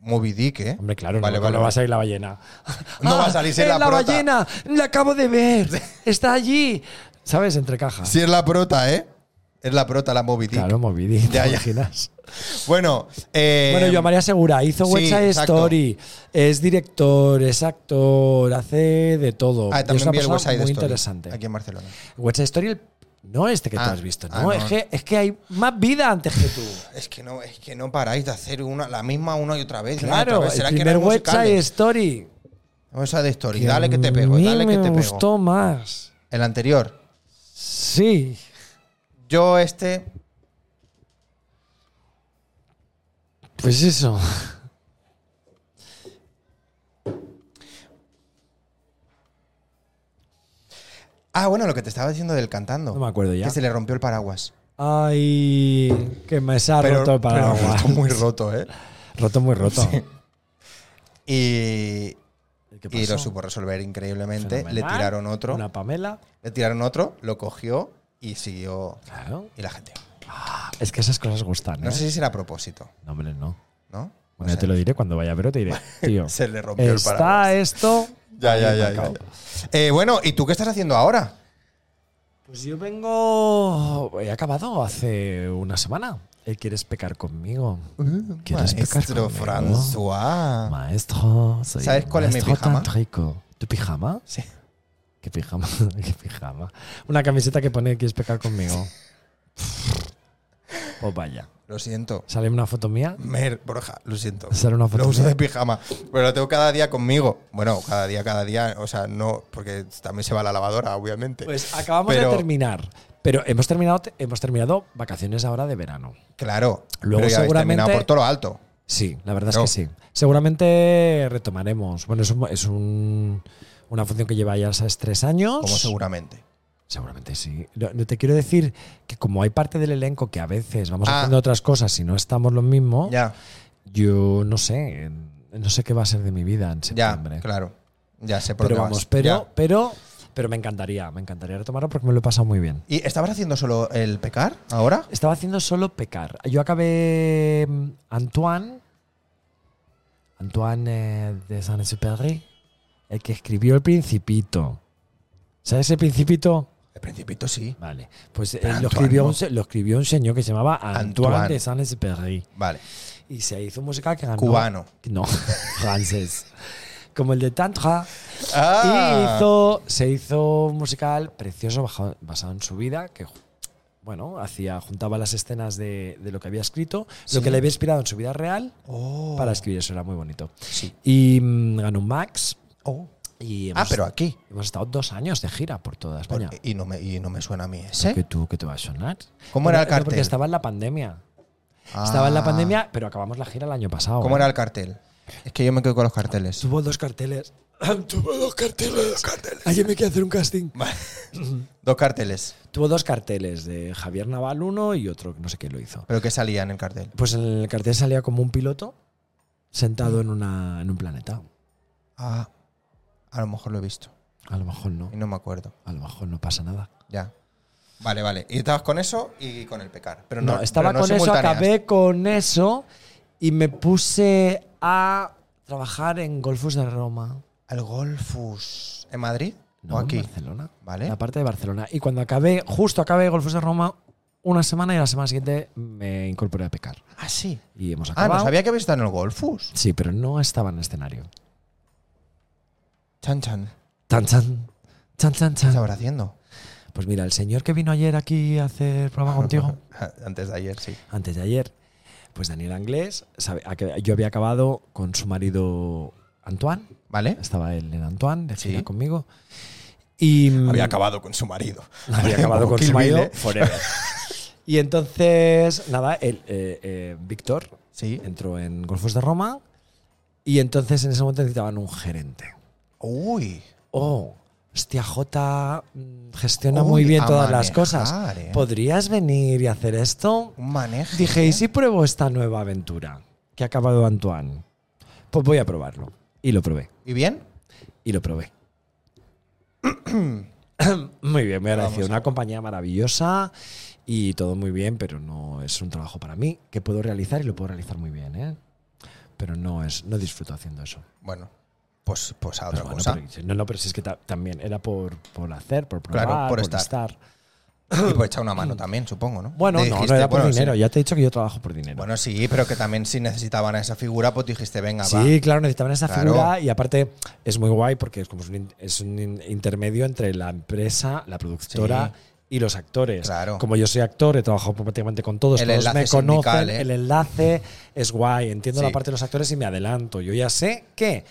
Speaker 1: Moby Dick, ¿eh?
Speaker 2: Hombre, claro,
Speaker 1: Vale,
Speaker 2: no,
Speaker 1: vale,
Speaker 2: no va a
Speaker 1: vale.
Speaker 2: salir la ballena.
Speaker 1: No va a
Speaker 2: Ah,
Speaker 1: salir, si es la
Speaker 2: es
Speaker 1: prota.
Speaker 2: ballena! ¡La acabo de ver! ¡Está allí! ¿Sabes? Entre cajas.
Speaker 1: Sí, es la prota, ¿eh? Es la prota, la Moby Dick.
Speaker 2: Claro, Moby Dick, ¿te
Speaker 1: Ya, ya.
Speaker 2: imaginas?
Speaker 1: Bueno, eh,
Speaker 2: Bueno, yo a María Segura hizo
Speaker 1: sí,
Speaker 2: West Side
Speaker 1: exacto.
Speaker 2: Story, es director, es actor, hace de todo.
Speaker 1: ah,
Speaker 2: Y es
Speaker 1: también vi el
Speaker 2: una persona
Speaker 1: West Side
Speaker 2: muy
Speaker 1: Story,
Speaker 2: interesante.
Speaker 1: Aquí en Barcelona.
Speaker 2: West Side Story, el No este que tú
Speaker 1: Ah,
Speaker 2: has visto,
Speaker 1: ah, no.
Speaker 2: no, Es, que, es que hay más vida antes que tú.
Speaker 1: Es que no, es que no paráis de hacer una, la misma una y otra vez. una y otra
Speaker 2: Claro,
Speaker 1: vez.
Speaker 2: el
Speaker 1: ¿Será que
Speaker 2: primer
Speaker 1: no hay
Speaker 2: website
Speaker 1: musicales?
Speaker 2: story.
Speaker 1: Vamos a de story. dale que te pego,
Speaker 2: a mí
Speaker 1: dale que
Speaker 2: me
Speaker 1: te pego.
Speaker 2: gustó más.
Speaker 1: El anterior.
Speaker 2: Sí.
Speaker 1: Yo este.
Speaker 2: Pues eso.
Speaker 1: Ah, bueno, lo que te estaba diciendo del cantando.
Speaker 2: No me acuerdo ya.
Speaker 1: Que se le rompió el paraguas.
Speaker 2: Ay, que me se ha roto
Speaker 1: pero
Speaker 2: el paraguas.
Speaker 1: roto, muy roto, ¿eh?
Speaker 2: Roto, muy roto.
Speaker 1: Y,
Speaker 2: ¿Qué
Speaker 1: y
Speaker 2: pasó?
Speaker 1: lo supo resolver increíblemente. Le
Speaker 2: Fenomenal.
Speaker 1: tiraron otro.
Speaker 2: Una Pamela.
Speaker 1: Le tiraron otro, lo cogió y siguió.
Speaker 2: Claro.
Speaker 1: Y la gente.
Speaker 2: Es que esas cosas gustan, ¿eh?
Speaker 1: No sé si será a propósito,
Speaker 2: No, hombre, no.
Speaker 1: ¿no?
Speaker 2: Bueno, ya te lo diré cuando vaya a verlo, te diré. Tío,
Speaker 1: Se le rompió el paraguas.
Speaker 2: está esto.
Speaker 1: Ya, ya,
Speaker 2: ahí
Speaker 1: ya. ya,
Speaker 2: marcado.
Speaker 1: ya. Eh, bueno, ¿y tú qué estás haciendo ahora?
Speaker 2: Pues yo vengo. He acabado hace una semana. Eh, ¿Quieres pecar conmigo? ¿Quieres
Speaker 1: Uh, Maestro
Speaker 2: pecar conmigo?
Speaker 1: François.
Speaker 2: Maestro, soy
Speaker 1: ¿Sabes
Speaker 2: el
Speaker 1: cuál es mi
Speaker 2: maestro
Speaker 1: pijama?
Speaker 2: tan rico. ¿Tu pijama?
Speaker 1: Sí.
Speaker 2: ¿Qué pijama? ¿Qué pijama? Una camiseta que pone ¿Quieres pecar conmigo? pues vaya.
Speaker 1: Lo siento.
Speaker 2: ¿Sale una foto mía?
Speaker 1: Mer, Borja, lo siento.
Speaker 2: Sale una foto
Speaker 1: Lo uso
Speaker 2: mía.
Speaker 1: de pijama. Pero lo tengo cada día conmigo. Bueno, cada día, cada día. O sea, no, porque también se va a la lavadora, obviamente.
Speaker 2: Pues acabamos
Speaker 1: Pero-
Speaker 2: de terminar. Pero hemos terminado, hemos terminado vacaciones ahora de verano.
Speaker 1: Claro.
Speaker 2: Luego
Speaker 1: pero ya habéis
Speaker 2: seguramente-
Speaker 1: terminado por todo lo alto.
Speaker 2: Sí, la verdad
Speaker 1: No.
Speaker 2: es que sí. Seguramente retomaremos. Bueno, es, un- es un- una función que lleva ya esas tres años.
Speaker 1: Como seguramente.
Speaker 2: Seguramente sí. No, no te quiero decir que como hay parte del elenco que a veces vamos
Speaker 1: Ah.
Speaker 2: haciendo otras cosas y no estamos lo mismo,
Speaker 1: Ya,
Speaker 2: yo no sé, no sé qué va a ser de mi vida en
Speaker 1: ya,
Speaker 2: septiembre.
Speaker 1: claro. Ya sé por
Speaker 2: pero
Speaker 1: dónde
Speaker 2: vamos,
Speaker 1: vas.
Speaker 2: pero,
Speaker 1: Ya.
Speaker 2: pero, pero me encantaría, me encantaría retomarlo porque me lo he pasado muy bien.
Speaker 1: ¿Y estabas haciendo solo el pecar ahora?
Speaker 2: Estaba haciendo solo pecar. Yo acabé mm, Antoine, Antoine eh, de Saint-Exupéry, el que escribió El Principito. ¿Sabes El Principito?
Speaker 1: Al principito sí.
Speaker 2: Vale, pues eh,
Speaker 1: Pero
Speaker 2: lo,
Speaker 1: Antoine
Speaker 2: escribió
Speaker 1: no.
Speaker 2: un, se- lo escribió un señor que se llamaba Antoine,
Speaker 1: Antoine.
Speaker 2: de Saint-Exupéry
Speaker 1: Vale.
Speaker 2: y se hizo un musical que ganó.
Speaker 1: Cubano.
Speaker 2: No, francés. Como el de Tantra.
Speaker 1: Ah.
Speaker 2: Y hizo, se hizo un musical precioso baja- basado en su vida, que bueno, hacía, juntaba las escenas de, de lo que había escrito,
Speaker 1: Sí.
Speaker 2: lo que le había inspirado en su vida real
Speaker 1: Oh.
Speaker 2: para escribir eso, era muy bonito.
Speaker 1: Sí.
Speaker 2: Y mm, ganó un Max.
Speaker 1: Oh.
Speaker 2: Y hemos,
Speaker 1: Ah, pero aquí.
Speaker 2: hemos estado dos años de gira por toda España.
Speaker 1: Por- y, no me, y no me suena a mí ese.
Speaker 2: ¿Qué tú, que te va a sonar?
Speaker 1: ¿Eh? ¿Cómo era el
Speaker 2: No, no,
Speaker 1: cartel?
Speaker 2: Porque estaba en la pandemia.
Speaker 1: Ah.
Speaker 2: Estaba en la pandemia, pero acabamos la gira el año pasado.
Speaker 1: ¿Cómo
Speaker 2: ¿eh?
Speaker 1: era el cartel? Es que yo me quedo con los carteles.
Speaker 2: Tuvo dos carteles. Tuvo dos carteles. Ayer me quedé hacer un casting.
Speaker 1: Dos carteles.
Speaker 2: Tuvo dos carteles de Javier Naval uno y otro que no sé qué lo hizo.
Speaker 1: ¿Pero qué salía en el cartel?
Speaker 2: Pues en el cartel salía como un piloto sentado en, una, en un planeta.
Speaker 1: Ah, a lo mejor lo he visto.
Speaker 2: A lo mejor no.
Speaker 1: Y no me acuerdo.
Speaker 2: A lo mejor no pasa nada.
Speaker 1: Ya. Vale, vale. Y estabas con eso y con el pecar. Pero no,
Speaker 2: No, estaba
Speaker 1: pero no
Speaker 2: con eso,
Speaker 1: simultáneas.
Speaker 2: acabé con eso y me puse a trabajar en Golfus de Roma.
Speaker 1: Al Golfus. ¿En Madrid?
Speaker 2: No,
Speaker 1: ¿O
Speaker 2: en
Speaker 1: aquí?
Speaker 2: Barcelona.
Speaker 1: Vale.
Speaker 2: La parte de Barcelona. Y cuando acabé, justo acabé Golfus de Roma, una semana y la semana siguiente me incorporé a pecar.
Speaker 1: Ah, sí.
Speaker 2: Y hemos
Speaker 1: Ah,
Speaker 2: acabado.
Speaker 1: no sabía que habías estado en el Golfus.
Speaker 2: Sí, pero no estaba en escenario.
Speaker 1: Chan, chan.
Speaker 2: Tan, chan. Chan, chan,
Speaker 1: ¿Qué
Speaker 2: chan.
Speaker 1: estabas haciendo?
Speaker 2: Pues mira, el señor que vino ayer aquí a hacer programa contigo,
Speaker 1: Antes de ayer, sí.
Speaker 2: antes de ayer, pues Daniel Anglés, sabe- a que- yo había acabado con su marido Antoine.
Speaker 1: ¿Vale?
Speaker 2: Estaba él en Antoine, de gira
Speaker 1: Sí.
Speaker 2: conmigo. Y mm,
Speaker 1: Había acabado con su marido.
Speaker 2: había acabado
Speaker 1: Como
Speaker 2: con su
Speaker 1: Kill Bill,
Speaker 2: marido
Speaker 1: ¿eh?
Speaker 2: forever. Y entonces, nada, el, eh, eh, Víctor
Speaker 1: Sí.
Speaker 2: entró en Golfos de Roma y entonces en ese momento necesitaban un gerente.
Speaker 1: Uy.
Speaker 2: oh, hostia, J mm, gestiona
Speaker 1: Uy,
Speaker 2: muy bien
Speaker 1: a
Speaker 2: todas las
Speaker 1: manejar,
Speaker 2: cosas.
Speaker 1: eh.
Speaker 2: ¿Podrías venir y hacer esto?
Speaker 1: Un manejo.
Speaker 2: Dije, ¿y si pruebo esta nueva aventura que ha acabado Antoine? Pues voy a probarlo. Y lo probé.
Speaker 1: ¿Y bien?
Speaker 2: Y lo probé. muy bien, me ha agradecido. Una compañía maravillosa y todo muy bien, pero no es un trabajo para mí que puedo realizar y lo puedo realizar muy bien, ¿eh? Pero no, es, no disfruto haciendo eso.
Speaker 1: Bueno, pues, pues a otra
Speaker 2: Pues bueno,
Speaker 1: cosa.
Speaker 2: pero dice, no, no, pero si es que ta- también era por, por hacer, por probar,
Speaker 1: Claro, por
Speaker 2: por,
Speaker 1: estar.
Speaker 2: estar.
Speaker 1: Y por echar una mano también, supongo, ¿no?
Speaker 2: Bueno,
Speaker 1: Le
Speaker 2: no, no
Speaker 1: dijiste,
Speaker 2: era por
Speaker 1: bueno,
Speaker 2: dinero.
Speaker 1: sí.
Speaker 2: Ya te he dicho que yo trabajo por dinero.
Speaker 1: Bueno, sí, pero que también si necesitaban a esa figura, pues dijiste, venga, va.
Speaker 2: sí, claro, necesitaban esa
Speaker 1: Claro.
Speaker 2: figura y aparte es muy guay porque es como es un, in- es un in- intermedio entre la empresa, la productora y los actores.
Speaker 1: Claro.
Speaker 2: Como yo soy actor, he trabajado prácticamente con todos,
Speaker 1: El
Speaker 2: todos me
Speaker 1: enlace
Speaker 2: conocen,
Speaker 1: sindical, ¿eh?
Speaker 2: el enlace es guay, entiendo
Speaker 1: Sí.
Speaker 2: la parte de los actores y me adelanto. Yo ya sé que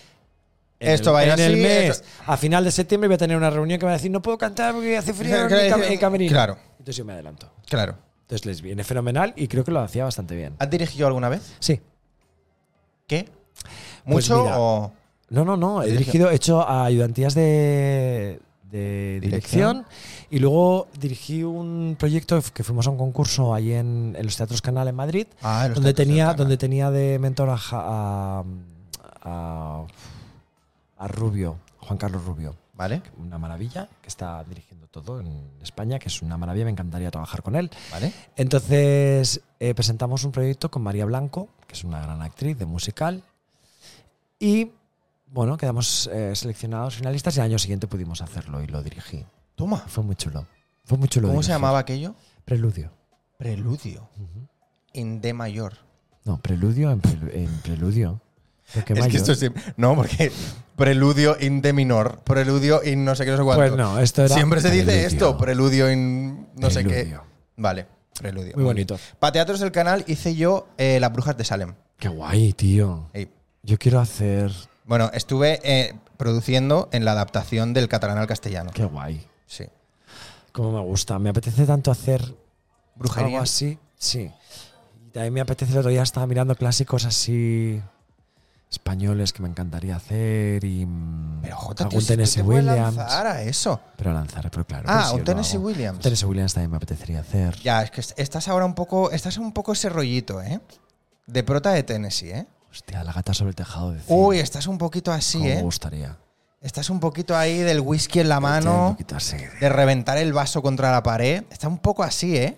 Speaker 2: en
Speaker 1: Esto
Speaker 2: el-
Speaker 1: va a ir
Speaker 2: en el
Speaker 1: así,
Speaker 2: mes,
Speaker 1: esto-
Speaker 2: a final de septiembre voy a tener una reunión que me va a decir no puedo cantar porque hace frío en
Speaker 1: Claro,
Speaker 2: mi cam-
Speaker 1: claro.
Speaker 2: en camerino.
Speaker 1: Claro.
Speaker 2: Entonces yo me adelanto.
Speaker 1: Claro.
Speaker 2: Entonces les viene fenomenal y creo que lo hacía bastante bien.
Speaker 1: ¿Has dirigido alguna vez?
Speaker 2: Sí.
Speaker 1: ¿Qué?
Speaker 2: Pues
Speaker 1: ¿Mucho
Speaker 2: mira,
Speaker 1: o.?
Speaker 2: No, no, no. He dirigido, he hecho a ayudantías de, de
Speaker 1: Dirección.
Speaker 2: dirección y luego dirigí un proyecto que fuimos a un concurso ahí en, en los Teatros Canal en Madrid,
Speaker 1: Ah, los
Speaker 2: donde
Speaker 1: teatros
Speaker 2: tenía,
Speaker 1: del
Speaker 2: donde
Speaker 1: canal.
Speaker 2: tenía de mentor a, Ja- a, a- a Rubio, Juan Carlos Rubio.
Speaker 1: Vale,
Speaker 2: Una maravilla que está dirigiendo todo en España, que es una maravilla, me encantaría trabajar con él.
Speaker 1: vale.
Speaker 2: Entonces eh, presentamos un proyecto con María Blanco, que es una gran actriz de musical. Y bueno, quedamos eh, seleccionados finalistas y al año siguiente pudimos hacerlo y lo dirigí.
Speaker 1: Toma.
Speaker 2: Fue muy chulo. Fue muy chulo.
Speaker 1: ¿Cómo se
Speaker 2: dirigir.
Speaker 1: llamaba aquello?
Speaker 2: Preludio.
Speaker 1: Preludio.
Speaker 2: Ujú.
Speaker 1: En D mayor.
Speaker 2: No, preludio en, prelu- en preludio. Pero qué
Speaker 1: Es
Speaker 2: mayor.
Speaker 1: que esto siempre. No, porque preludio in D minor. Preludio in no sé qué, no sé cuánto.
Speaker 2: Pues no, esto era.
Speaker 1: Siempre se dice
Speaker 2: preludio.
Speaker 1: esto. Preludio in no sé qué.
Speaker 2: Preludio.
Speaker 1: Vale, preludio.
Speaker 2: Muy bonito.
Speaker 1: Para Teatros del Canal hice yo eh, Las Brujas de Salem.
Speaker 2: Qué guay, tío.
Speaker 1: Ey.
Speaker 2: Yo quiero hacer.
Speaker 1: Bueno, estuve eh, produciendo en la adaptación del catalán al castellano.
Speaker 2: Qué guay.
Speaker 1: Sí.
Speaker 2: Cómo me gusta. Me apetece tanto hacer
Speaker 1: Brujería.
Speaker 2: Algo así, sí. Y también me apetece, el otro día estaba mirando clásicos así españoles que me encantaría hacer y mm,
Speaker 1: Pero Jota, tío,
Speaker 2: algún
Speaker 1: si tú
Speaker 2: Tennessee
Speaker 1: te puedes
Speaker 2: Williams.
Speaker 1: lanzar a eso.
Speaker 2: Pero lanzar, pero claro.
Speaker 1: Ah,
Speaker 2: pero si
Speaker 1: un
Speaker 2: yo lo
Speaker 1: Tennessee
Speaker 2: hago.
Speaker 1: Williams.
Speaker 2: Un Tennessee Williams también me apetecería hacer.
Speaker 1: Ya, es que est- estás ahora un poco. Estás un poco ese rollito, ¿eh? De prota de Tennessee, ¿eh?
Speaker 2: Hostia, la gata sobre el tejado de zinc.
Speaker 1: Uy, estás un poquito así,
Speaker 2: Cómo
Speaker 1: ¿eh?
Speaker 2: me gustaría.
Speaker 1: Estás un poquito ahí del whisky en la
Speaker 2: Tiene un
Speaker 1: mano,
Speaker 2: poquito así de-
Speaker 1: de reventar el vaso contra la pared. Está un poco así, ¿eh?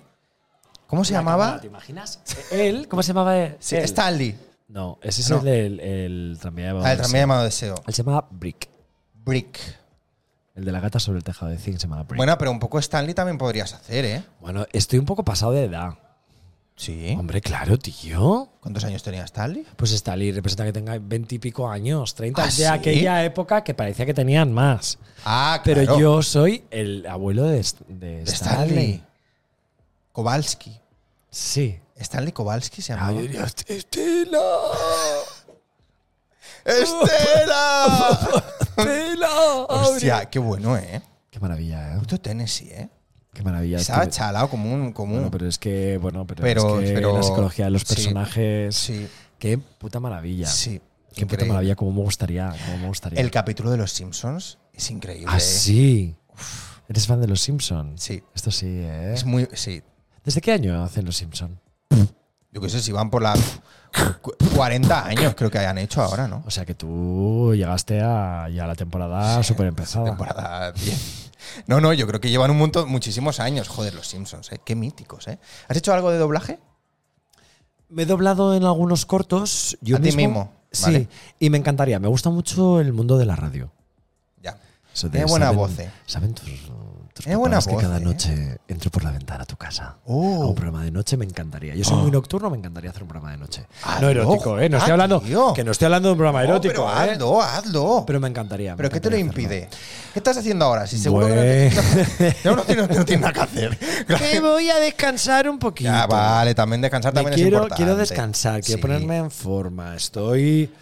Speaker 1: ¿Cómo se
Speaker 2: La
Speaker 1: llamaba?
Speaker 2: cámara, ¿Te imaginas? ¿Él? ¿Cómo se llamaba? él?
Speaker 1: Sí,
Speaker 2: Él.
Speaker 1: Stanley.
Speaker 2: No, ese es
Speaker 1: No.
Speaker 2: el, del- el tranvía de
Speaker 1: Ah, el
Speaker 2: Baudelaire.
Speaker 1: también llamado Deseo.
Speaker 2: Él se llamaba Brick.
Speaker 1: Brick.
Speaker 2: El de la gata sobre el tejado de zinc se llamaba Brick.
Speaker 1: Bueno, pero un poco Stanley también podrías hacer, ¿eh?
Speaker 2: bueno, estoy un poco pasado de edad.
Speaker 1: Sí.
Speaker 2: Hombre, claro, tío.
Speaker 1: ¿Cuántos años tenía Stanley?
Speaker 2: Pues Stalin representa que tenga 20 y pico años, 30
Speaker 1: ¿Ah,
Speaker 2: de
Speaker 1: sí?
Speaker 2: aquella época que parecía que tenían más.
Speaker 1: Ah,
Speaker 2: Pero
Speaker 1: claro.
Speaker 2: yo soy el abuelo de, St-
Speaker 1: De
Speaker 2: de Stalin.
Speaker 1: Stanley. Kowalski.
Speaker 2: Sí.
Speaker 1: Stanley Kowalski se
Speaker 2: Ah,
Speaker 1: llamaba.
Speaker 2: yo diría, "Estela,
Speaker 1: ¡Estela!
Speaker 2: Estela, abre".
Speaker 1: Hostia, qué bueno, ¿eh?
Speaker 2: Qué maravilla, ¿eh?
Speaker 1: Puto Tennessee, ¿eh?
Speaker 2: Qué maravilla.
Speaker 1: Estaba
Speaker 2: Estuve-
Speaker 1: chalado como un... Como
Speaker 2: Bueno,
Speaker 1: un
Speaker 2: pero es que, bueno, pero,
Speaker 1: Pero-
Speaker 2: es que
Speaker 1: pero-
Speaker 2: la psicología de los
Speaker 1: sí.
Speaker 2: personajes.
Speaker 1: sí,
Speaker 2: Qué puta maravilla.
Speaker 1: sí.
Speaker 2: Qué puta
Speaker 1: Increíble.
Speaker 2: maravilla, cómo me gustaría. Cómo me gustaría.
Speaker 1: El capítulo de los Simpsons es increíble.
Speaker 2: Ah,
Speaker 1: ¿eh?
Speaker 2: sí. ¿Eres fan de los Simpsons?
Speaker 1: Sí.
Speaker 2: Esto sí, ¿eh?
Speaker 1: Es muy. Sí.
Speaker 2: ¿Desde qué año hacen los Simpsons?
Speaker 1: Yo qué sé, si van por las cu- 40 años, creo que hayan hecho ahora, ¿no?
Speaker 2: O sea que tú llegaste a ya a la temporada súper empezada.
Speaker 1: Temporada 10. No, no, yo creo que llevan un montón, muchísimos años. Joder, los Simpsons, ¿eh? Qué míticos, ¿eh? ¿Has hecho algo de doblaje?
Speaker 2: Me he doblado en algunos cortos. Yo
Speaker 1: A ti mismo,
Speaker 2: Sí,
Speaker 1: vale.
Speaker 2: y me encantaría. Me gusta mucho el mundo de la radio.
Speaker 1: Ya.
Speaker 2: Eso
Speaker 1: Tiene buena
Speaker 2: saben-
Speaker 1: voz, eh.
Speaker 2: Saben tus, tus
Speaker 1: Tiene buena
Speaker 2: papás que
Speaker 1: voz,
Speaker 2: cada
Speaker 1: eh.
Speaker 2: noche entro por la ventana a tu casa.
Speaker 1: Oh.
Speaker 2: A un programa de noche me encantaría. Yo soy muy nocturno, me encantaría hacer un programa de noche.
Speaker 1: Ah,
Speaker 2: no erótico,
Speaker 1: no,
Speaker 2: ¿eh? No estoy
Speaker 1: ah,
Speaker 2: hablando
Speaker 1: tío.
Speaker 2: que no estoy hablando de un programa
Speaker 1: No,
Speaker 2: erótico,
Speaker 1: Oh, pero
Speaker 2: ¿eh?
Speaker 1: hazlo, hazlo. Pero,
Speaker 2: Pero me encantaría. me
Speaker 1: ¿qué te lo
Speaker 2: encantaría hacerlo.
Speaker 1: impide? ¿Qué estás haciendo ahora? Si seguro
Speaker 2: Bue-
Speaker 1: que
Speaker 2: Pues
Speaker 1: no, no, no, tiene- no tiene nada que hacer. Claro.
Speaker 2: Que voy a descansar un poquito.
Speaker 1: Ya, vale, también descansar
Speaker 2: Me
Speaker 1: también es
Speaker 2: quiero,
Speaker 1: importante.
Speaker 2: quiero descansar, quiero
Speaker 1: Sí.
Speaker 2: ponerme en forma. Estoy.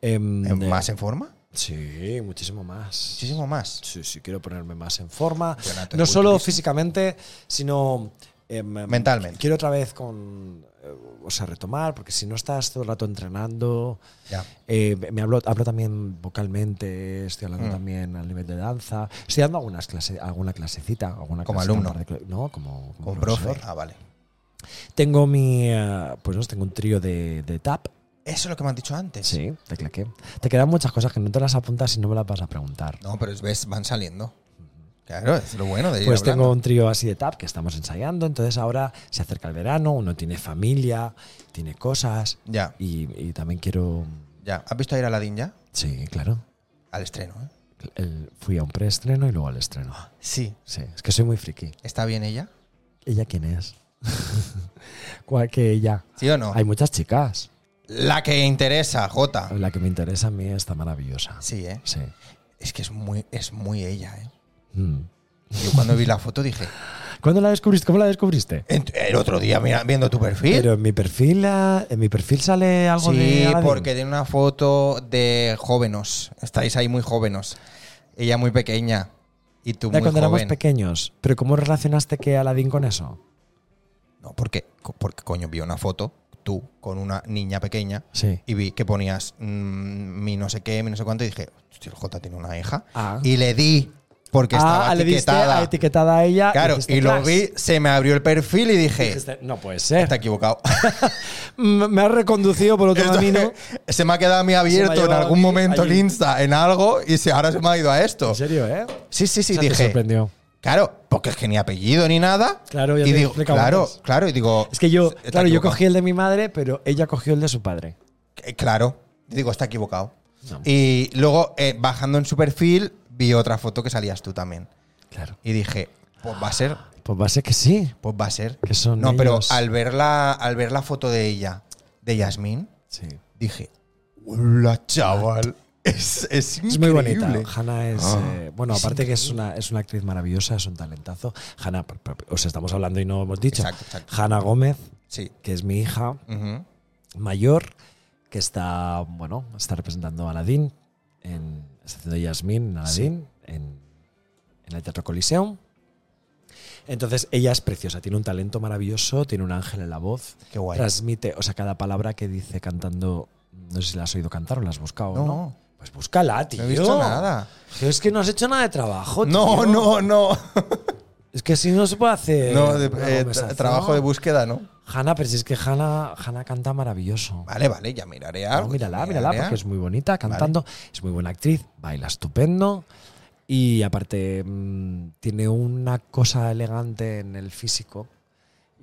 Speaker 2: em,
Speaker 1: ¿En-
Speaker 2: de-
Speaker 1: ¿Más en forma?
Speaker 2: Sí, muchísimo más.
Speaker 1: Muchísimo más.
Speaker 2: Sí, sí, quiero ponerme más en forma.
Speaker 1: Yo no estoy
Speaker 2: No
Speaker 1: muy
Speaker 2: solo
Speaker 1: triste.
Speaker 2: físicamente, sino. em,
Speaker 1: Mentalmente.
Speaker 2: Quiero otra vez con. eh, O sea, retomar, porque si no estás todo el rato entrenando.
Speaker 1: Ya.
Speaker 2: eh, me hablo, hablo también vocalmente, estoy hablando
Speaker 1: Mm.
Speaker 2: también al nivel de danza. Estoy dando algunas clase, alguna clasecita, alguna
Speaker 1: Como
Speaker 2: clasecita, un
Speaker 1: alumno.
Speaker 2: par de cla- no, como, como
Speaker 1: Con
Speaker 2: profesor.
Speaker 1: profe. Ah, vale.
Speaker 2: Tengo mi. eh, pues no, sé, tengo un trío de, de tap.
Speaker 1: Eso es lo que me han dicho antes.
Speaker 2: Sí, te claqué. Te quedan muchas cosas que no te las apuntas y no me las vas a preguntar.
Speaker 1: No, pero es- ves, van saliendo. Claro, es lo bueno de ir
Speaker 2: Pues
Speaker 1: hablando.
Speaker 2: tengo un trío así de tap que estamos ensayando, entonces ahora se acerca el verano, uno tiene familia, tiene cosas
Speaker 1: Ya,
Speaker 2: y, y también quiero...
Speaker 1: ya. ¿Has visto a ir a Aladdin ya?
Speaker 2: Sí, claro.
Speaker 1: Al estreno, ¿eh?
Speaker 2: El- fui a un preestreno y luego al estreno.
Speaker 1: Ah. Sí.
Speaker 2: Sí, es que soy muy friki.
Speaker 1: ¿Está bien ella?
Speaker 2: ¿Ella quién es? ¿Cuál que ella?
Speaker 1: ¿Sí o no?
Speaker 2: Hay muchas chicas.
Speaker 1: La que interesa, Jota.
Speaker 2: La que me interesa a mí está maravillosa.
Speaker 1: Ah. Sí, ¿eh?
Speaker 2: Sí.
Speaker 1: Es que es muy, es muy ella, ¿eh?
Speaker 2: Mm.
Speaker 1: Yo cuando vi la foto dije,
Speaker 2: ¿Cuándo la descubriste? ¿Cómo la descubriste?
Speaker 1: En- El otro día mira, viendo tu perfil.
Speaker 2: Pero en mi perfil, ah, en mi perfil sale algo
Speaker 1: ¿Eh?
Speaker 2: de.
Speaker 1: sí,
Speaker 2: Aladdin.
Speaker 1: porque tiene una foto de jóvenes. Estáis ahí muy jóvenes. Ella muy pequeña y tú
Speaker 2: Ya
Speaker 1: muy
Speaker 2: cuando éramos
Speaker 1: joven.
Speaker 2: pequeños. Pero ¿cómo relacionaste que Aladdin con eso?
Speaker 1: no, porque, co- porque coño, vi una foto tú con una niña pequeña
Speaker 2: Sí.
Speaker 1: y vi que ponías mm, mi no sé qué, mi no sé cuánto y dije, hostia, el J tiene una hija.
Speaker 2: Ah.
Speaker 1: Y le di porque estaba
Speaker 2: ah, le diste
Speaker 1: etiquetada.
Speaker 2: a etiquetada a ella.
Speaker 1: claro,
Speaker 2: dijiste,
Speaker 1: y lo
Speaker 2: "Clas".
Speaker 1: vi, se me abrió el perfil y dije,
Speaker 2: Dijiste, no puede ser.
Speaker 1: está equivocado.
Speaker 2: Mm, Me has reconducido por otro
Speaker 1: Esto-
Speaker 2: camino.
Speaker 1: se me ha quedado a mí abierto en
Speaker 2: llevado
Speaker 1: algún
Speaker 2: a mí
Speaker 1: momento el
Speaker 2: allí.
Speaker 1: Insta, en algo, y se, ahora se me ha ido a esto.
Speaker 2: En serio, ¿eh?
Speaker 1: Sí, sí, sí,
Speaker 2: O sea, te
Speaker 1: dije.
Speaker 2: sorprendió.
Speaker 1: Claro, porque es que ni apellido ni nada.
Speaker 2: Claro, ya
Speaker 1: y
Speaker 2: te he
Speaker 1: digo,
Speaker 2: explicado
Speaker 1: claro,
Speaker 2: antes.
Speaker 1: claro, y digo.
Speaker 2: Es que yo,
Speaker 1: está
Speaker 2: claro, yo
Speaker 1: equivocado.
Speaker 2: cogí el de mi madre, pero ella cogió el de su padre.
Speaker 1: Eh, Claro, y digo, está equivocado.
Speaker 2: No.
Speaker 1: Y luego, eh, bajando en su perfil, vi otra foto que salías tú también.
Speaker 2: Claro.
Speaker 1: Y dije, pues va a ser,
Speaker 2: Pues va a ser que sí.
Speaker 1: pues va a ser.
Speaker 2: Que son
Speaker 1: no, pero
Speaker 2: ellos.
Speaker 1: al ver, la, al ver la foto de ella, de Yasmín,
Speaker 2: Sí.
Speaker 1: dije, hola, chaval. Es, es
Speaker 2: Es muy
Speaker 1: increíble.
Speaker 2: bonita. Hanna es.
Speaker 1: Ah,
Speaker 2: eh, bueno,
Speaker 1: es
Speaker 2: aparte que es una, es una actriz maravillosa, es un talentazo. Hanna, por- por- os estamos hablando y no hemos dicho.
Speaker 1: Exacto, exacto.
Speaker 2: Hanna Gómez,
Speaker 1: Sí.
Speaker 2: que es mi hija
Speaker 1: Ujú.
Speaker 2: mayor, que está, bueno, está representando a Aladdin, en, está haciendo Yasmín en Aladdin, en, en el Teatro Coliseum. Entonces, ella es preciosa, tiene un talento maravilloso, tiene un ángel en la voz.
Speaker 1: Qué guay.
Speaker 2: Transmite, o sea, cada palabra que dice cantando, no sé si la has oído cantar o la has buscado.
Speaker 1: No.
Speaker 2: No, Pues búscala, tío.
Speaker 1: No he visto nada.
Speaker 2: Es que no has hecho nada de trabajo,
Speaker 1: No,
Speaker 2: tío.
Speaker 1: no, no.
Speaker 2: Es que si no se puede hacer.
Speaker 1: No, de-
Speaker 2: una
Speaker 1: eh, tra-
Speaker 2: conversación.
Speaker 1: trabajo de búsqueda, ¿no?
Speaker 2: Hanna, pero si es que Hanna, Hanna canta maravilloso.
Speaker 1: Vale, vale, ya miraré
Speaker 2: No,
Speaker 1: algo.
Speaker 2: mírala,
Speaker 1: ya
Speaker 2: mírala,
Speaker 1: miraré
Speaker 2: porque es
Speaker 1: algo.
Speaker 2: muy bonita cantando, es muy buena actriz, baila estupendo y aparte mm, tiene una cosa elegante en el físico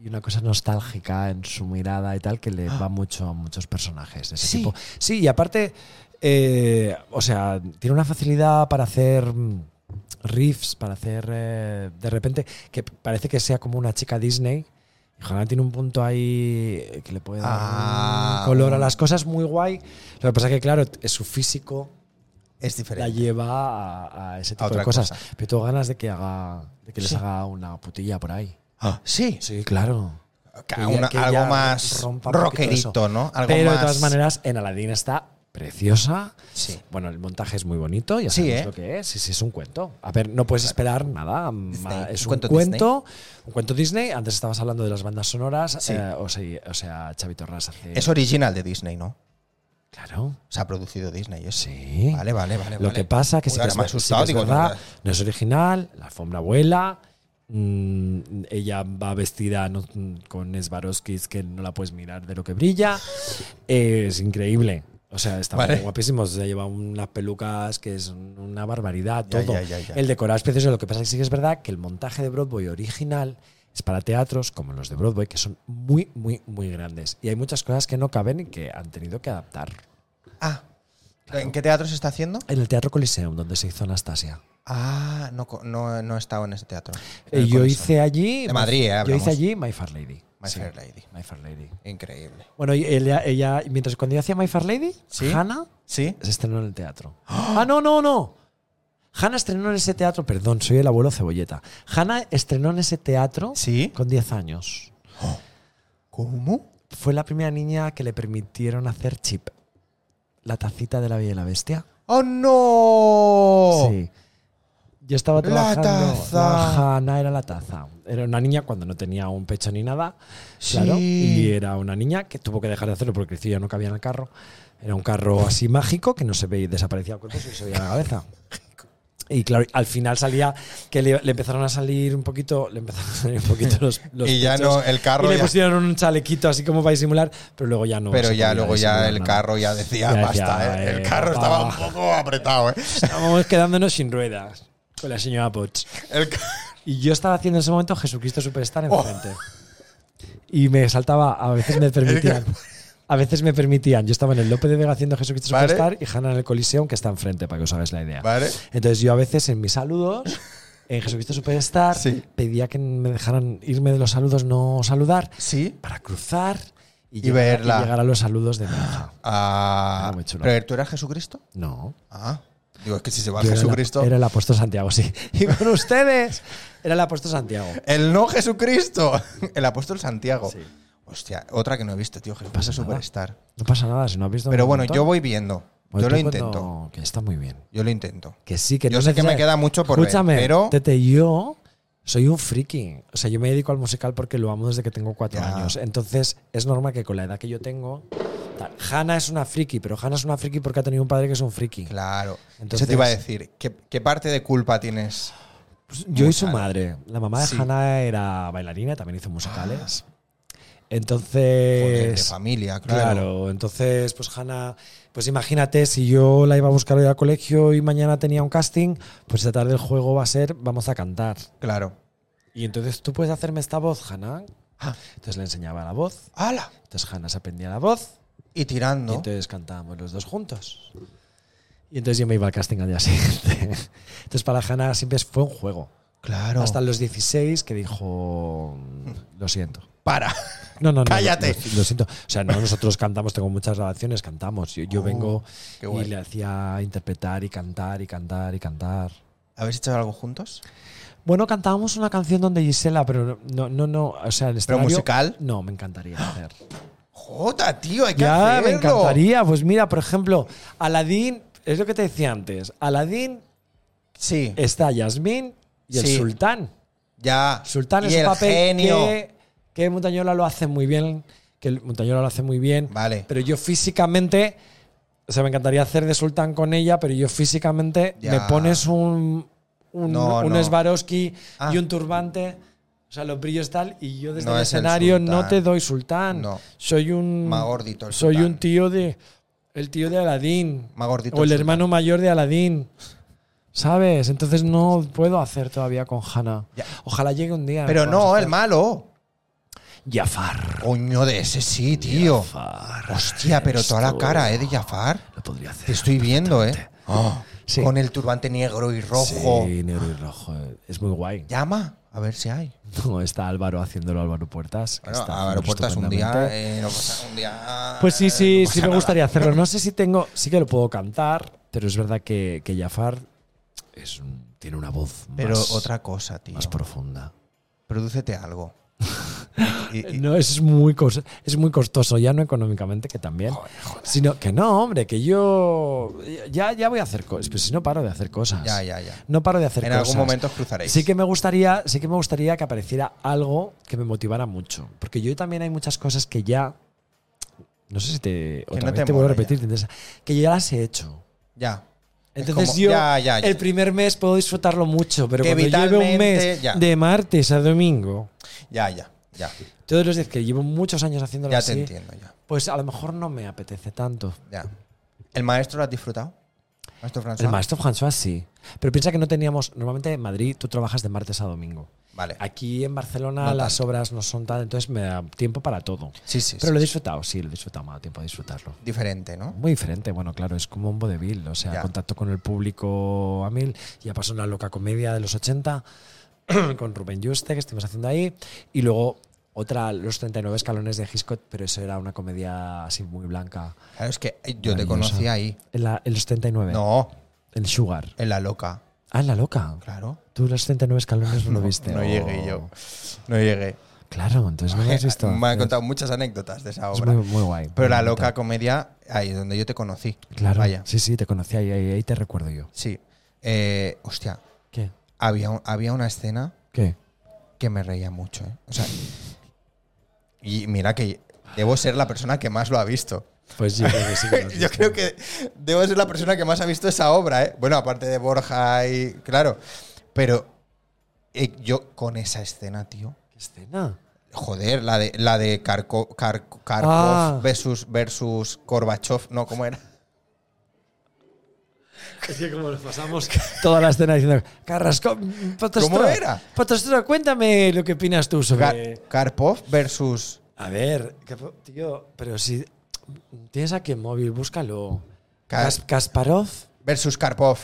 Speaker 2: y una cosa nostálgica en su mirada y tal que le va mucho a muchos personajes de ese
Speaker 1: Ah. Sí.
Speaker 2: tipo. Sí, y aparte, eh, o sea, tiene una facilidad para hacer mm, riffs, para hacer eh, de repente que parece que sea como una chica Disney. Y Hannah tiene un punto ahí que le puede dar un
Speaker 1: Ah,
Speaker 2: color a
Speaker 1: un-
Speaker 2: las cosas muy guay. Lo que pasa es que, claro, t- su físico
Speaker 1: Es
Speaker 2: la
Speaker 1: diferente.
Speaker 2: lleva a, a ese tipo
Speaker 1: otra
Speaker 2: de cosas.
Speaker 1: cosa.
Speaker 2: Pero tengo ganas de que haga, de que les
Speaker 1: Sí.
Speaker 2: haga una putilla por ahí.
Speaker 1: Ah, sí.
Speaker 2: Sí, claro.
Speaker 1: Que
Speaker 2: Que
Speaker 1: una-
Speaker 2: ya- que
Speaker 1: algo
Speaker 2: ya
Speaker 1: más
Speaker 2: rompa un poquito
Speaker 1: rockerito,
Speaker 2: eso.
Speaker 1: ¿no? Algo
Speaker 2: Pero
Speaker 1: más.
Speaker 2: de todas maneras, en Aladdin está preciosa.
Speaker 1: Sí.
Speaker 2: Bueno, el montaje es muy bonito, ya
Speaker 1: Sí,
Speaker 2: sabes
Speaker 1: ¿eh?
Speaker 2: lo que es. Sí, sí, es un cuento. A ver, no puedes esperar nada. ma-
Speaker 1: Disney,
Speaker 2: Es
Speaker 1: un
Speaker 2: un
Speaker 1: cuento
Speaker 2: cuento, un cuento Disney. Antes estabas hablando de las bandas sonoras.
Speaker 1: Sí.
Speaker 2: eh, o, sea, o sea, Xavi Torras hace.
Speaker 1: Es original de Disney, ¿no?
Speaker 2: Claro.
Speaker 1: Se ha producido Disney, eso.
Speaker 2: Sí.
Speaker 1: Vale, vale, vale.
Speaker 2: Lo
Speaker 1: vale.
Speaker 2: que pasa que
Speaker 1: Uy,
Speaker 2: sí que
Speaker 1: ahora
Speaker 2: es,
Speaker 1: me ha
Speaker 2: ver- sí que
Speaker 1: asustado,
Speaker 2: es
Speaker 1: digo,
Speaker 2: verdad,
Speaker 1: no,
Speaker 2: no es original, la alfombra vuela, mm, ella va vestida no, mm, con Swarovskis que no la puedes mirar de lo que brilla, eh, es increíble. O sea, está
Speaker 1: Vale.
Speaker 2: guapísimo. Se lleva unas pelucas que es una barbaridad,
Speaker 1: Ya,
Speaker 2: todo.
Speaker 1: ya, ya, ya.
Speaker 2: El decorado es precioso. Lo que pasa es que sí que es verdad que el montaje de Broadway original es para teatros como los de Broadway, que son muy, muy, muy grandes. Y hay muchas cosas que no caben y que han tenido que adaptar.
Speaker 1: Ah, ¿en qué teatro se está haciendo?
Speaker 2: En el Teatro Coliseum, donde se hizo Anastasia.
Speaker 1: Ah, no, co- no, no he estado en ese teatro. En
Speaker 2: Eh,
Speaker 1: el
Speaker 2: yo
Speaker 1: Coliseo.
Speaker 2: hice allí.
Speaker 1: De Madrid, eh,
Speaker 2: Yo
Speaker 1: hablamos.
Speaker 2: hice allí My Fair Lady.
Speaker 1: My Fair Lady.
Speaker 2: My Fair Lady.
Speaker 1: Increíble.
Speaker 2: Bueno, y ella, ella- mientras cuando yo hacía My Fair Lady,
Speaker 1: ¿Sí?
Speaker 2: Hannah
Speaker 1: ¿Sí?
Speaker 2: se estrenó en el teatro. ¡Ah, no, no, no! Hannah estrenó en ese teatro, perdón, soy el abuelo cebolleta. Hannah estrenó en ese teatro
Speaker 1: ¿Sí?
Speaker 2: con 10 años.
Speaker 1: ¿Cómo?
Speaker 2: Fue la primera niña que le permitieron hacer chip. La tacita de la Bella y la Bestia.
Speaker 1: ¡Oh, no!
Speaker 2: Sí. Yo estaba
Speaker 1: Oh. La
Speaker 2: trabajando.
Speaker 1: taza.
Speaker 2: La jana era la taza. Era una niña cuando no tenía un pecho ni nada.
Speaker 1: Sí.
Speaker 2: Claro. Y era una niña que tuvo que dejar de hacerlo porque el ya no cabía en el carro. Era un carro así mágico que no se veía, desaparecía el cuerpo y se veía la cabeza. Y claro, al final salía que le, le empezaron a salir un poquito, le empezaron a salir un poquito los, los
Speaker 1: Y ya
Speaker 2: pechos.
Speaker 1: no, el carro
Speaker 2: Y le
Speaker 1: ya-
Speaker 2: pusieron un chalequito así como para disimular, pero luego ya no.
Speaker 1: Pero
Speaker 2: se
Speaker 1: ya
Speaker 2: podía
Speaker 1: luego ya
Speaker 2: disimular
Speaker 1: el
Speaker 2: nada.
Speaker 1: carro ya decía,
Speaker 2: Ya decía,
Speaker 1: basta, ¿eh? El
Speaker 2: eh,
Speaker 1: carro
Speaker 2: papá.
Speaker 1: estaba un poco apretado, ¿eh?
Speaker 2: Estábamos quedándonos sin ruedas con la señora Potts.
Speaker 1: El ca-
Speaker 2: Y yo estaba haciendo en ese momento Jesucristo Superstar
Speaker 1: Oh.
Speaker 2: enfrente. Y me saltaba, a veces me permitían. A veces me permitían. Yo estaba en el López de Vega haciendo Jesucristo
Speaker 1: Vale.
Speaker 2: Superstar y Hanna en el Coliseum, que está enfrente, para que os hagáis la idea.
Speaker 1: Vale.
Speaker 2: Entonces yo a veces en mis saludos, en Jesucristo Superstar,
Speaker 1: Sí.
Speaker 2: pedía que me dejaran irme de los saludos, no saludar,
Speaker 1: Sí.
Speaker 2: para cruzar y,
Speaker 1: Y
Speaker 2: llegar,
Speaker 1: verla.
Speaker 2: llegar a los saludos de mi hija.
Speaker 1: Ah,
Speaker 2: Era muy chulo.
Speaker 1: ¿Pero tú eras Jesucristo?
Speaker 2: No.
Speaker 1: Ah. Digo, es que si se va
Speaker 2: Yo era el-
Speaker 1: Jesucristo.
Speaker 2: Era el apóstol Santiago, sí. Y con ustedes era el apóstol Santiago.
Speaker 1: El no Jesucristo. El apóstol Santiago.
Speaker 2: Sí.
Speaker 1: Hostia, otra que no he visto, tío. Jesús
Speaker 2: pasa
Speaker 1: es
Speaker 2: nada.
Speaker 1: superstar.
Speaker 2: No pasa nada si no has visto.
Speaker 1: Pero
Speaker 2: un
Speaker 1: bueno,
Speaker 2: montón.
Speaker 1: yo voy viendo.
Speaker 2: Bueno,
Speaker 1: Yo lo
Speaker 2: tú cuando-
Speaker 1: intento.
Speaker 2: Que está muy bien.
Speaker 1: Yo lo intento.
Speaker 2: Que sí, que
Speaker 1: Yo
Speaker 2: no
Speaker 1: sé que me
Speaker 2: necesitas-
Speaker 1: queda mucho por ver,
Speaker 2: Escúchame,
Speaker 1: pero-
Speaker 2: Tete, yo soy un friki. O sea, yo me dedico al musical porque lo amo desde que tengo cuatro
Speaker 1: Ya.
Speaker 2: años. Entonces, es normal que con la edad que yo tengo. tal. Hannah es una friki, pero Hannah es una friki porque ha tenido un padre que es un friki.
Speaker 1: Claro. Entonces,
Speaker 2: Entonces-
Speaker 1: te iba a decir. ¿Qué, qué parte de culpa tienes?
Speaker 2: Pues yo y su
Speaker 1: Musical.
Speaker 2: madre. La mamá de
Speaker 1: Sí. Ah.
Speaker 2: Hannah era bailarina, también hizo musicales.
Speaker 1: Joder, de
Speaker 2: Entonces.
Speaker 1: familia,
Speaker 2: Claro.
Speaker 1: claro.
Speaker 2: entonces, pues Hanna, pues imagínate, si yo la iba a buscar hoy al colegio y mañana tenía un casting, pues esta tarde el juego va a ser vamos a cantar.
Speaker 1: Claro.
Speaker 2: Y entonces tú puedes hacerme esta voz, Hanna.
Speaker 1: Ah,
Speaker 2: Entonces le enseñaba la voz,
Speaker 1: ¡Hala!
Speaker 2: entonces Hanna se aprendía la voz
Speaker 1: Y tirando.
Speaker 2: y entonces cantábamos los dos juntos. Y entonces yo me iba al casting al día siguiente. Entonces para Hanna siempre fue un juego.
Speaker 1: claro.
Speaker 2: Hasta los 16 que dijo, lo siento.
Speaker 1: Para.
Speaker 2: No, no, no.
Speaker 1: Cállate.
Speaker 2: Lo, lo siento. O sea, no, nosotros cantamos, tengo muchas grabaciones, cantamos. Yo, yo
Speaker 1: Oh,
Speaker 2: vengo
Speaker 1: qué guay.
Speaker 2: y le hacía interpretar y cantar y cantar y cantar.
Speaker 1: ¿Habéis hecho algo juntos?
Speaker 2: Bueno, cantábamos una canción donde Gisela, pero no, no, no. O sea, el escenario.
Speaker 1: musical?
Speaker 2: No, me encantaría hacer.
Speaker 1: Joda, tío, hay que
Speaker 2: ya,
Speaker 1: hacerlo.
Speaker 2: me encantaría. Pues mira, por ejemplo, Aladín, es lo que te decía antes. Aladín
Speaker 1: Sí,
Speaker 2: está Yasmín y el
Speaker 1: Sí.
Speaker 2: sultán.
Speaker 1: ya.
Speaker 2: Sultán
Speaker 1: y
Speaker 2: es
Speaker 1: el
Speaker 2: un papel
Speaker 1: genio.
Speaker 2: que, que Montañola lo hace muy bien. Que el- Montañola lo hace muy bien.
Speaker 1: Vale.
Speaker 2: Pero yo físicamente. O sea, me encantaría hacer de Sultán con ella, pero yo físicamente
Speaker 1: Ya.
Speaker 2: me pones un. Un,
Speaker 1: No,
Speaker 2: un
Speaker 1: no.
Speaker 2: Swarovski
Speaker 1: Ah.
Speaker 2: y un turbante. O sea, los brillos tal. Y yo desde
Speaker 1: No
Speaker 2: el
Speaker 1: es el
Speaker 2: escenario no
Speaker 1: sultán.
Speaker 2: te doy Sultán.
Speaker 1: No.
Speaker 2: Soy un.
Speaker 1: Magordito el
Speaker 2: Soy
Speaker 1: sultán.
Speaker 2: un tío de. El tío de Aladín.
Speaker 1: Magordito
Speaker 2: O el
Speaker 1: el
Speaker 2: hermano mayor de Aladín. ¿Sabes? Entonces no puedo hacer todavía con Hannah.
Speaker 1: Ya.
Speaker 2: Ojalá llegue un día.
Speaker 1: Pero
Speaker 2: Vamos
Speaker 1: no, eh.
Speaker 2: a
Speaker 1: el
Speaker 2: hacer-
Speaker 1: malo.
Speaker 2: Jafar.
Speaker 1: Coño de ese sí, tío.
Speaker 2: Jafar.
Speaker 1: Hostia, pero toda la
Speaker 2: Esto
Speaker 1: cara, ¿eh? De Jafar.
Speaker 2: Lo podría hacer.
Speaker 1: Te estoy viendo, ¿eh? Ah,
Speaker 2: Sí.
Speaker 1: Con el turbante negro y rojo.
Speaker 2: Sí, negro y rojo. Es muy guay.
Speaker 1: Llama, a ver si hay.
Speaker 2: No, está Álvaro haciéndolo, Álvaro Puertas. que
Speaker 1: Bueno,
Speaker 2: está
Speaker 1: a ver,
Speaker 2: haciéndolo
Speaker 1: puertas un día.
Speaker 2: estupendamente.
Speaker 1: eh, no pasa un día.
Speaker 2: pues sí, sí,
Speaker 1: no pasa
Speaker 2: sí me
Speaker 1: nada.
Speaker 2: gustaría hacerlo. No sé si tengo. Sí que lo puedo cantar, pero es verdad que, que Jafar es un- tiene una voz
Speaker 1: Pero
Speaker 2: más,
Speaker 1: otra cosa, tío.
Speaker 2: más profunda.
Speaker 1: Prodúcete algo. Y- y-
Speaker 2: No, es muy, cos- es muy costoso, ya no económicamente, que también. Sino que no, hombre, que yo ya, ya voy a hacer cosas. Pero si no paro de hacer cosas.
Speaker 1: Ya, ya, ya.
Speaker 2: No paro de hacer
Speaker 1: En
Speaker 2: cosas.
Speaker 1: algún momento os cruzaréis.
Speaker 2: Sí que me gustaría, sí que me gustaría que apareciera algo que me motivara mucho. Porque yo también hay muchas cosas que ya. No sé si te.
Speaker 1: Que
Speaker 2: Otra
Speaker 1: no
Speaker 2: vez
Speaker 1: te
Speaker 2: te, vuelvo a
Speaker 1: mola
Speaker 2: repetir, te interesa, Que yo ya las he hecho.
Speaker 1: Ya. Es
Speaker 2: Entonces
Speaker 1: como-
Speaker 2: yo
Speaker 1: Ya, ya, ya.
Speaker 2: el primer mes puedo disfrutarlo mucho, pero
Speaker 1: Que
Speaker 2: cuando lleve un
Speaker 1: vitalmente,
Speaker 2: mes
Speaker 1: ya.
Speaker 2: de martes a domingo,
Speaker 1: Ya, ya, ya.
Speaker 2: todos los días que llevo muchos años haciéndolo
Speaker 1: Ya
Speaker 2: así,
Speaker 1: te entiendo, ya.
Speaker 2: pues a lo mejor no me apetece tanto.
Speaker 1: Ya. ¿El maestro lo has disfrutado? ¿Maestro François?
Speaker 2: El maestro François sí. Pero piensa que no teníamos. Normalmente en Madrid tú trabajas de martes a domingo.
Speaker 1: Vale.
Speaker 2: Aquí en Barcelona
Speaker 1: No
Speaker 2: las obras no son tan. Entonces me da tiempo para todo.
Speaker 1: Sí, sí.
Speaker 2: Pero
Speaker 1: sí.
Speaker 2: lo he disfrutado, sí, lo he disfrutado. Me ha dado tiempo a disfrutarlo.
Speaker 1: Diferente, ¿no?
Speaker 2: Muy diferente, bueno, claro, es como un vodevil, o sea,
Speaker 1: Ya.
Speaker 2: contacto con el público a mil. Ya pasó una loca comedia de los 80 con Rubén Juste, que estuvimos haciendo ahí, y luego otra, Los 39 escalones de Hitchcock, pero eso era una comedia así muy blanca.
Speaker 1: Claro, es que eh, yo te
Speaker 2: Maravillosa.
Speaker 1: conocí ahí.
Speaker 2: En, la, en los 39,
Speaker 1: No,
Speaker 2: en Sugar.
Speaker 1: en la loca.
Speaker 2: Ah, en la loca.
Speaker 1: Claro.
Speaker 2: Tú los 39 escalones no, lo viste.
Speaker 1: No
Speaker 2: Oh.
Speaker 1: llegué yo. No llegué.
Speaker 2: Claro, entonces no lo has visto.
Speaker 1: Me han
Speaker 2: Es-
Speaker 1: contado muchas anécdotas de esa
Speaker 2: Es
Speaker 1: obra.
Speaker 2: muy, muy guay.
Speaker 1: Pero
Speaker 2: muy
Speaker 1: la
Speaker 2: bonita.
Speaker 1: loca comedia, ahí es donde yo te conocí.
Speaker 2: Claro.
Speaker 1: Vaya.
Speaker 2: Sí, sí, te conocí ahí, ahí, ahí te recuerdo yo.
Speaker 1: Sí. Eh, hostia,
Speaker 2: ¿Qué?
Speaker 1: había, un- había una escena
Speaker 2: ¿Qué?
Speaker 1: que me reía mucho. ¿eh? O sea, y mira que debo ser la persona que más lo ha visto.
Speaker 2: Pues yo creo que sí. que lo has
Speaker 1: Yo
Speaker 2: visto.
Speaker 1: creo que debo ser la persona que más ha visto esa obra, ¿eh? Bueno, aparte de Borja y. Claro. Pero eh, yo con esa escena, tío.
Speaker 2: ¿Qué escena?
Speaker 1: Joder, la de, la de Karko- Kar- Karkov
Speaker 2: Ah.
Speaker 1: versus, versus Gorbachev. No, ¿cómo era?
Speaker 2: Es que como nos pasamos toda la escena diciendo, Carrasco, mm, Potostro,
Speaker 1: ¿Cómo era?
Speaker 2: Potostro, cuéntame lo que opinas tú
Speaker 1: Ga-
Speaker 2: sobre...
Speaker 1: Karpov versus.
Speaker 2: A ver, que po- tío, pero si tienes aquí el móvil, búscalo.
Speaker 1: Ca-
Speaker 2: Kas- Kasparov.
Speaker 1: versus Karpov.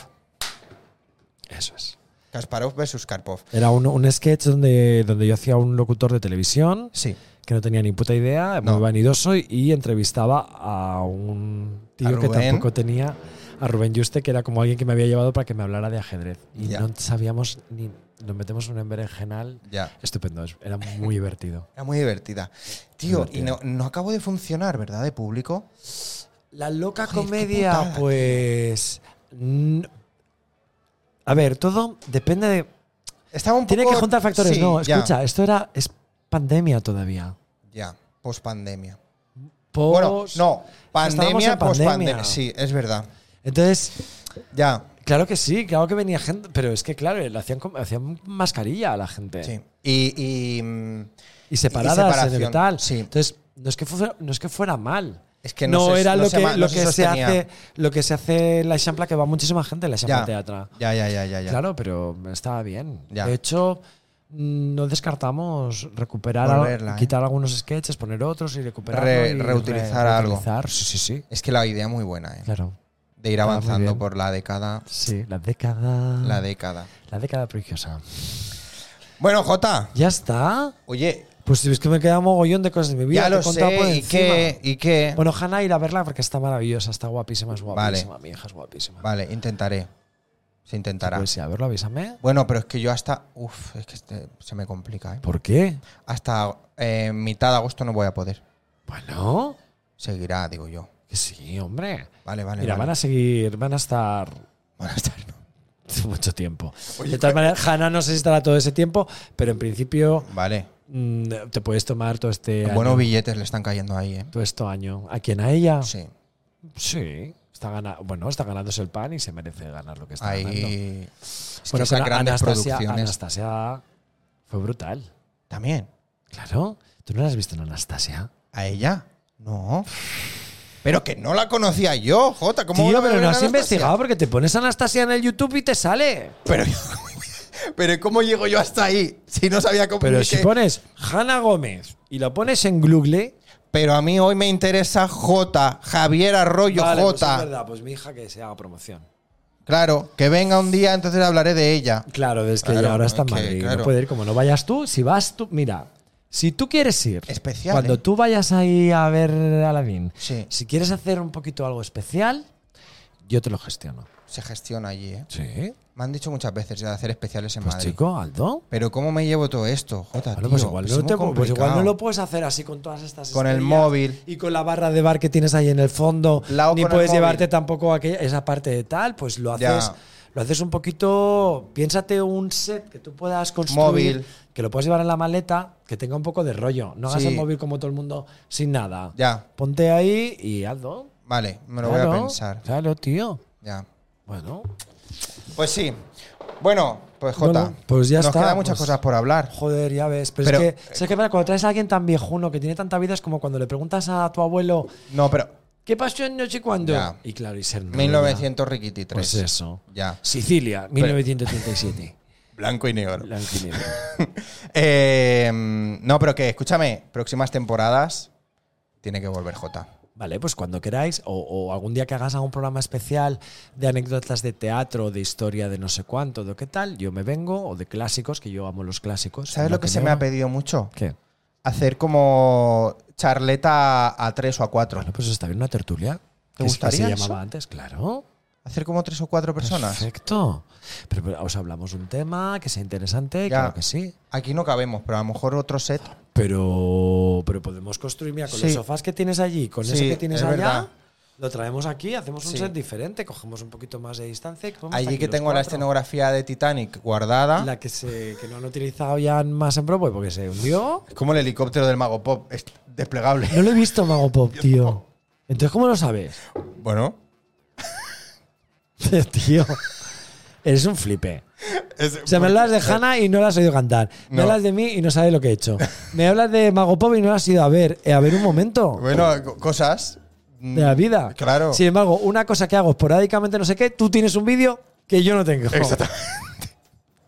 Speaker 2: Eso es.
Speaker 1: Kasparov versus Karpov.
Speaker 2: Era un, un sketch donde, donde yo hacía un locutor de televisión
Speaker 1: Sí.
Speaker 2: que no tenía ni puta idea,
Speaker 1: No.
Speaker 2: muy vanidoso, y entrevistaba a un tío
Speaker 1: A
Speaker 2: que
Speaker 1: Rubén.
Speaker 2: tampoco tenía, a Rubén Yuste, que era como alguien que me había llevado para que me hablara de ajedrez. Y
Speaker 1: Ya.
Speaker 2: no sabíamos ni. Nos metemos en un emberenjenal.
Speaker 1: Ya.
Speaker 2: Estupendo, es- era muy divertido.
Speaker 1: Era muy divertida. Tío,
Speaker 2: Divertida.
Speaker 1: y no, no acabo de funcionar, ¿verdad? De público.
Speaker 2: La loca
Speaker 1: Joder, qué
Speaker 2: comedia,
Speaker 1: putada,
Speaker 2: pues. n- A ver, todo depende de.
Speaker 1: Estaba un poco.
Speaker 2: Tiene que juntar factores,
Speaker 1: Sí,
Speaker 2: no.
Speaker 1: ya,
Speaker 2: Escucha, esto era. Es pandemia todavía.
Speaker 1: Ya, post pandemia.
Speaker 2: Pos-
Speaker 1: Bueno, no. Pandemia,
Speaker 2: en pandemia.
Speaker 1: post pandemia. Sí, es verdad.
Speaker 2: Entonces,
Speaker 1: Ya.
Speaker 2: claro que sí, claro que venía gente. Pero es que, claro, le hacían, como- hacían mascarilla a la gente.
Speaker 1: Sí. Y, y, mm,
Speaker 2: Y separadas en
Speaker 1: separación,
Speaker 2: el tal.
Speaker 1: sí.
Speaker 2: Entonces, no es, que fuera, no es que fuera mal.
Speaker 1: Es que no se-
Speaker 2: era
Speaker 1: no
Speaker 2: lo,
Speaker 1: se
Speaker 2: que,
Speaker 1: ma- no
Speaker 2: lo,
Speaker 1: se
Speaker 2: que se
Speaker 1: sostenía.
Speaker 2: hace, lo que se hace en la Champla, que va muchísima gente en la Champla
Speaker 1: ya.
Speaker 2: Teatra.
Speaker 1: Ya, ya, ya, ya. ya.
Speaker 2: Claro, pero estaba bien.
Speaker 1: Ya.
Speaker 2: De hecho, mm, no descartamos recuperar, al-
Speaker 1: Volverla, ¿eh?
Speaker 2: quitar algunos sketches, poner otros y recuperar.
Speaker 1: Re- reutilizar algo.
Speaker 2: Sí, sí, sí.
Speaker 1: Es que la idea muy buena, ¿eh?
Speaker 2: Claro.
Speaker 1: De ir
Speaker 2: Ah, muy
Speaker 1: avanzando
Speaker 2: bien. Mm.
Speaker 1: por la década.
Speaker 2: Sí, la década.
Speaker 1: La década.
Speaker 2: la década prodigiosa.
Speaker 1: Bueno, Jota.
Speaker 2: Ya está.
Speaker 1: Oye,
Speaker 2: Pues es que me queda mogollón de cosas de mi vida.
Speaker 1: ya
Speaker 2: te he
Speaker 1: lo
Speaker 2: contado por
Speaker 1: sé. ¿Y
Speaker 2: encima.
Speaker 1: qué? ¿Y qué?
Speaker 2: Bueno, Hanna, ir a verla porque está maravillosa, está guapísima, es guapísima, mi hija es guapísima.
Speaker 1: Vale, intentaré. Se intentará.
Speaker 2: Pues sí, a verlo, avísame.
Speaker 1: Bueno, pero es que yo hasta. Uf, es que este- se me complica, ¿eh?
Speaker 2: ¿Por qué?
Speaker 1: Hasta eh, mitad de agosto no voy a poder.
Speaker 2: Bueno,
Speaker 1: Seguirá, digo yo.
Speaker 2: que sí, hombre.
Speaker 1: Vale, vale.
Speaker 2: Mira,
Speaker 1: vale.
Speaker 2: van a seguir, van a estar
Speaker 1: Van a estar, ¿no?
Speaker 2: mucho tiempo. de tal manera, Hanna no sé si estará todo ese tiempo, pero en principio
Speaker 1: Vale.
Speaker 2: mm, te puedes tomar todo este
Speaker 1: Buenos
Speaker 2: año,
Speaker 1: billetes le están cayendo ahí, ¿eh?
Speaker 2: todo este año. ¿A quién? ¿A ella?
Speaker 1: Sí.
Speaker 2: Sí. Está gana- bueno, está ganándose el pan y se merece ganar lo que está ganando.
Speaker 1: Ahí. Es que
Speaker 2: Bueno,
Speaker 1: esas
Speaker 2: con
Speaker 1: grandes
Speaker 2: Anastasia,
Speaker 1: producciones.
Speaker 2: Anastasia fue brutal.
Speaker 1: También.
Speaker 2: Claro. ¿Tú no la has visto en Anastasia?
Speaker 1: ¿A ella? No. Pero que no la conocía yo, Jota. ¿Cómo voy
Speaker 2: Tío,
Speaker 1: a
Speaker 2: pero
Speaker 1: ver
Speaker 2: no
Speaker 1: a
Speaker 2: has
Speaker 1: Anastasia?
Speaker 2: investigado porque te pones Anastasia en el YouTube y te sale.
Speaker 1: Pero, yo- pero ¿cómo llego yo hasta ahí? Si no sabía cómo.
Speaker 2: Pero
Speaker 1: ni
Speaker 2: si
Speaker 1: qué.
Speaker 2: pones Hanna Gómez y lo pones en Google.
Speaker 1: Pero a mí hoy me interesa J, Javier Arroyo
Speaker 2: Vale, pues
Speaker 1: J.
Speaker 2: es verdad, pues mi hija que se haga promoción.
Speaker 1: claro, que venga un día, entonces hablaré de ella.
Speaker 2: Claro, es que
Speaker 1: Claro,
Speaker 2: ya ahora está en
Speaker 1: es que,
Speaker 2: Madrid.
Speaker 1: claro.
Speaker 2: No puede ir como no vayas tú. Si vas tú, mira, si tú quieres ir,
Speaker 1: Especial,
Speaker 2: cuando
Speaker 1: ¿eh?
Speaker 2: tú vayas ahí a ver Aladdin,
Speaker 1: Sí.
Speaker 2: si quieres hacer un poquito algo especial, yo te lo gestiono.
Speaker 1: Se gestiona allí, ¿eh?
Speaker 2: Sí.
Speaker 1: Me han dicho muchas veces de hacer especiales en
Speaker 2: Pues
Speaker 1: Madrid.
Speaker 2: chico, Aldo.
Speaker 1: Pero ¿cómo me llevo todo esto, Jota?
Speaker 2: Bueno,
Speaker 1: Ah,
Speaker 2: pues,
Speaker 1: tío?
Speaker 2: igual
Speaker 1: Es
Speaker 2: no
Speaker 1: muy
Speaker 2: te- pues igual no
Speaker 1: complicado.
Speaker 2: lo puedes hacer así con todas estas
Speaker 1: Con el
Speaker 2: estrellas
Speaker 1: móvil.
Speaker 2: y con la barra de bar que tienes ahí en el fondo
Speaker 1: Lao
Speaker 2: ni
Speaker 1: con el
Speaker 2: puedes
Speaker 1: móvil.
Speaker 2: llevarte tampoco aquella, esa parte de tal pues lo
Speaker 1: Ya.
Speaker 2: haces lo haces un poquito piénsate un set que tú puedas construir
Speaker 1: Móvil.
Speaker 2: que lo puedas llevar en la maleta que tenga un poco de rollo no hagas
Speaker 1: Sí.
Speaker 2: el móvil como todo el mundo sin nada
Speaker 1: Ya,
Speaker 2: ponte ahí y hazlo
Speaker 1: vale, me lo voy a
Speaker 2: Claro,
Speaker 1: pensar.
Speaker 2: claro tío
Speaker 1: Ya.
Speaker 2: bueno
Speaker 1: Pues sí. Bueno, pues Jota,
Speaker 2: Bueno, pues ya
Speaker 1: nos
Speaker 2: está,
Speaker 1: quedan muchas
Speaker 2: pues-
Speaker 1: cosas por hablar.
Speaker 2: Joder, ya ves. Pero,
Speaker 1: Pero-
Speaker 2: es que, ¿sabes qué pasa? Cuando traes a alguien tan viejuno que tiene tanta vida, es como cuando le preguntas a tu abuelo,
Speaker 1: No, pero
Speaker 2: ¿Qué pasó en noche cuando?
Speaker 1: Ya.
Speaker 2: Y claro, y ser novia.
Speaker 1: 1900 Riquiti
Speaker 2: Mm, Pues eso.
Speaker 1: Ya.
Speaker 2: Sicilia, 1937.
Speaker 1: Blanco y negro.
Speaker 2: Blanco y negro.
Speaker 1: Eh, no, pero que, escúchame, próximas temporadas tiene que volver Jota.
Speaker 2: Vale, pues cuando queráis, o, o algún día que hagas algún programa especial de anécdotas de teatro, de historia de no sé cuánto, de qué tal, yo me vengo, o de clásicos, que yo amo los clásicos.
Speaker 1: ¿Sabes lo que se me ha pedido mucho?
Speaker 2: ¿Qué?
Speaker 1: Hacer como charleta a tres o a cuatro.
Speaker 2: Bueno, pues está bien, una tertulia.
Speaker 1: ¿Te
Speaker 2: Que se- que
Speaker 1: gustaría
Speaker 2: se
Speaker 1: eso?
Speaker 2: llamaba antes, claro.
Speaker 1: Hacer como tres o cuatro personas.
Speaker 2: Perfecto. Pero, pero os hablamos un tema que sea interesante,
Speaker 1: Ya.
Speaker 2: claro que sí.
Speaker 1: Aquí no cabemos, pero a lo mejor otro set.
Speaker 2: Pero, pero podemos construir, mira, con
Speaker 1: Sí.
Speaker 2: los sofás que tienes allí, con eso
Speaker 1: Sí,
Speaker 2: que tienes
Speaker 1: es
Speaker 2: allá,
Speaker 1: verdad.
Speaker 2: lo traemos aquí, hacemos un
Speaker 1: Sí.
Speaker 2: set diferente, cogemos un poquito más de distancia. y ponemos
Speaker 1: Allí
Speaker 2: aquí
Speaker 1: que
Speaker 2: los
Speaker 1: tengo la
Speaker 2: cuatro.
Speaker 1: escenografía de Titanic guardada.
Speaker 2: La que, se, que no han utilizado ya más en Broadway porque se hundió.
Speaker 1: Es como el helicóptero del Mago Pop, es desplegable.
Speaker 2: No lo he visto, Mago Pop, tío. Entonces, ¿cómo lo sabes?
Speaker 1: Bueno,
Speaker 2: tío, eres un flipe.
Speaker 1: es-
Speaker 2: O sea, me hablas de Hannah y no la has oído cantar. Me
Speaker 1: No.
Speaker 2: hablas de mí y no sabes lo que he hecho. Me hablas de Mago Pop y no la has ido a ver. Eh, a ver un momento.
Speaker 1: Bueno, co- cosas. mm,
Speaker 2: de la vida.
Speaker 1: Claro.
Speaker 2: Sin embargo, una cosa que hago esporádicamente, no sé qué, tú tienes un vídeo que yo no tengo.
Speaker 1: Exactamente.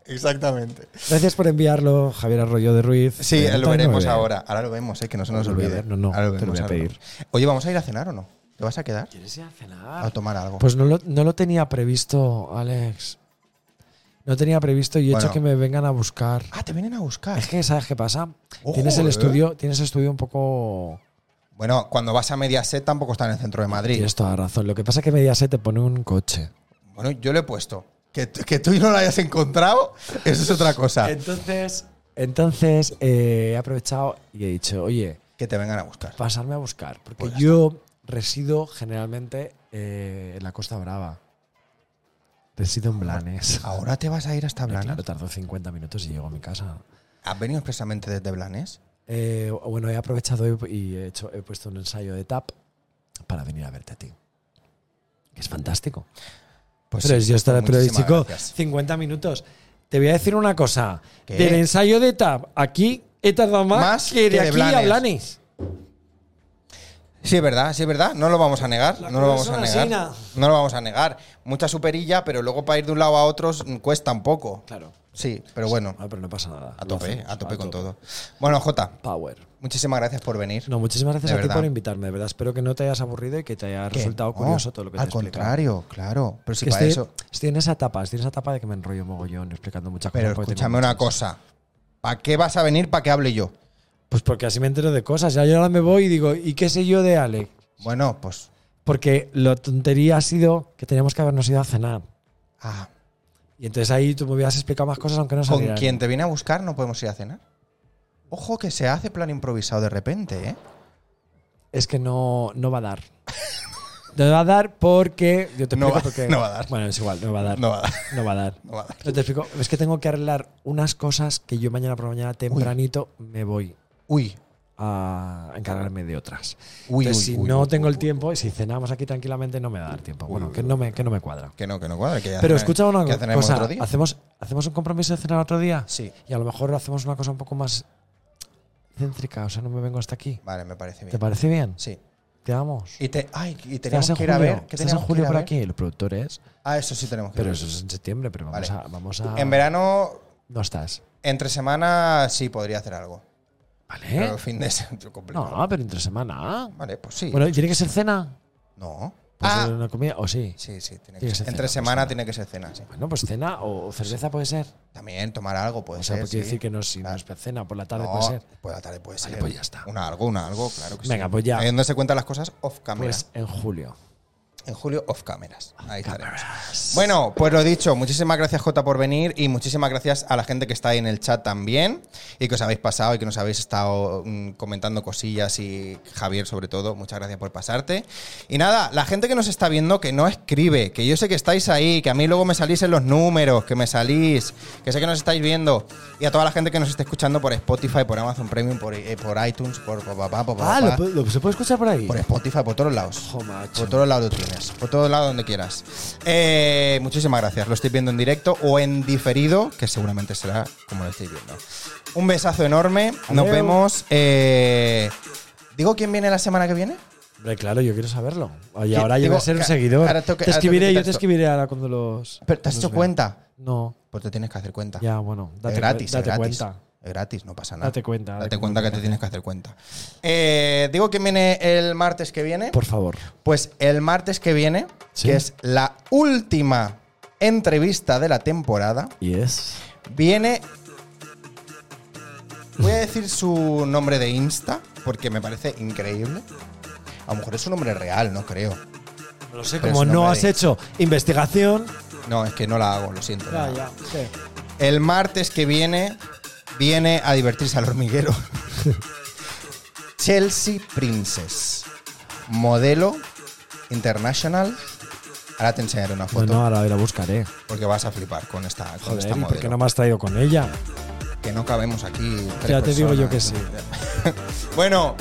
Speaker 1: Exactamente.
Speaker 2: Gracias por enviarlo, Javier Arroyo de Ruiz.
Speaker 1: Sí,
Speaker 2: Eh,
Speaker 1: lo
Speaker 2: no
Speaker 1: veremos
Speaker 2: veo.
Speaker 1: ahora. Ahora lo vemos, eh, que no se
Speaker 2: No
Speaker 1: nos
Speaker 2: lo voy a
Speaker 1: olvide.
Speaker 2: ver, no, no,
Speaker 1: Ahora
Speaker 2: te lo voy a
Speaker 1: ahora
Speaker 2: pedir.
Speaker 1: Oye, ¿vamos a ir a cenar o no? ¿Te vas a quedar?
Speaker 2: ¿Quieres ir a cenar?
Speaker 1: ¿A tomar algo?
Speaker 2: Pues no lo, no lo tenía previsto, Alex. No tenía previsto y he
Speaker 1: Bueno.
Speaker 2: hecho que me vengan a buscar.
Speaker 1: ah, te vienen a buscar.
Speaker 2: Es que, ¿sabes qué pasa?
Speaker 1: Ojo,
Speaker 2: tienes el
Speaker 1: eh.
Speaker 2: estudio, tienes el estudio un poco
Speaker 1: Bueno, cuando vas a Mediaset tampoco está en el centro de Madrid.
Speaker 2: Tienes toda razón. Lo que pasa es que Mediaset te pone un coche.
Speaker 1: Bueno, yo lo he puesto. Que, que tú no lo hayas encontrado, eso es otra cosa.
Speaker 2: Entonces, entonces eh, he aprovechado y he dicho, oye,
Speaker 1: Que te vengan a buscar.
Speaker 2: pasarme a buscar, porque
Speaker 1: Pues ya
Speaker 2: yo resido generalmente eh, en la Costa Brava. Resido en Blanes.
Speaker 1: ¿Ahora te vas a ir hasta Ah, Blanes?
Speaker 2: Claro, tardo 50 minutos y llego a mi casa.
Speaker 1: ¿Has venido expresamente desde Blanes?
Speaker 2: Eh, bueno, he aprovechado y- y he, hecho, he puesto un ensayo de TAP para venir a verte a ti. Que es fantástico.
Speaker 1: Pues
Speaker 2: pero
Speaker 1: sí,
Speaker 2: yo estaré, pero
Speaker 1: muchísimas
Speaker 2: chico,
Speaker 1: gracias.
Speaker 2: 50 minutos. Te voy a decir una cosa.
Speaker 1: ¿Qué?
Speaker 2: Del ensayo de TAP, aquí he tardado más,
Speaker 1: Más
Speaker 2: que de,
Speaker 1: que de
Speaker 2: aquí a
Speaker 1: Blanes.
Speaker 2: Blanes.
Speaker 1: Sí, es verdad, sí, es verdad. No lo vamos a negar.
Speaker 2: La
Speaker 1: No lo vamos
Speaker 2: cosa
Speaker 1: a
Speaker 2: es
Speaker 1: negar.
Speaker 2: asina.
Speaker 1: No lo vamos a negar. Mucha superilla, pero luego para ir de un lado a otro mm, cuesta un poco.
Speaker 2: Claro.
Speaker 1: Sí, pero bueno,
Speaker 2: Ah, pero no pasa nada.
Speaker 1: a
Speaker 2: Lo
Speaker 1: tope,
Speaker 2: hacemos,
Speaker 1: a tope con todo. Bueno, Jota,
Speaker 2: Power.
Speaker 1: muchísimas gracias por venir.
Speaker 2: No, muchísimas gracias
Speaker 1: De
Speaker 2: a
Speaker 1: verdad.
Speaker 2: ti por invitarme, de verdad. Espero que no te hayas aburrido y que te haya
Speaker 1: ¿Qué?
Speaker 2: resultado
Speaker 1: No,
Speaker 2: curioso todo lo que te
Speaker 1: Al
Speaker 2: he explicado.
Speaker 1: contrario, claro. Pero si
Speaker 2: Que este
Speaker 1: para
Speaker 2: estoy,
Speaker 1: eso.
Speaker 2: estoy en esa etapa, estoy en esa etapa de que me enrollo mogollón explicando muchas
Speaker 1: Pero
Speaker 2: cosas. porque tengo
Speaker 1: escúchame una
Speaker 2: muchas-
Speaker 1: cosa. ¿Para qué vas a venir para que hable yo?
Speaker 2: Pues porque así me entero de cosas. Ya yo ahora me voy y digo, ¿y qué sé yo de Ale?
Speaker 1: Bueno, pues.
Speaker 2: Porque la tontería ha sido que teníamos que habernos ido a cenar.
Speaker 1: ah,
Speaker 2: Y entonces ahí tú me hubieras explicado más cosas aunque no
Speaker 1: con
Speaker 2: salieran.
Speaker 1: quien te viene a buscar no podemos ir a cenar. Ojo que se hace plan improvisado de repente, ¿eh?
Speaker 2: Es que no, no va a dar. No va a dar porque... Yo te
Speaker 1: No
Speaker 2: explico
Speaker 1: va-
Speaker 2: porque...
Speaker 1: no va a dar.
Speaker 2: Bueno, es igual, no va a dar.
Speaker 1: No va a dar.
Speaker 2: No va a dar.
Speaker 1: No va a dar.
Speaker 2: Yo te explico. Es que tengo que arreglar unas cosas que yo mañana por la mañana tempranito me voy
Speaker 1: Uy,
Speaker 2: a encargarme de otras.
Speaker 1: Uy,
Speaker 2: Entonces,
Speaker 1: uy,
Speaker 2: si
Speaker 1: uy,
Speaker 2: no
Speaker 1: uy,
Speaker 2: tengo
Speaker 1: uy,
Speaker 2: el tiempo y si cenamos aquí tranquilamente no me va a dar tiempo. bueno, que, no me, que no me cuadra.
Speaker 1: Que no, que no cuadra. Que ya
Speaker 2: Pero
Speaker 1: cena-
Speaker 2: escucha una
Speaker 1: que ya cenaremos
Speaker 2: cosa.
Speaker 1: otro día.
Speaker 2: ¿Hacemos, ¿Hacemos un compromiso de cenar otro día?
Speaker 1: Sí.
Speaker 2: Y a lo mejor hacemos una cosa un poco más céntrica. O sea, no me vengo hasta aquí.
Speaker 1: Vale, me parece bien.
Speaker 2: ¿Te parece bien?
Speaker 1: Sí.
Speaker 2: Te damos.
Speaker 1: Y, te, ay, y
Speaker 2: ¿Estás
Speaker 1: tenemos
Speaker 2: en
Speaker 1: que ir a
Speaker 2: julio?
Speaker 1: ver. ¿Qué
Speaker 2: ¿Estás en
Speaker 1: tenemos que
Speaker 2: julio
Speaker 1: ir a
Speaker 2: por
Speaker 1: ver?
Speaker 2: aquí? Los productores.
Speaker 1: Ah, eso sí tenemos que
Speaker 2: Pero
Speaker 1: ir.
Speaker 2: eso es ah. en septiembre, pero vamos,
Speaker 1: Vale.
Speaker 2: a, vamos a...
Speaker 1: En verano,
Speaker 2: No estás.
Speaker 1: entre semana, sí podría hacer algo.
Speaker 2: ¿Vale?
Speaker 1: Pero fin de semana, complicado.
Speaker 2: ¿Eh? No, pero entre semana.
Speaker 1: Vale, pues sí.
Speaker 2: Bueno, ¿tiene que ser cena?
Speaker 1: no.
Speaker 2: ¿Puede
Speaker 1: Ah,
Speaker 2: ser una comida? ¿O sí?
Speaker 1: sí, sí. Tiene
Speaker 2: Tiene
Speaker 1: que
Speaker 2: que
Speaker 1: ser.
Speaker 2: ser
Speaker 1: Entre
Speaker 2: cena,
Speaker 1: semana
Speaker 2: pues,
Speaker 1: tiene que ser cena, sí.
Speaker 2: Bueno, pues cena o cerveza puede ser.
Speaker 1: También tomar algo puede
Speaker 2: O sea,
Speaker 1: ser.
Speaker 2: pues quiere
Speaker 1: sí.
Speaker 2: decir que no, si no
Speaker 1: Claro.
Speaker 2: es cena, por la tarde
Speaker 1: No,
Speaker 2: puede ser.
Speaker 1: por la tarde puede ser.
Speaker 2: pues ya está.
Speaker 1: Una algo, una algo, claro que sí.
Speaker 2: Venga, pues ya.
Speaker 1: Ahí es donde se cuentan las cosas off camera.
Speaker 2: Pues en julio.
Speaker 1: En julio, off cameras. Ahí estaremos. Bueno, pues lo dicho, muchísimas gracias Jota por venir y muchísimas gracias a la gente que está ahí en el chat también y que os habéis pasado y que nos habéis estado mm, comentando cosillas y Javier sobre todo, muchas gracias por pasarte. Y nada, la gente que nos está viendo que no escribe, que yo sé que estáis ahí, que a mí luego me salís en los números, que me salís, que sé que nos estáis viendo y a toda la gente que nos está escuchando por Spotify, por Amazon Premium, por, eh, por iTunes, por... por, por, por-
Speaker 2: Ah,
Speaker 1: por-
Speaker 2: ¿lo, pu- lo- se puede escuchar por ahí?
Speaker 1: por Spotify, por todos lados.
Speaker 2: Jo, macho.
Speaker 1: Por todos lados lo tienes. Por todos lados donde quieras. Eh, muchísimas gracias. Lo estoy viendo en directo o en diferido, que seguramente será como lo estoy viendo. Un besazo enorme. Nos
Speaker 2: Adeu.
Speaker 1: vemos. eh, ¿Digo quién viene la semana que viene?
Speaker 2: Hombre, claro, yo quiero saberlo. Oye,
Speaker 1: Que-
Speaker 2: ahora yo
Speaker 1: digo,
Speaker 2: voy a ser un
Speaker 1: que-
Speaker 2: seguidor.
Speaker 1: ahora tengo que-
Speaker 2: te
Speaker 1: ahora tengo que
Speaker 2: escribiré, yo
Speaker 1: quitar
Speaker 2: te
Speaker 1: esto.
Speaker 2: escribir ahora cuando los.
Speaker 1: Pero, ¿Te has
Speaker 2: cuando
Speaker 1: hecho
Speaker 2: los vea.
Speaker 1: cuenta?
Speaker 2: No,
Speaker 1: Pues te tienes que hacer cuenta.
Speaker 2: ya, bueno. Date,
Speaker 1: es gratis,
Speaker 2: cuen- date
Speaker 1: es gratis.
Speaker 2: cuenta.
Speaker 1: Es gratis, no pasa nada.
Speaker 2: Date cuenta. date
Speaker 1: Date cuenta que te tienes que hacer cuenta. Eh, Digo quién viene el martes que viene.
Speaker 2: Por favor.
Speaker 1: Pues el martes que viene,
Speaker 2: Sí.
Speaker 1: que es la última entrevista de la temporada,
Speaker 2: Yes.
Speaker 1: viene. Voy a decir su nombre de Insta, porque me parece increíble. A lo mejor es un nombre real, no creo.
Speaker 2: No lo sé,
Speaker 1: Pero
Speaker 2: como
Speaker 1: es un
Speaker 2: no
Speaker 1: hombre
Speaker 2: has
Speaker 1: de-
Speaker 2: hecho investigación.
Speaker 1: No, es que no la hago, lo siento. no la
Speaker 2: Ya,
Speaker 1: hago.
Speaker 2: ya. sí.
Speaker 1: El martes que viene, viene a divertirse al hormiguero. Chelsea Princess. Modelo international. Ahora te enseñaré una foto.
Speaker 2: Bueno, ahora la buscaré.
Speaker 1: Porque vas a flipar con esta, con
Speaker 2: Joder,
Speaker 1: esta
Speaker 2: ¿y por qué
Speaker 1: modelo.
Speaker 2: no me has traído con ella?
Speaker 1: Que no cabemos aquí. tres
Speaker 2: Ya te digo yo que sí.
Speaker 1: bueno,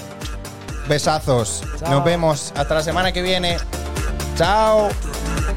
Speaker 1: besazos.
Speaker 2: Chao.
Speaker 1: Nos vemos hasta la semana que viene. Chao.